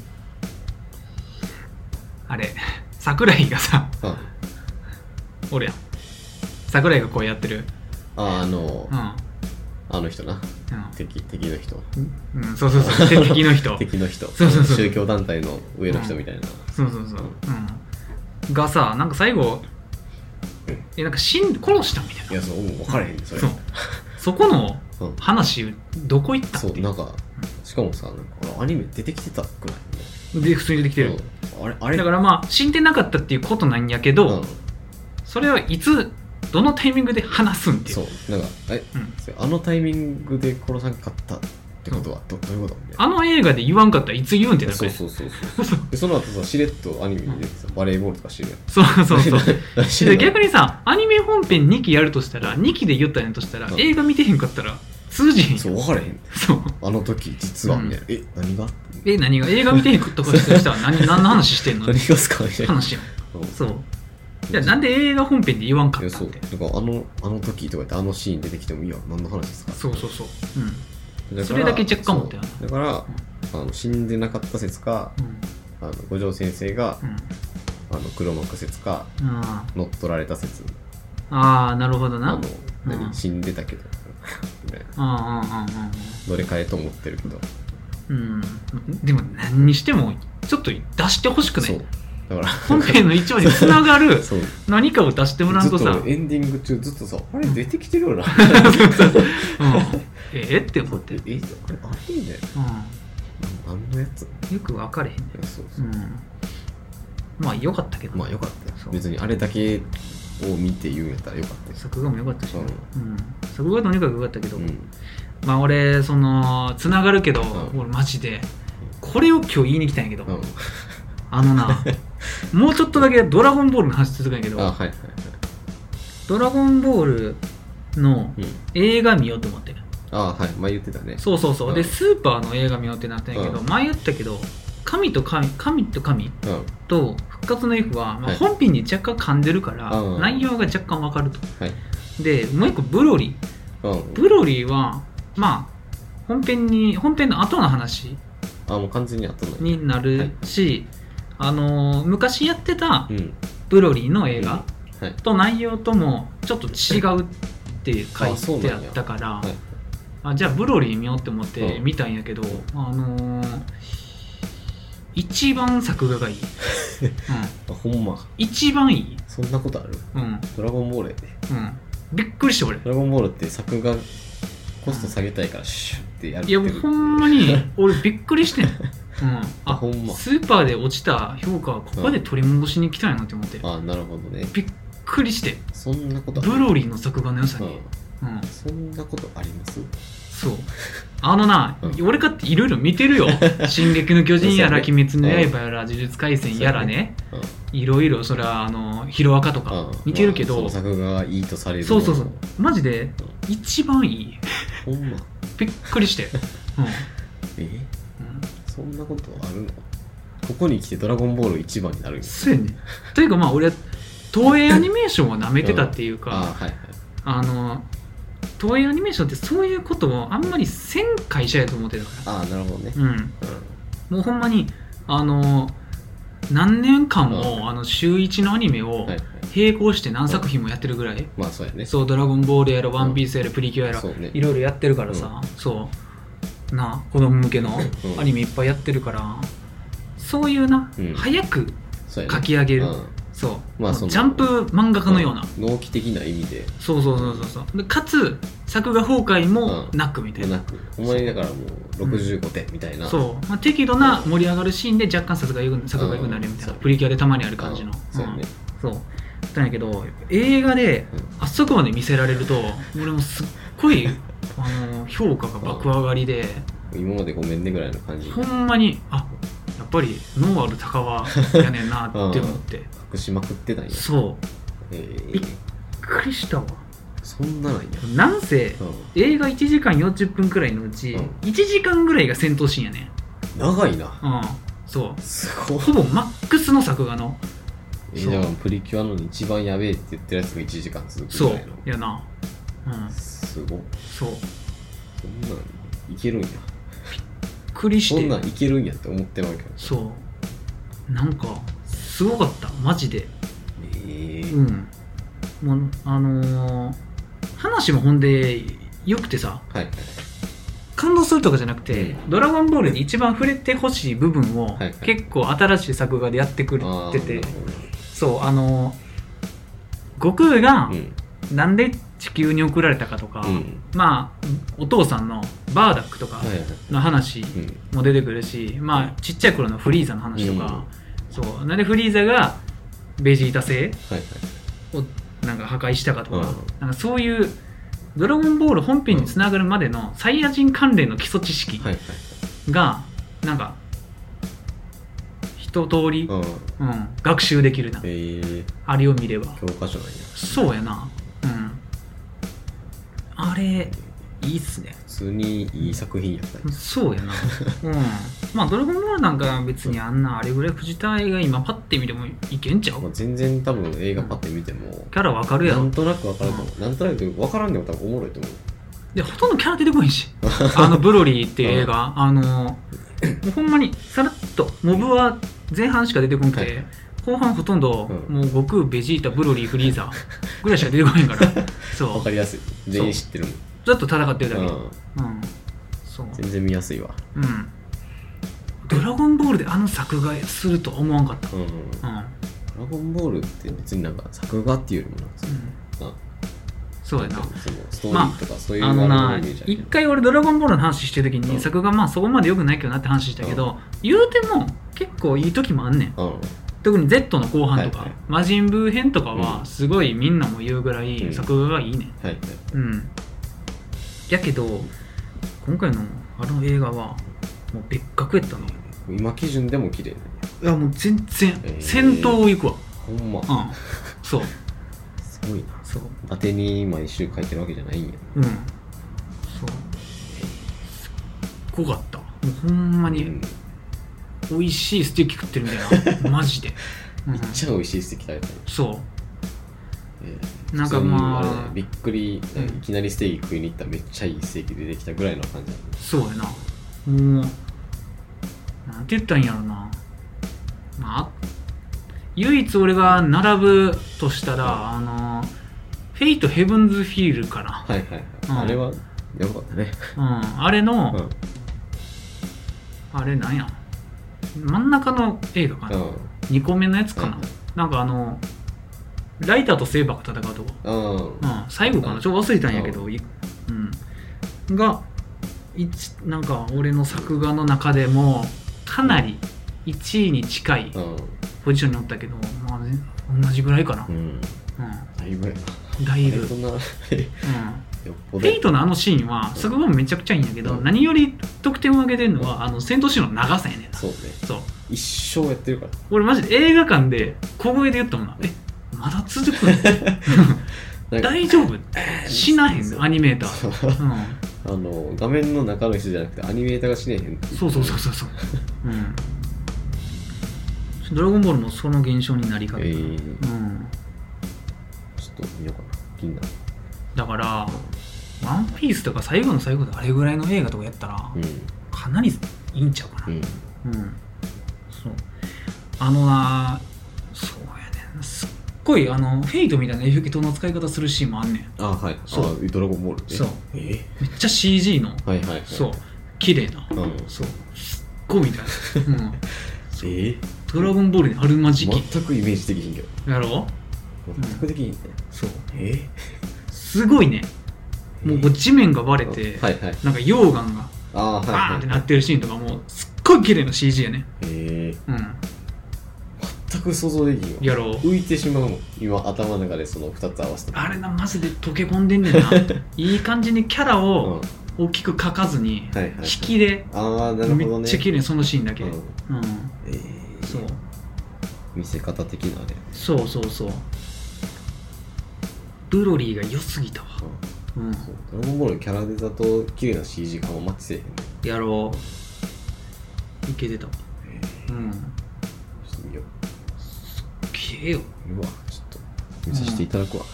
S1: あれ桜井がさ
S2: あ
S1: おるやん桜井がこうやってる
S2: ああの、
S1: うん
S2: あの人な敵敵の人
S1: うん、うん、そうそう そうて敵の人
S2: 敵の人
S1: そうそうそう
S2: 宗教団体の上の人みたいな、
S1: そうそうそう、うん、がさなんか最後えなんか死ん殺したみたい
S2: い
S1: な
S2: やそううん分からへんそれ
S1: そうそこの
S2: うん
S1: 話どこ行った
S2: そうなんかしかもさなんかあのアニメ出てきてたくない
S1: で普通に出てきてる、
S2: うんあれあれ
S1: だからまあ死んでなかったっていうことなんやけど、
S2: うん、
S1: それはいつどのタイミングで話すんっていう
S2: そうなんかえ
S1: うん
S2: それあのタイミングで殺さんかったってことはどどういうことみたいな
S1: あの映画で言わんかったらいつ言うんってなるか
S2: そう
S1: ら
S2: そうそ うそうでその後さしれっとアニメに出てさバレーボールとかしてるやん
S1: そうそうそう
S2: 知
S1: で
S2: らん
S1: 逆にさアニメ本編2期やるとしたら2期で言ったんやとしたら、
S2: うん
S1: 映画見てへんかったら通じへんやん
S2: そ
S1: そうう
S2: 分からへんあの時実はみたいな、え何が
S1: え何が映画見てへんかったとしたら 何何の話してんの
S2: 何がっすかみたいな
S1: 話やん
S2: うん
S1: そうじゃあなんで映画本編で言わん
S2: い
S1: かっ
S2: や
S1: た
S2: そ
S1: っ
S2: うだ
S1: て
S2: からあのあの時とかってあのシーン出てきてもいいや何の話ですか
S1: そうそうそう
S2: から
S1: それだけ若干思ったよな
S2: そうだから、あの死んでなかった説か
S1: うんうん
S2: あの五条先生が
S1: うん
S2: あの黒幕説か
S1: あ
S2: 乗っ取られた説
S1: あーなるほど
S2: あ
S1: な
S2: の
S1: うん
S2: 何死んでたけど みたいな
S1: あ
S2: どれかえと思ってるけど
S1: うんうんうんうんうんでも何にしてもちょっと出してほしくな
S2: そう
S1: い
S2: だから
S1: 本編の一話につながる
S2: そう
S1: 何かを出してもらう
S2: ずっ
S1: と
S2: と
S1: さ、うん、
S2: エンディング中ずっとさあれ出てきてる よな
S1: ええって思って、う、
S2: えあれあれみたいなん何のやつい
S1: よく分かれへんね、
S2: やそう
S1: う、
S2: そうん
S1: まあよかったけど、
S2: まあよかった
S1: そ
S2: よ
S1: う
S2: 別にあれだけを見て言うんやったらよかったです
S1: 作画もよかったし、
S2: う
S1: うんん、作画はとにかくよかったけど、
S2: うん
S1: まあ俺そのつながるけど、
S2: うん
S1: 俺マジでこれを今日言いに来たんやけど、
S2: うん
S1: あのな もうちょっとだけ「ドラゴンボール」の話続くんやけど
S2: あはいはいはい
S1: ドラゴンボールの
S2: うん。
S1: 映画見ようと思って
S2: ああ、はい。前言ってたね。
S1: そうそうそう、
S2: うん
S1: でスーパーの映画見ようってなったんやけど、
S2: う
S1: 前言ったけど神と神神と神
S2: うん。
S1: と復活の F は、ま
S2: は
S1: あ、
S2: い
S1: 本編に若干噛んでるから、
S2: うん
S1: 内容が若干わかると、
S2: は
S1: でもう一個ブロリ
S2: うん
S1: ー。ブロリーはまあ本編に本編の後の話
S2: ああ、もう完全に後の。
S1: になるし、あのー昔やってた
S2: うん。
S1: ブロリーの映画、
S2: うんはい
S1: と内容ともちょっと違うって書
S2: あそう
S1: い
S2: なん
S1: て
S2: や
S1: あったから、
S2: はい
S1: あじゃあブロリー見ようって思って
S2: うん
S1: 見たんやけど、あのー一番作画がい い、うん、
S2: あ、ほんま。
S1: 一番いい、
S2: そんなことある
S1: うんうん、
S2: ドラゴンボールやで。
S1: びっくりして俺
S2: ドラゴンボールって作画コスト下げたいからシュッてやるっ
S1: い
S2: てい
S1: やもうほんまに俺びっくりして ん、うん、あ
S2: あほんま
S1: スーパーで落ちた評価はここで取り戻しに来たんやなって思って、びっ
S2: ああなるほどね
S1: くりして
S2: そんなことある
S1: ブロリーの作画の良さに、う
S2: う
S1: ん、
S2: んそんなことあります
S1: そう。あのな、
S2: うん
S1: 俺かっていろいろ見て るよ。進撃の巨人やら、
S2: そ
S1: 鬼
S2: うね
S1: 滅の刃やら、呪術廻戦やらね、
S2: うん
S1: いろいろ、それはあの、ヒロアカとか
S2: うん
S1: 見てるけ
S2: ま
S1: ど
S2: あ、その作画がいいとされる
S1: そうそうそう、マジで一番いい。
S2: ほんま
S1: びっくりして。うん
S2: え
S1: うん。
S2: そんなことあるのここに来てドラゴンボール一番になるんや
S1: そうやね。というかまあ、俺は東映アニメーションを舐めてたっていう
S2: ああ
S1: か、
S2: はいはい
S1: あの、東映アニメーションってそういうことをあんまりせん会社やと思ってたか
S2: ああなるほどね
S1: ら。うん。もうほんまにあの何年間も、あの週1のアニメ
S2: う
S1: を
S2: んはいはい
S1: 並行して何作品もやってるぐらい、
S2: まあそうやね
S1: そう「ドラゴンボール」やら「ワンピースやら「プリキュア」やら、
S2: そうね
S1: いろいろやってるからさ、そうな子供向けの
S2: うん
S1: アニメいっぱいやってるから、そういうな、
S2: うん
S1: 早く
S2: そうやね
S1: 書き上げる、
S2: うん
S1: そう、
S2: ま
S1: も
S2: あ
S1: う
S2: その
S1: ジャンプ漫画家のような、
S2: 納期的な意味で
S1: そうそうそうそうそうでかつ作画崩壊もなくみたいな、
S2: なくほんまにだからもう65点みたいな
S1: そう、まあ、適度な盛り上がるシーンで若干作画がよく作画がよくなるみたいな、
S2: うん
S1: プリキュアでたまにある感じの、
S2: うんそうやね
S1: うんそうなんやけど映画で
S2: うん
S1: あそこまで見せられる と俺もすっごいあの評価が爆上がりで
S2: 今までごめんねぐらいの感じ
S1: ほんまにあやっぱりノーアル高輪やねんなって思って、
S2: 隠しまくってたんや
S1: そう
S2: えー
S1: びっくりしたわ
S2: そんななんや
S1: なんせ
S2: う
S1: 映画1時間40分くらいのうち
S2: うん
S1: 1時間ぐらいが戦闘シーンやね
S2: ん長いな
S1: うんそう
S2: すごい
S1: ほぼマックスの作画の
S2: えじゃあプリキュアの一番やべえって言ってるやつが1時間続く
S1: そ
S2: ぐ
S1: う
S2: らいの
S1: やなうん
S2: すごい
S1: そうびっ
S2: そんなんいけるんや
S1: くりし
S2: そんな
S1: て
S2: んいけるんやって思ってまうけど
S1: そうなんかすごかったマジで
S2: ええ
S1: うんもうあのー話もほんでよくてさ
S2: はい
S1: 感動するとかじゃなくて「
S2: う
S1: ドラゴンボール」に一番触れてほしい部分を
S2: はいはい
S1: 結構新しい作画でやってくれ
S2: ああ
S1: てて、
S2: なるほど
S1: そうあのー悟空が
S2: うん
S1: なんで地球に送られたかとか、
S2: うん
S1: まあお父さんのバーダックとか
S2: はいはい
S1: の話、
S2: うん
S1: も出てくるし、まあ、ちっちゃい頃のフリーザの話とか、そうなんでフリーザがベジータ星
S2: はいはい
S1: をなんか破壊したかとか,、
S2: うん
S1: なんかそういう「ドラゴンボール」本編につながるまでのサイヤ人関連の基礎知識
S2: はいはい
S1: がなんか一通り、
S2: う
S1: う
S2: ん
S1: ん、学習できるな
S2: ええ
S1: あれを見れば
S2: 教科書なんや
S1: そうやなうんあれいいっすね
S2: 普通にいい作品やったんや
S1: そうやなうんまあ「ドラゴンボール」なんか別にあんなあれぐらい藤田映画今パッて見てもいけんちゃ
S2: ま
S1: う
S2: あ全然多分映画パッて見ても
S1: キャラわかるや
S2: な
S1: ろ
S2: んとなくわかると思うなんとなくわからんでも多分おもろいと思う
S1: でほとんどキャラ出てこない しあの「ブロリー」っていう映画あのもうほんまにさらっとモブは前半しか出てこなく
S2: は
S1: て後半ほとんど
S2: うん
S1: もう悟空ベジータブロリーフリーザぐらいしか出てこないから
S2: わ
S1: そ
S2: か
S1: う
S2: りやすい全員知ってるもん
S1: ずっと戦ってるだけ
S2: うん
S1: うんそう
S2: 全然見やすいわ
S1: うん「ドラゴンボール」であの作画するとは思わんかっ
S2: うん
S1: たうん
S2: ドラゴンボールって別になんか作画っていうよりもなんかその
S1: うん
S2: あ
S1: そうやな
S2: なんていうのそのストーリーとかそういう
S1: あの
S2: あ
S1: な
S2: イメージやけ
S1: 一
S2: ど
S1: 回俺ドラゴンボールの話してる時
S2: う
S1: に
S2: ん
S1: 作画まあそこまで良くないけどなって話したけど言うても結構いい時もあんねん
S2: うん
S1: 特に Z の後半と
S2: は
S1: か
S2: いはい
S1: 魔人ブー編とか
S2: う
S1: は
S2: ん
S1: すごいみんなも言うぐら
S2: う
S1: い
S2: ん
S1: 作画がいいねん
S2: はいはい
S1: うんやけど今回のあの映画はもう別格やったのい
S2: 今基準でも綺麗だね
S1: やもう全然
S2: えー
S1: 戦闘行くわ
S2: ほんま
S1: うんそう
S2: そごいな
S1: そう
S2: 当てに毎週書いてるわけじゃないんや
S1: うんそうすっごかったもうほんま
S2: う
S1: に
S2: んめっ
S1: 美味しいステーキ食ってるみた いなマジで、うん、
S2: ちゃ美味しいステーキ食べたね
S1: そ
S2: え
S1: うなんかま
S2: 普通にれ
S1: あ
S2: ねびっくり、
S1: うん
S2: いきなりステーキ食いに行ったらめっちゃいいステーキ出てきたぐらいの感じだね
S1: そうやなもうなんて言ったんやろなまあ唯一俺が並ぶとしたらあのフェイト・ヘブンズ・フィールかな、
S2: はいはいはい、
S1: うん
S2: あれはやばかったね、
S1: うん、あれの、
S2: うん
S1: あれなんや真ん中の映画かな、
S2: うん
S1: 2個目のやつかな、
S2: はい
S1: なんかあのライターとセーバーが戦うとこ、
S2: うん
S1: うん、最後か
S2: うん
S1: なちょっと忘れたんやけど、いうん、が一なんか俺の作画の中でもかなり1位に近い
S2: うん
S1: ポジションにおったけど、まあね、同じぐらいかな
S2: う、ん
S1: う、
S2: だいぶやなん
S1: だいぶ、
S2: あれ
S1: う
S2: そ
S1: ん、
S2: んなよっぽ
S1: フ
S2: ど
S1: ェイトのあのシーンは作画もめちゃくちゃいいんやけど、
S2: うん
S1: 何より得点を上げてるのはあの戦闘シーンの長さやねんな
S2: そうね
S1: そう
S2: 一生やってるから
S1: 俺マジで映画館で小声で言ったもんなえまだ続く の
S2: なんか
S1: 大丈夫死なへんのアニメーター、
S2: そう
S1: う
S2: あの画面の中の人じゃなくてアニメーターが死ねへん
S1: ん、そうそうそうそうそう、うん、ドラゴンボールもその現象になりかけ
S2: え
S1: た、
S2: ー、
S1: うん、
S2: ちょっと見ようかな気になる
S1: だから「ワンピースとか最後の最後であれぐらいの映画とかやったら
S2: う
S1: かなりいいんちゃうか
S2: ん
S1: な
S2: うん
S1: うん、そうあのなそうやねんすっごいあのフェイトみたいなエフェクトの使い方するシーンもあんねん
S2: あはい
S1: そう
S2: あドラゴンボールね
S1: そう
S2: え
S1: めっちゃ CG の
S2: ー、はいはいはい
S1: そう綺麗な、
S2: うん
S1: そうすっごいみたいな、うん、
S2: えー、
S1: ドラゴンボールにあるまじき
S2: 全くイメージできひんけど
S1: やろ
S2: 全くできひんね、
S1: そう
S2: え
S1: すごいね
S2: ー、
S1: もうこう地面がバレて、
S2: はいはい
S1: なんか溶岩が
S2: あーは
S1: バ
S2: い
S1: ーン
S2: は
S1: っ
S2: い
S1: てなってるシーンとかもすっごい綺麗な CG やね
S2: えー、
S1: うん
S2: 全く想像できひんわ
S1: やろう
S2: 浮いてしまうもん今頭の中でその2つ合わせた
S1: あれなマジで溶け込んでんねん ないい感じにキャラ
S2: うん
S1: を大きく描かずに
S2: はいはいはい
S1: 引きで
S2: ああなるほどね
S1: めっちゃ綺麗そのシーンだけ
S2: う
S1: うんん
S2: えー、
S1: そう
S2: 見せ方的なあれ、
S1: そうそうそうブロリーが良すぎたわうん
S2: そうドラゴンボールのキャラデザと綺麗な CG 感はマッチせえへんね
S1: やろういけてたわ
S2: え
S1: うん
S2: ー、ちょっと見よ
S1: 消えよ
S2: う見るわちょっと見させていただくわ、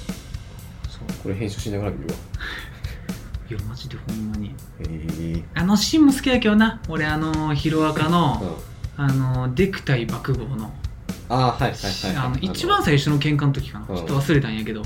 S1: そう
S2: これ編集しながら見るわ
S1: いやマジでほんまに
S2: えー、
S1: あのシーンも好きやけどな俺あのヒロアカ
S2: う
S1: の
S2: ん
S1: あのデク対爆豪の
S2: ああはいはいはい
S1: あの一番最初の喧嘩の時かな
S2: うん
S1: ちょっと忘れたんやけど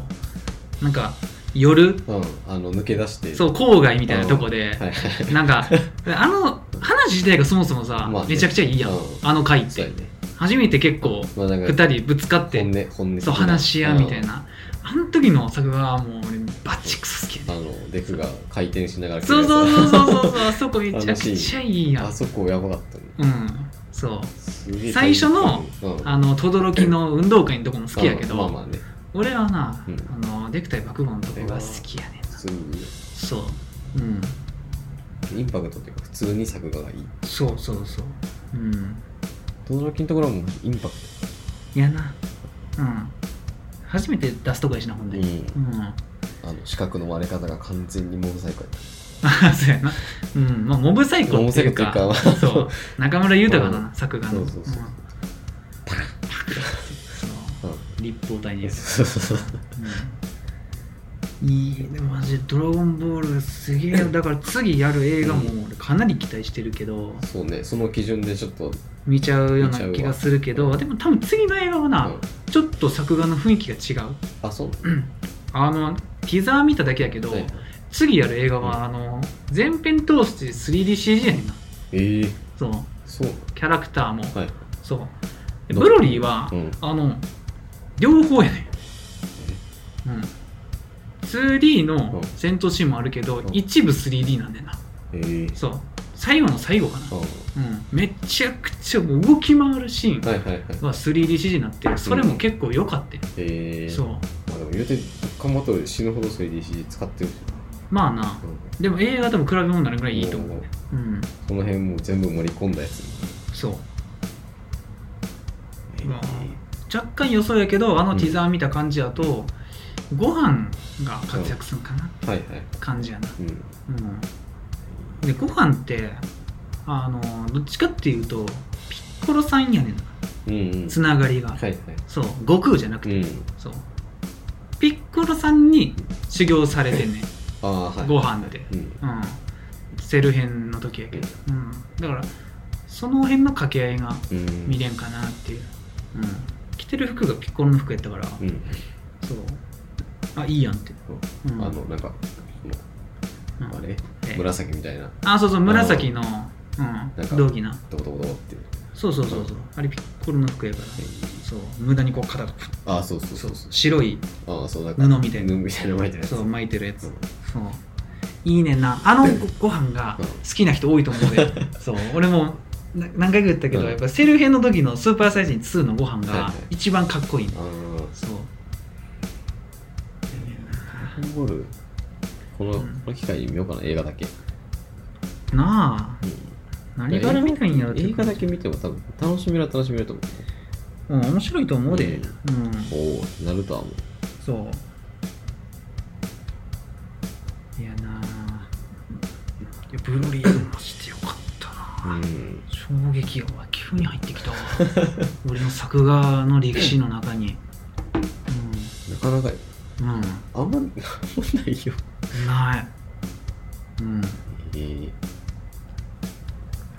S1: なんか夜
S2: うんあの抜け出して
S1: そうう郊外みたいなとこで
S2: はいはい
S1: なんかあの話自体がそもそもさ
S2: まあね
S1: めちゃくちゃいいやん
S2: うん
S1: あの回っ
S2: そうや
S1: て
S2: ね
S1: 初めて結構
S2: まあなんか
S1: 2人ぶつかって
S2: 本音本音
S1: そう話し合うみたいなあの時の作画はもう俺バチクソ好きや
S2: あ
S1: ね
S2: のデクが回転しながら
S1: そうそうそうそ うそうそうあそこめちゃくちゃいいやん
S2: あそこやばかったね
S1: うんそう
S2: すげえ
S1: 最初の
S2: うん
S1: あの轟の運動会のとこも好きやけど、
S2: まあまあね
S1: 俺はな、
S2: う
S1: あ
S2: ん
S1: のデクタイ爆豪のとこが好きやねんな
S2: 普通に
S1: そううん
S2: インパクトっていうか普通に作画がいい
S1: そうそうそううん
S2: 轟のところもインパク
S1: いやなうん初めて出すとこやしなほん
S2: ト
S1: で
S2: う
S1: うん、
S2: んあの四角の割れ方が完全にモブサイコやっ
S1: あそうやなうんまあモブサイコっていうか
S2: モブサイコっていうか
S1: そう中村優太がな作
S2: た
S1: 画
S2: そ
S1: の
S2: うそうそ
S1: う
S2: う
S1: んそう立方体に
S2: うん
S1: やる、
S2: そうそうそう
S1: うん、いいねマジで「ドラゴンボール」すげえよだから次やる映画も俺かなり期待してるけど
S2: そうねその基準でちょっと
S1: 見ちゃうような気がするけ
S2: 見ちゃう
S1: ど
S2: わ
S1: でも多分次の映画はな、
S2: うん
S1: ちょっと作画の雰囲気が違う
S2: あそう
S1: あのティザー見ただけやけど、
S2: はい
S1: 次やる映画
S2: う
S1: はあの前編通して 3DCG やねんな
S2: ええ
S1: そう
S2: そう
S1: キャラクターも、
S2: はい
S1: そうでブロリーは、
S2: うん
S1: あの両方やねん、うん、2D の戦闘シーンもあるけど、
S2: うん
S1: 一部 3D なんだよな
S2: ええ
S1: そう最後の最後かな、
S2: う
S1: うん、めちゃくちゃもう動き回るシーン
S2: んはいはいはい
S1: は 3DCG になってるそれも結構良かったよ、
S2: ええ
S1: そう
S2: まあでも言うて「カンバトル」死ぬほどそれ DC 使ってるし
S1: まあな
S2: うん
S1: でも映画とも比べ物になるぐらいいいと思う
S2: もう
S1: うん
S2: その辺もう全部盛り込んだやつ
S1: そう
S2: ええ
S1: まあ若干予想やけどあのティザー見た感じやと、ご飯が活躍するかな
S2: はいはい。
S1: 感じやな、
S2: うん。
S1: うん、でご飯ってあのどっちかっていうとピッコロさんやねんな
S2: うん、うん。
S1: つながりが、
S2: はいはい。
S1: そう悟空じゃなく
S2: う
S1: て、
S2: ん。
S1: そうピッコロさんに修行されてんねん
S2: ああ、はい。
S1: ご飯で
S2: うん。
S1: うん、セル編の時やけど、うん、だからその辺の掛け合いが
S2: うん。
S1: 見れんかなっていう、うん、着てる服がピッコロの服やったから、
S2: うん。
S1: そうあいいやんって、うん
S2: あの、なんか、
S1: う
S2: このあ
S1: ん
S2: れ
S1: え
S2: 紫みたいな、
S1: あそうそう紫の、う
S2: なん
S1: ん、
S2: か
S1: 道着な
S2: どこどこどこっていう。
S1: そうそうそうそうあれピッコロの服やからそう無駄にこう肩がプッ
S2: ああ、そうそうそうそう。
S1: 白い
S2: ああ、そう、なんか、
S1: 布みたいな
S2: 布みたいな巻いてるやつ。
S1: そう
S2: うん。
S1: 巻いてるやつそういいねんなあのごご飯が
S2: うん
S1: 好きな人多いと思う でそう俺もな何回か言ったけど、
S2: うん
S1: やっぱセル編の時のスーパーサイズ2のご飯
S2: はいは
S1: が
S2: い
S1: 一番かっこいいの、
S2: ああ。
S1: そう
S2: ドラゴンボールこの,、
S1: うん
S2: この機会に見ようかな映画だけ、
S1: なあ
S2: うん
S1: 何から見たいんやろって
S2: 映画だけ見ても多分楽しみは楽しめると思
S1: うん面白いと思うでうん、
S2: うおおなるとは思う
S1: そういやなあいやブロリーマジでよかったな
S2: うん
S1: 衝撃やわ急に入ってきたわ 俺の作画の歴史の中に
S2: なかなか
S1: うんうん
S2: あんまあんまないよ
S1: ないうんよ
S2: えー、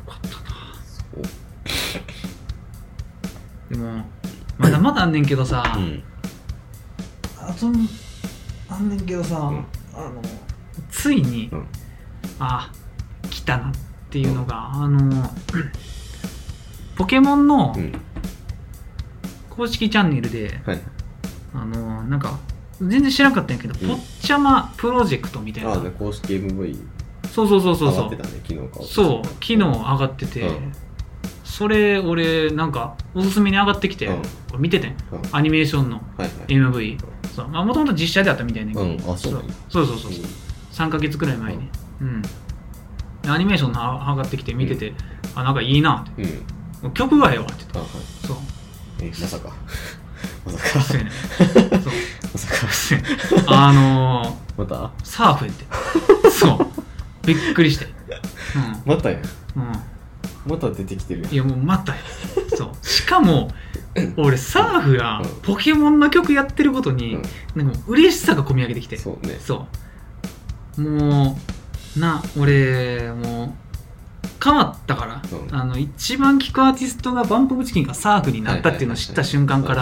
S1: かったな
S2: そう
S1: でもまだまだあんねんけどさ、
S2: うん
S1: あとあんねんけどさ、
S2: ん
S1: あのついに、
S2: うん
S1: あ来たなっていうのが、あのポケモンの
S2: うん
S1: 公式チャンネルで、
S2: はい
S1: あのなんか全然知らなかったんやけど、
S2: うん
S1: ポッチャマプロジェクトみたい
S2: あ
S1: な
S2: あね公式 MV
S1: そうそうそうそう
S2: 上
S1: そ
S2: がっ
S1: う
S2: てたね昨日か
S1: そう昨日
S2: うん
S1: 上がってて、
S2: うん
S1: それ俺なんかおすすめに上がってきて、
S2: うん
S1: 俺見ててん
S2: うん
S1: アニメーションの
S2: はいはい
S1: MV そうまあもともと実写であったみたいねんけど、
S2: うんあそうなんや
S1: そうそうそうそう3ヶ月くらい前にうん、アニメーションのあ上がってきて見てて、あなんかいいなって
S2: うんうん
S1: もう曲がええわって言っ
S2: あはい
S1: たそう
S2: えま さかまさか
S1: そうやねそう
S2: まさか
S1: そうやねあの
S2: また
S1: ー、サーフやってそうびっくりして
S2: またやん
S1: うんうん
S2: また出てきてるやん
S1: いやもうまたやそうしかも俺サーフが
S2: うん
S1: ポケモンの曲やってることに、なんかもう嬉しさがこみ上げてき
S2: う
S1: て
S2: ん、そうね
S1: そうもうな俺もう変わったから、
S2: うん
S1: あの一番聴くアーティストがバンプ・オブ・チキンがサーフになったっていうのを知った瞬間から、ま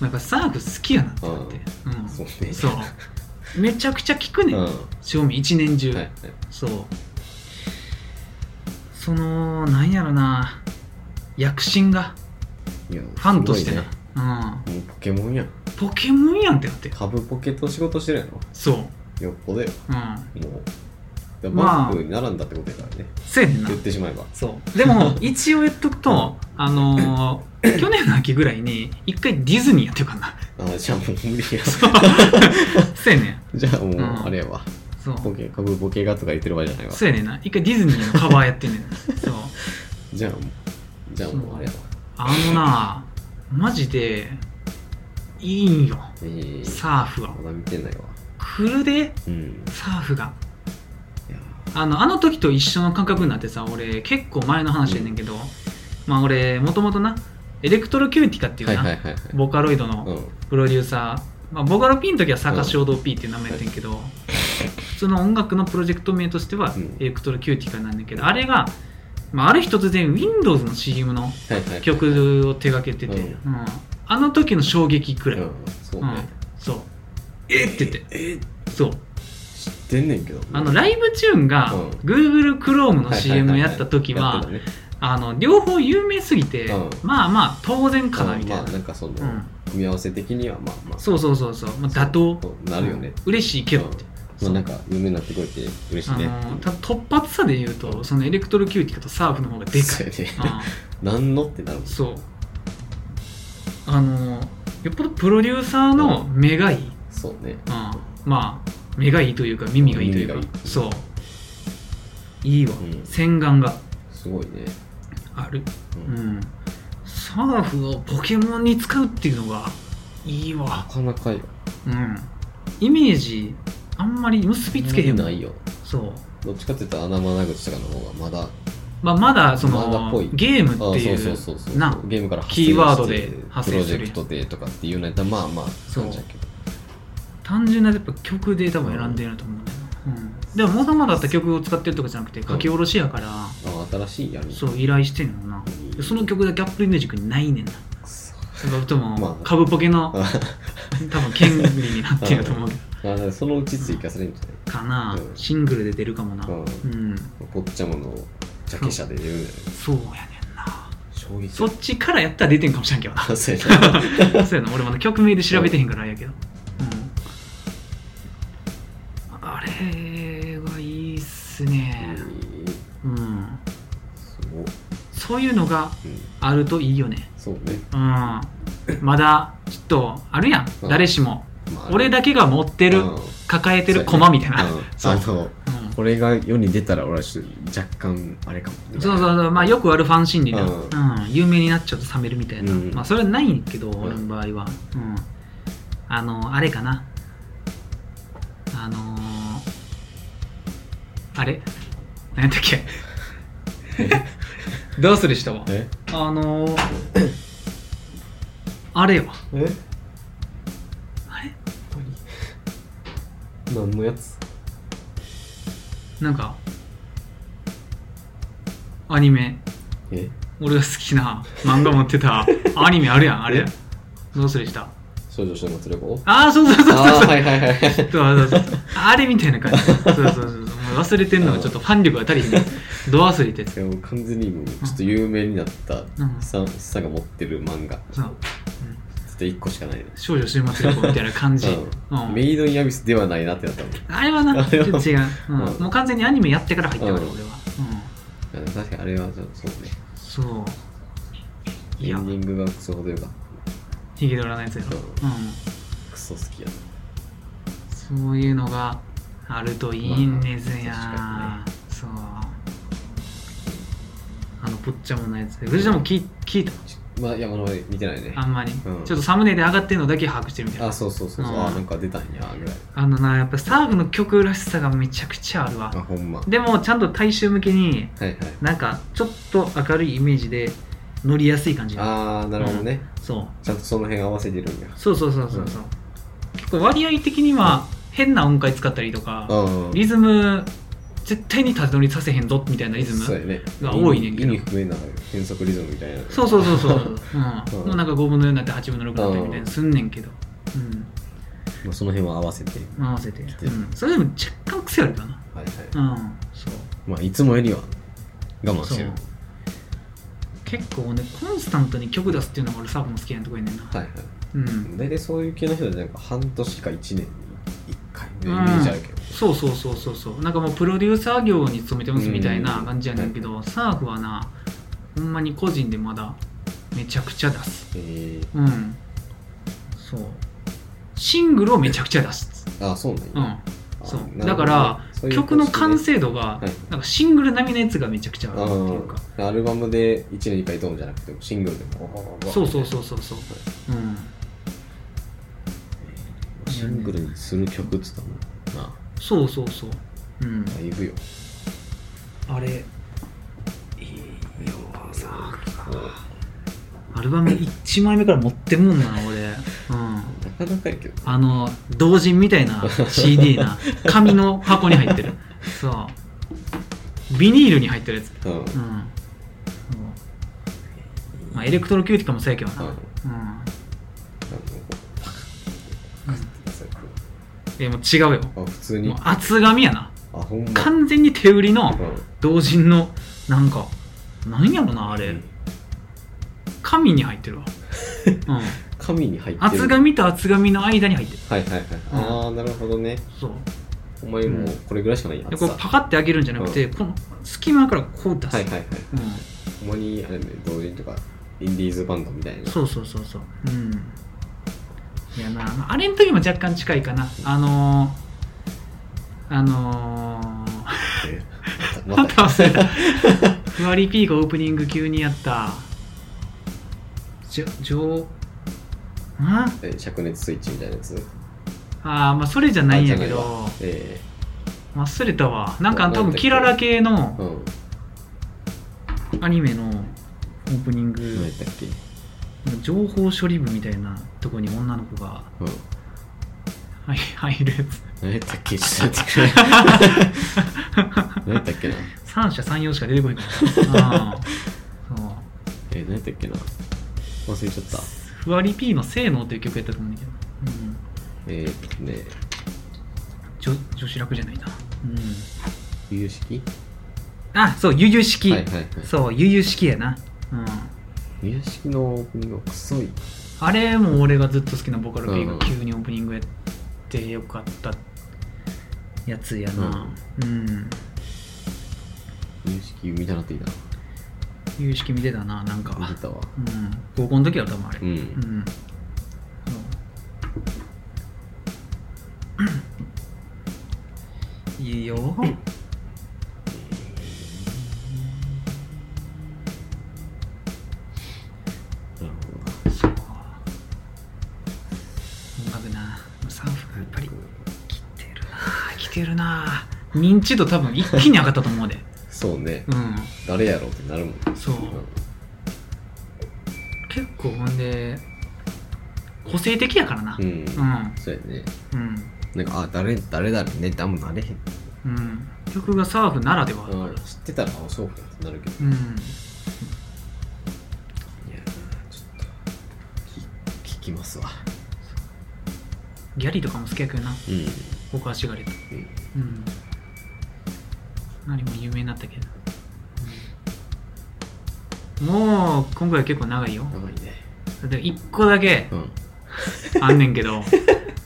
S1: あやっぱサーフ好きやなってなって、うん
S2: そうね
S1: そうめちゃくちゃ聴く
S2: う
S1: ね、
S2: んは
S1: 正味一年中、
S2: いはい
S1: そうそのなんやろな躍進が
S2: いや
S1: ファンとして
S2: すご
S1: ない
S2: ね、もうポケモンやん
S1: うん、ポケモンやんってなって
S2: 株ポケと仕事してるやろ
S1: そう
S2: よっぽどよ
S1: うん
S2: もうだから
S1: まあ
S2: バックに並んだってことやからね、
S1: せえねんな
S2: 言ってしまえば
S1: そうでも一応言っとくと、あの ー去年の秋ぐらいに一回ディズニーやってるからな
S2: あじゃあもう無理や
S1: そうやねん
S2: じゃあもう、
S1: ん
S2: あれやわ
S1: そう
S2: ポケ株ポケがとか言ってる場合じゃないわ
S1: そうやねんな一回ディズニーのカバーやってん ねんそう
S2: じゃあもうじゃあもうあれやわ
S1: あのなマジでいいんよ
S2: えー、
S1: サーフは
S2: まだ見てないわ
S1: 来るで
S2: うん
S1: サーフが
S2: いや
S1: あのあの時と一緒の感覚になってさ俺結構前の話やねんけど、まあ俺もともとなエレクトロキューティカってい
S2: ー
S1: うな、
S2: はいはいはいはい
S1: ボカロイドの、
S2: うん
S1: プロデューサー、まあ、ボカロ P の時は坂衝動 P っていう名前やってんけど、普通の音楽のプロジェクト名としては
S2: うん
S1: エレクトロキューティカなんだけど、あれが、まあ、ある日突然 Windows の CM の
S2: はいはい
S1: 曲を手掛けてて、
S2: うん
S1: うんあの時の衝撃く
S2: う
S1: らい、うん
S2: んそうね、
S1: そうえっって言って
S2: えー、
S1: そう
S2: 知ってんねんけど
S1: あのライブチューンが
S2: うん
S1: Google Chrome の CM をやった時
S2: やって
S1: は
S2: たね
S1: あの両方有名すぎて、
S2: うん
S1: まあまあ当然かなみたいな、
S2: まあなんかその、
S1: うん
S2: 組み合わせ的にはまあまあ
S1: そうそうそうそう、まあ、妥当
S2: そうなるよね、
S1: 嬉しいけどって、
S2: まあなんか有名になってくれて嬉し
S1: あ
S2: いね
S1: のー多分突発さで言うとそのエレクトロキューティカとサーフの方がでか
S2: そう
S1: い、
S2: やね
S1: あ
S2: 何のってなるもん
S1: そうあのーよっぽどプロデューサーの目がいい、
S2: そうね
S1: あまあ目がいいというか耳がいいというか
S2: 耳がいい
S1: そういいわ、
S2: うん
S1: 洗顔が
S2: すごいね
S1: ある
S2: う
S1: うんんサーフをポケモンに使うっていうのがいい
S2: な
S1: わ
S2: かなかよ
S1: うんイメージあんまり結びつけへんもん
S2: ないよ
S1: そう
S2: どっちかっていうと穴間口とかの方がまだ
S1: まあ、まだその
S2: 漫画っぽい
S1: ゲームってい
S2: あ
S1: う
S2: そうそうそうそう
S1: な
S2: ゲームから発生
S1: キーワードで
S2: して
S1: 発
S2: プ
S1: 生
S2: ロ
S1: す
S2: ジ
S1: る
S2: ェクトでとかっていうのやったらまあまあ
S1: そう
S2: 感じやけど
S1: 単純なやっぱ曲で多分選んでると思うんだよな、うん、でももともとあった曲を使ってるとかじゃなくて書き下ろしやから、
S2: あ新しいやる
S1: そう依頼してんのなでその曲だけアップルミュージックにないねんな
S2: くそ
S1: それとも
S2: まあ
S1: 株ポケの
S2: あ
S1: 多分権利になってると思うけ
S2: あだからそのうち追加されるんじ
S1: どかな、
S2: うん
S1: シングルで出るかもな
S2: ゃな
S1: う
S2: い、うん
S1: ん、
S2: こっちゃものをジャケ写で出るんじゃない
S1: そうやねんな
S2: 衝撃
S1: そっちからやったら出てんかもしれん けどな
S2: そうやな
S1: そうやな俺まだ曲名で調べてへんからあれやけど、うん、あれはいいっすね
S2: うん
S1: うん
S2: すごい
S1: そういうのが
S2: うん
S1: あるといいよね
S2: そうね
S1: うん まだちょっとあるやん
S2: うん
S1: 誰しも
S2: まあ
S1: 俺だけが持ってる
S2: うん
S1: 抱えてる駒みたいな
S2: うん
S1: そう
S2: あの
S1: うん
S2: これが世に出たら俺はちょっと若干あれかも
S1: そうそうそうまあよくあるファン心理だ、
S2: う
S1: うん
S2: ん
S1: 有名になっちゃうと冷めるみたいな、
S2: うん
S1: まあそれはないけど、
S2: ん
S1: 俺の場合は、うん、あのあれかなあのーあれ何やったっけどうする人は
S2: え
S1: あのーあれよ
S2: え
S1: あれ
S2: 何のやつ
S1: なんかアニメ
S2: え
S1: 俺が好きな漫画持ってたアニメあるやんあれ
S2: え
S1: どうするした
S2: 少女少末旅行
S1: ああそうそうそうそう
S2: ああはいはいはい
S1: そうそうそうあれみたいな感じそうそうそうもう忘れてんのがちょっとファン力が足りひんど忘れて
S2: いやもう完全にもうちょっと有名になったさ,、さが持ってる漫画ち
S1: そう、うん、
S2: ょっと1個しかないね、
S1: 少女終末旅行みたいな感じ、う
S2: うん
S1: ん
S2: メイドインアビスではないなってなったもんい
S1: あれはな
S2: あ
S1: ち
S2: れ
S1: ょ
S2: は
S1: っと違う、うん
S2: うん
S1: もう完全にアニメやってから入ったから、
S2: うん
S1: 俺は、
S2: や確かにあれはそうね
S1: うん、そうい
S2: エ
S1: や
S2: ンディングがクソほどよかっ
S1: ヒゲドラのやつやろ、
S2: そう
S1: う
S2: たクソ好きや
S1: ん、そういうのがあるといいんですや、
S2: まあ
S1: そうあのぽっちゃものやつ藤田も聞い聞いた
S2: なまあ山の上見てないね
S1: あんまり、
S2: うん
S1: ちょっとサムネで上がってるのだけ把握してるみたいな
S2: あそうそうそうそう
S1: うん
S2: あなんか出たんやぐらい
S1: あのなやっぱサーフの曲らしさがめちゃくちゃあるわ
S2: あほんまはい
S1: でもちゃんと大衆向けに
S2: はい
S1: なんかちょっと明るいイメージで乗りやすい感じの
S2: ああなるほどね、
S1: そう
S2: ちゃんとその辺合わせてるんや
S1: そうそうそうそうそう結構割合的には変な音階使ったりとか
S2: うん
S1: リズム絶対に立ち乗りさせへんぞみたいなリズム
S2: そうやね
S1: が多いねんけど
S2: 意味不明な変則リズムみたいな
S1: そうそうそうそう、うん
S2: うん
S1: もうなんか5分の4になって8分の6になってみたいなすんねんけどうん
S2: まあその辺は合わせて
S1: 合わせて、
S2: て
S1: うん、それでも若干癖あるかな
S2: はいはい
S1: うんそう
S2: まあいつもよりは我慢
S1: そ
S2: して
S1: う
S2: る
S1: 結構ねコンスタントに曲出すっていうのが俺サーブの好きなとこやねんな、
S2: はいはい
S1: うん
S2: 大体そういう系の人はなんか半年か1年に1回のイメージあるけど、
S1: そうそうそうそうそうなんかもうプロデューサー業に勤めてますみたいな感じやねんけど、サーフはなほんまに個人でまだめちゃくちゃ出す
S2: え
S1: うんそうシングルをめちゃくちゃ出す
S2: ー、あそうなんや、
S1: うん
S2: あ
S1: そう
S2: なる
S1: だ
S2: ほど
S1: から
S2: そういう
S1: 曲の
S2: 形で
S1: 完成度が
S2: はい
S1: なんかシングル並みのやつがめちゃくちゃあるっていうか
S2: うんアルバムで1年に1回ドンじゃなくてもシングルでも
S1: そうそうそうそうそううん
S2: シングルにする曲っつったもんな
S1: そうそうそううん
S2: だいぶよ
S1: あれいいよさ
S2: な
S1: アルバム1枚目から持ってんもんな俺うん
S2: かなかやけど
S1: あの同人みたいな CD な紙の箱に入ってるそうビニールに入ってるやつ
S2: うん、うん
S1: うんもうまあエレクトロキューティカもそうやけどな
S2: うん
S1: うんいやもう違うよ
S2: あ普通に
S1: もう厚紙やな
S2: あほんま
S1: 完全に手売りの
S2: うん
S1: 同人のなんか何やろなあれ紙に入って るわ、うん
S2: 紙に入ってる
S1: 厚紙と厚紙の間に入ってる
S2: はいはいはい、ああなるほどね
S1: そう
S2: お前もうこれぐらいしかないや
S1: で
S2: つ
S1: こ
S2: さ
S1: うパカって開けるんじゃなくて、この隙間からこう出す、
S2: はいはいはい
S1: うん、
S2: ほんまにあれね同人とかインディーズバンドみたいな
S1: そうそうそうそううんいやなあれの時も若干近いかなあのー、あの
S2: え
S1: ー、
S2: ま
S1: ま
S2: た
S1: た忘れ たふわりピーがオープニング急にやったじょじょん
S2: え灼熱スイッチみたいなやつ
S1: あああまあそれじゃないんやけ
S2: あじゃない
S1: ど
S2: わえ
S1: 忘れたわなんか
S2: な
S1: 多
S2: なんだっ
S1: 分
S2: け
S1: キララ系
S2: え
S1: の
S2: うん
S1: アニメのオープニング
S2: 何やったっけ
S1: 情報処理部みたいなとこに女の子が
S2: うん
S1: 入入るやつ
S2: 何やったっけちょっ と待ってくれ何やったっけな
S1: 三者三様しか出てこない からなうんそう
S2: えー、何やったっけな忘れちゃった
S1: ふわり P の「性能」っていう曲やったと思うんだけど、うん、
S2: えー、っとね
S1: 女女子楽じゃないな、うん、
S2: 有識
S1: あそうゆゆ式、
S2: はいはいはい
S1: そうゆゆ式やな、うん、
S2: 有識のオープニングはクソい
S1: あれも俺がずっと好きなボカロ P
S2: う
S1: が
S2: ん
S1: 急にオープニングやってよかったやつやなうん
S2: 有識見たなっていいな
S1: ゆゆ式見てたななんか、
S2: 見てたわ
S1: うん、高校の時は多分あれ
S2: う
S1: うんんそういいよ
S2: なるほどな
S1: そう音楽なサーフがやっぱり来てるな来てるな認知度多分一気に上がったと思うで
S2: そうね
S1: うん
S2: 誰やろうってなるもん
S1: そう結構ほんで個性的やからな
S2: うん、うん
S1: うん
S2: そうやね
S1: うん
S2: なんかあ誰誰々ねってあんまなれへん、
S1: うん曲がサーフならではだから
S2: うん、知ってたらあそうかってなるけど
S1: うん
S2: いやーちょっとき聞きますわ
S1: ギャリーとかも好きやけどな
S2: うん
S1: 僕はしがれたうん何も有名になったけど、うんもう今回は結構長いよ
S2: 長いね
S1: で1個だけ
S2: うん
S1: あんねんけ ど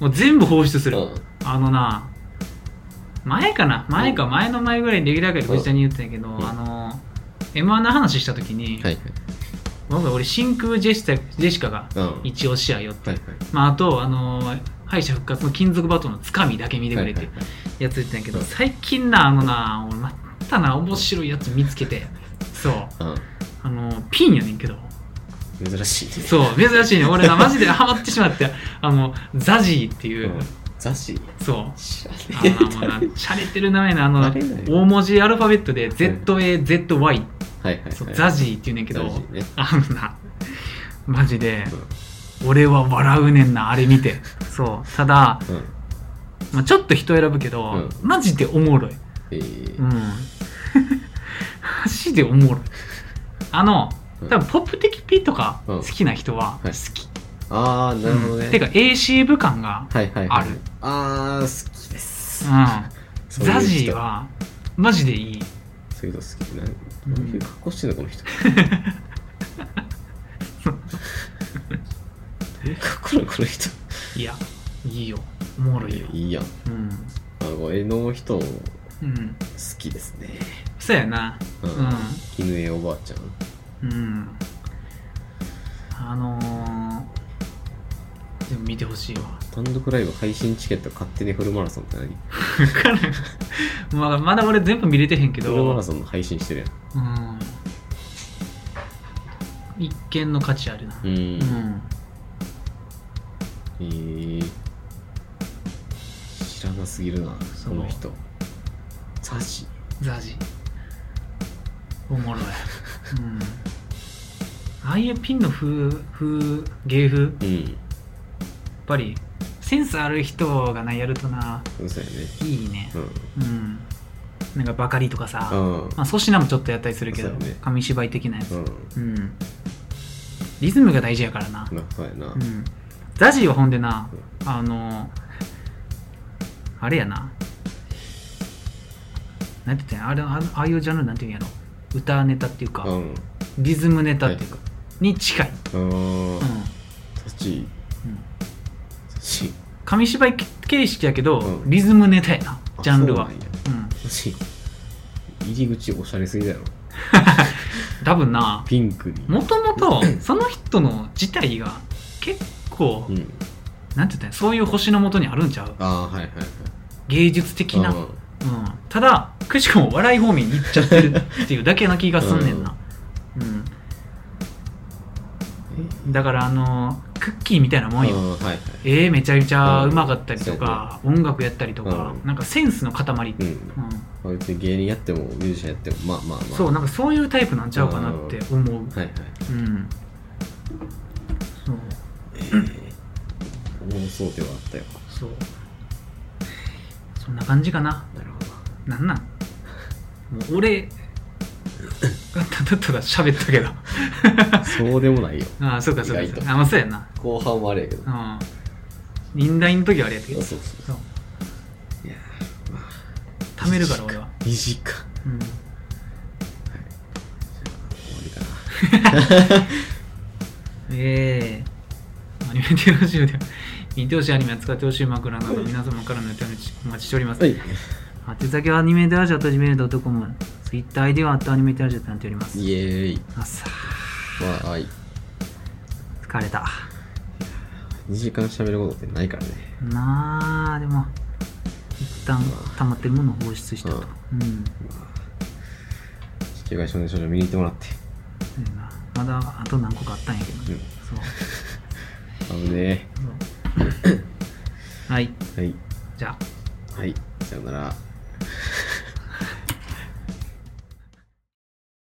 S1: もう全部放出する、
S2: うん
S1: あのな前かな前か前の前ぐらいにレギュラー界で藤田に言ってたんやけど、
S2: ん
S1: あの M−1 の話した時に、
S2: はいはい
S1: 僕は俺真空ジェシカジェシカが
S2: うんはい
S1: 一押しやよって、
S2: はい
S1: まあ、あとあの敗者復活の金属バトンのつかみだけ見てくれてやつ言ってたんやけど、
S2: うん
S1: 最近なあのな俺またな面白いやつ見つけてそう
S2: はい
S1: あのピンやねんけど
S2: うん珍しいね
S1: そう珍しいね俺なマジでハマってしまってあのザジーっていう、
S2: うん雑誌
S1: そう
S2: 知らね
S1: あ
S2: え
S1: のもうな洒落てる名前のあの
S2: あれだよ
S1: 大文字アルファベットで ZAZY、
S2: はいはいはい
S1: そうザジーって言うねんけど、
S2: ザジーね
S1: あのなマジで、俺は笑うねんなあれ見てそうただ、
S2: うんうん
S1: まあ、ちょっと人選ぶけど、
S2: うん
S1: マジでおもろい
S2: え
S1: う
S2: ー
S1: ん マジでおもろいあの
S2: うん
S1: 多分ポップ的 P とか
S2: うん
S1: 好きな人は好
S2: はい
S1: き、
S2: ああなるほど
S1: う
S2: ね
S1: んてか AC 部感が、
S2: はいはい
S1: あ
S2: はい
S1: る
S2: ああ好きです
S1: う
S2: そ
S1: ん、
S2: ういう人
S1: ザジーはマジでいい
S2: そういうの好きなど
S1: ん
S2: ういう格好してんのこの人どういう格好なの この人
S1: いやいいよおもろいよ
S2: いいやん
S1: うん
S2: あの絵の人好
S1: うん
S2: きですね
S1: そうやな
S2: うん
S1: う
S2: 絹江おばあちゃん
S1: んうんあのー、でも見てほしいわ
S2: 単独ライブ配信チケット勝手にフルマラソンって何
S1: 分からんまあまだ俺全部見れてへんけ
S2: フルマラ
S1: ど
S2: ソンの配信してるやん
S1: うん一見の価値あるな
S2: う
S1: うんん
S2: えー、知らなすぎるな
S1: そ
S2: こ
S1: う
S2: の人ザジ
S1: ザジおもろいうんああいうピンの風風芸風やっ
S2: うん
S1: ぱりセンスある人がなやるとな
S2: そうやね
S1: いいね
S2: う
S1: うんなんかバカリとかさ、
S2: んうん
S1: まあ、粗品もちょっとやったりするけど、
S2: そうだね
S1: 紙芝居的なや
S2: う
S1: つ、
S2: ん
S1: うん、リズムが大事やからな、
S2: なそうやな
S1: うん、ザジーはほんでなあのあれやななんて言ったんやあれあのああいうジャンルなんて言うんやろ歌ネタっていうか、
S2: うん
S1: リズムネタっていうか、に近い、
S2: うん
S1: うん
S2: 立ち
S1: うん
S2: 立ち
S1: 紙芝居形式やけど、
S2: うん
S1: リズムネタやな
S2: あ
S1: ジャンルは
S2: そうなんや
S1: うん
S2: 立ち入り口おしゃれすぎだろ
S1: 多分な
S2: ピンクに
S1: もともと その人の自体が結構、
S2: うん
S1: なんて言ったんやそういう星のもとにあるんちゃう
S2: ああはいはいはい
S1: 芸術的な、
S2: う
S1: うん
S2: ん
S1: ただくしくも笑い方面に行っちゃってるっていうだけな気がすんねんな、うんだからあのクッキーみたいなもんよ、
S2: はいはい。
S1: 絵めちゃめちゃうまかったりとか、音楽やったりとか、
S2: うん
S1: なんかセンスの塊、うん
S2: うん。まあ別に芸人やってもミュージシャンやっても、まあまあまあ。
S1: そうなんかそういうタイプなんちゃうかなって思う、
S2: はいはい。
S1: うんそう
S2: おもそうではあったよ。
S1: そうそんな感じかな
S2: なるほ
S1: なんなんもう俺ただただ喋ったけ ど
S2: ど。そうでもないよ。
S1: ああそうかそうか
S2: 意外と
S1: あまあそうやな
S2: 後半はあれやけど。あ
S1: うん忍耐の時はあれやったけ
S2: そ
S1: ど
S2: うそう。
S1: そう
S2: いやーまあ
S1: 貯めるから俺は
S2: 2時間。
S1: うん
S2: 終わりかな。
S1: ええアニメテラジオでは見てほしいアニメ扱ってほしい枕など皆様からのお手紙お待ちしております、
S2: はい。
S1: 宛先はアニメテラジオとじめる .com ツイッター ID はアットアニメテラジオとなっております
S2: イエーイ。
S1: あっさ
S2: まあ、はい。
S1: 疲れた
S2: 2時間喋ることってないからね。
S1: なあでも一旦溜まってるものを放出したとうん
S2: 地球外少年少女見に行ってもらって。
S1: そうやなまだあと何個かあったんやけど、
S2: うん
S1: そう
S2: 危ね
S1: そうはい
S2: え。はい。
S1: じゃあ
S2: はい。さよなら。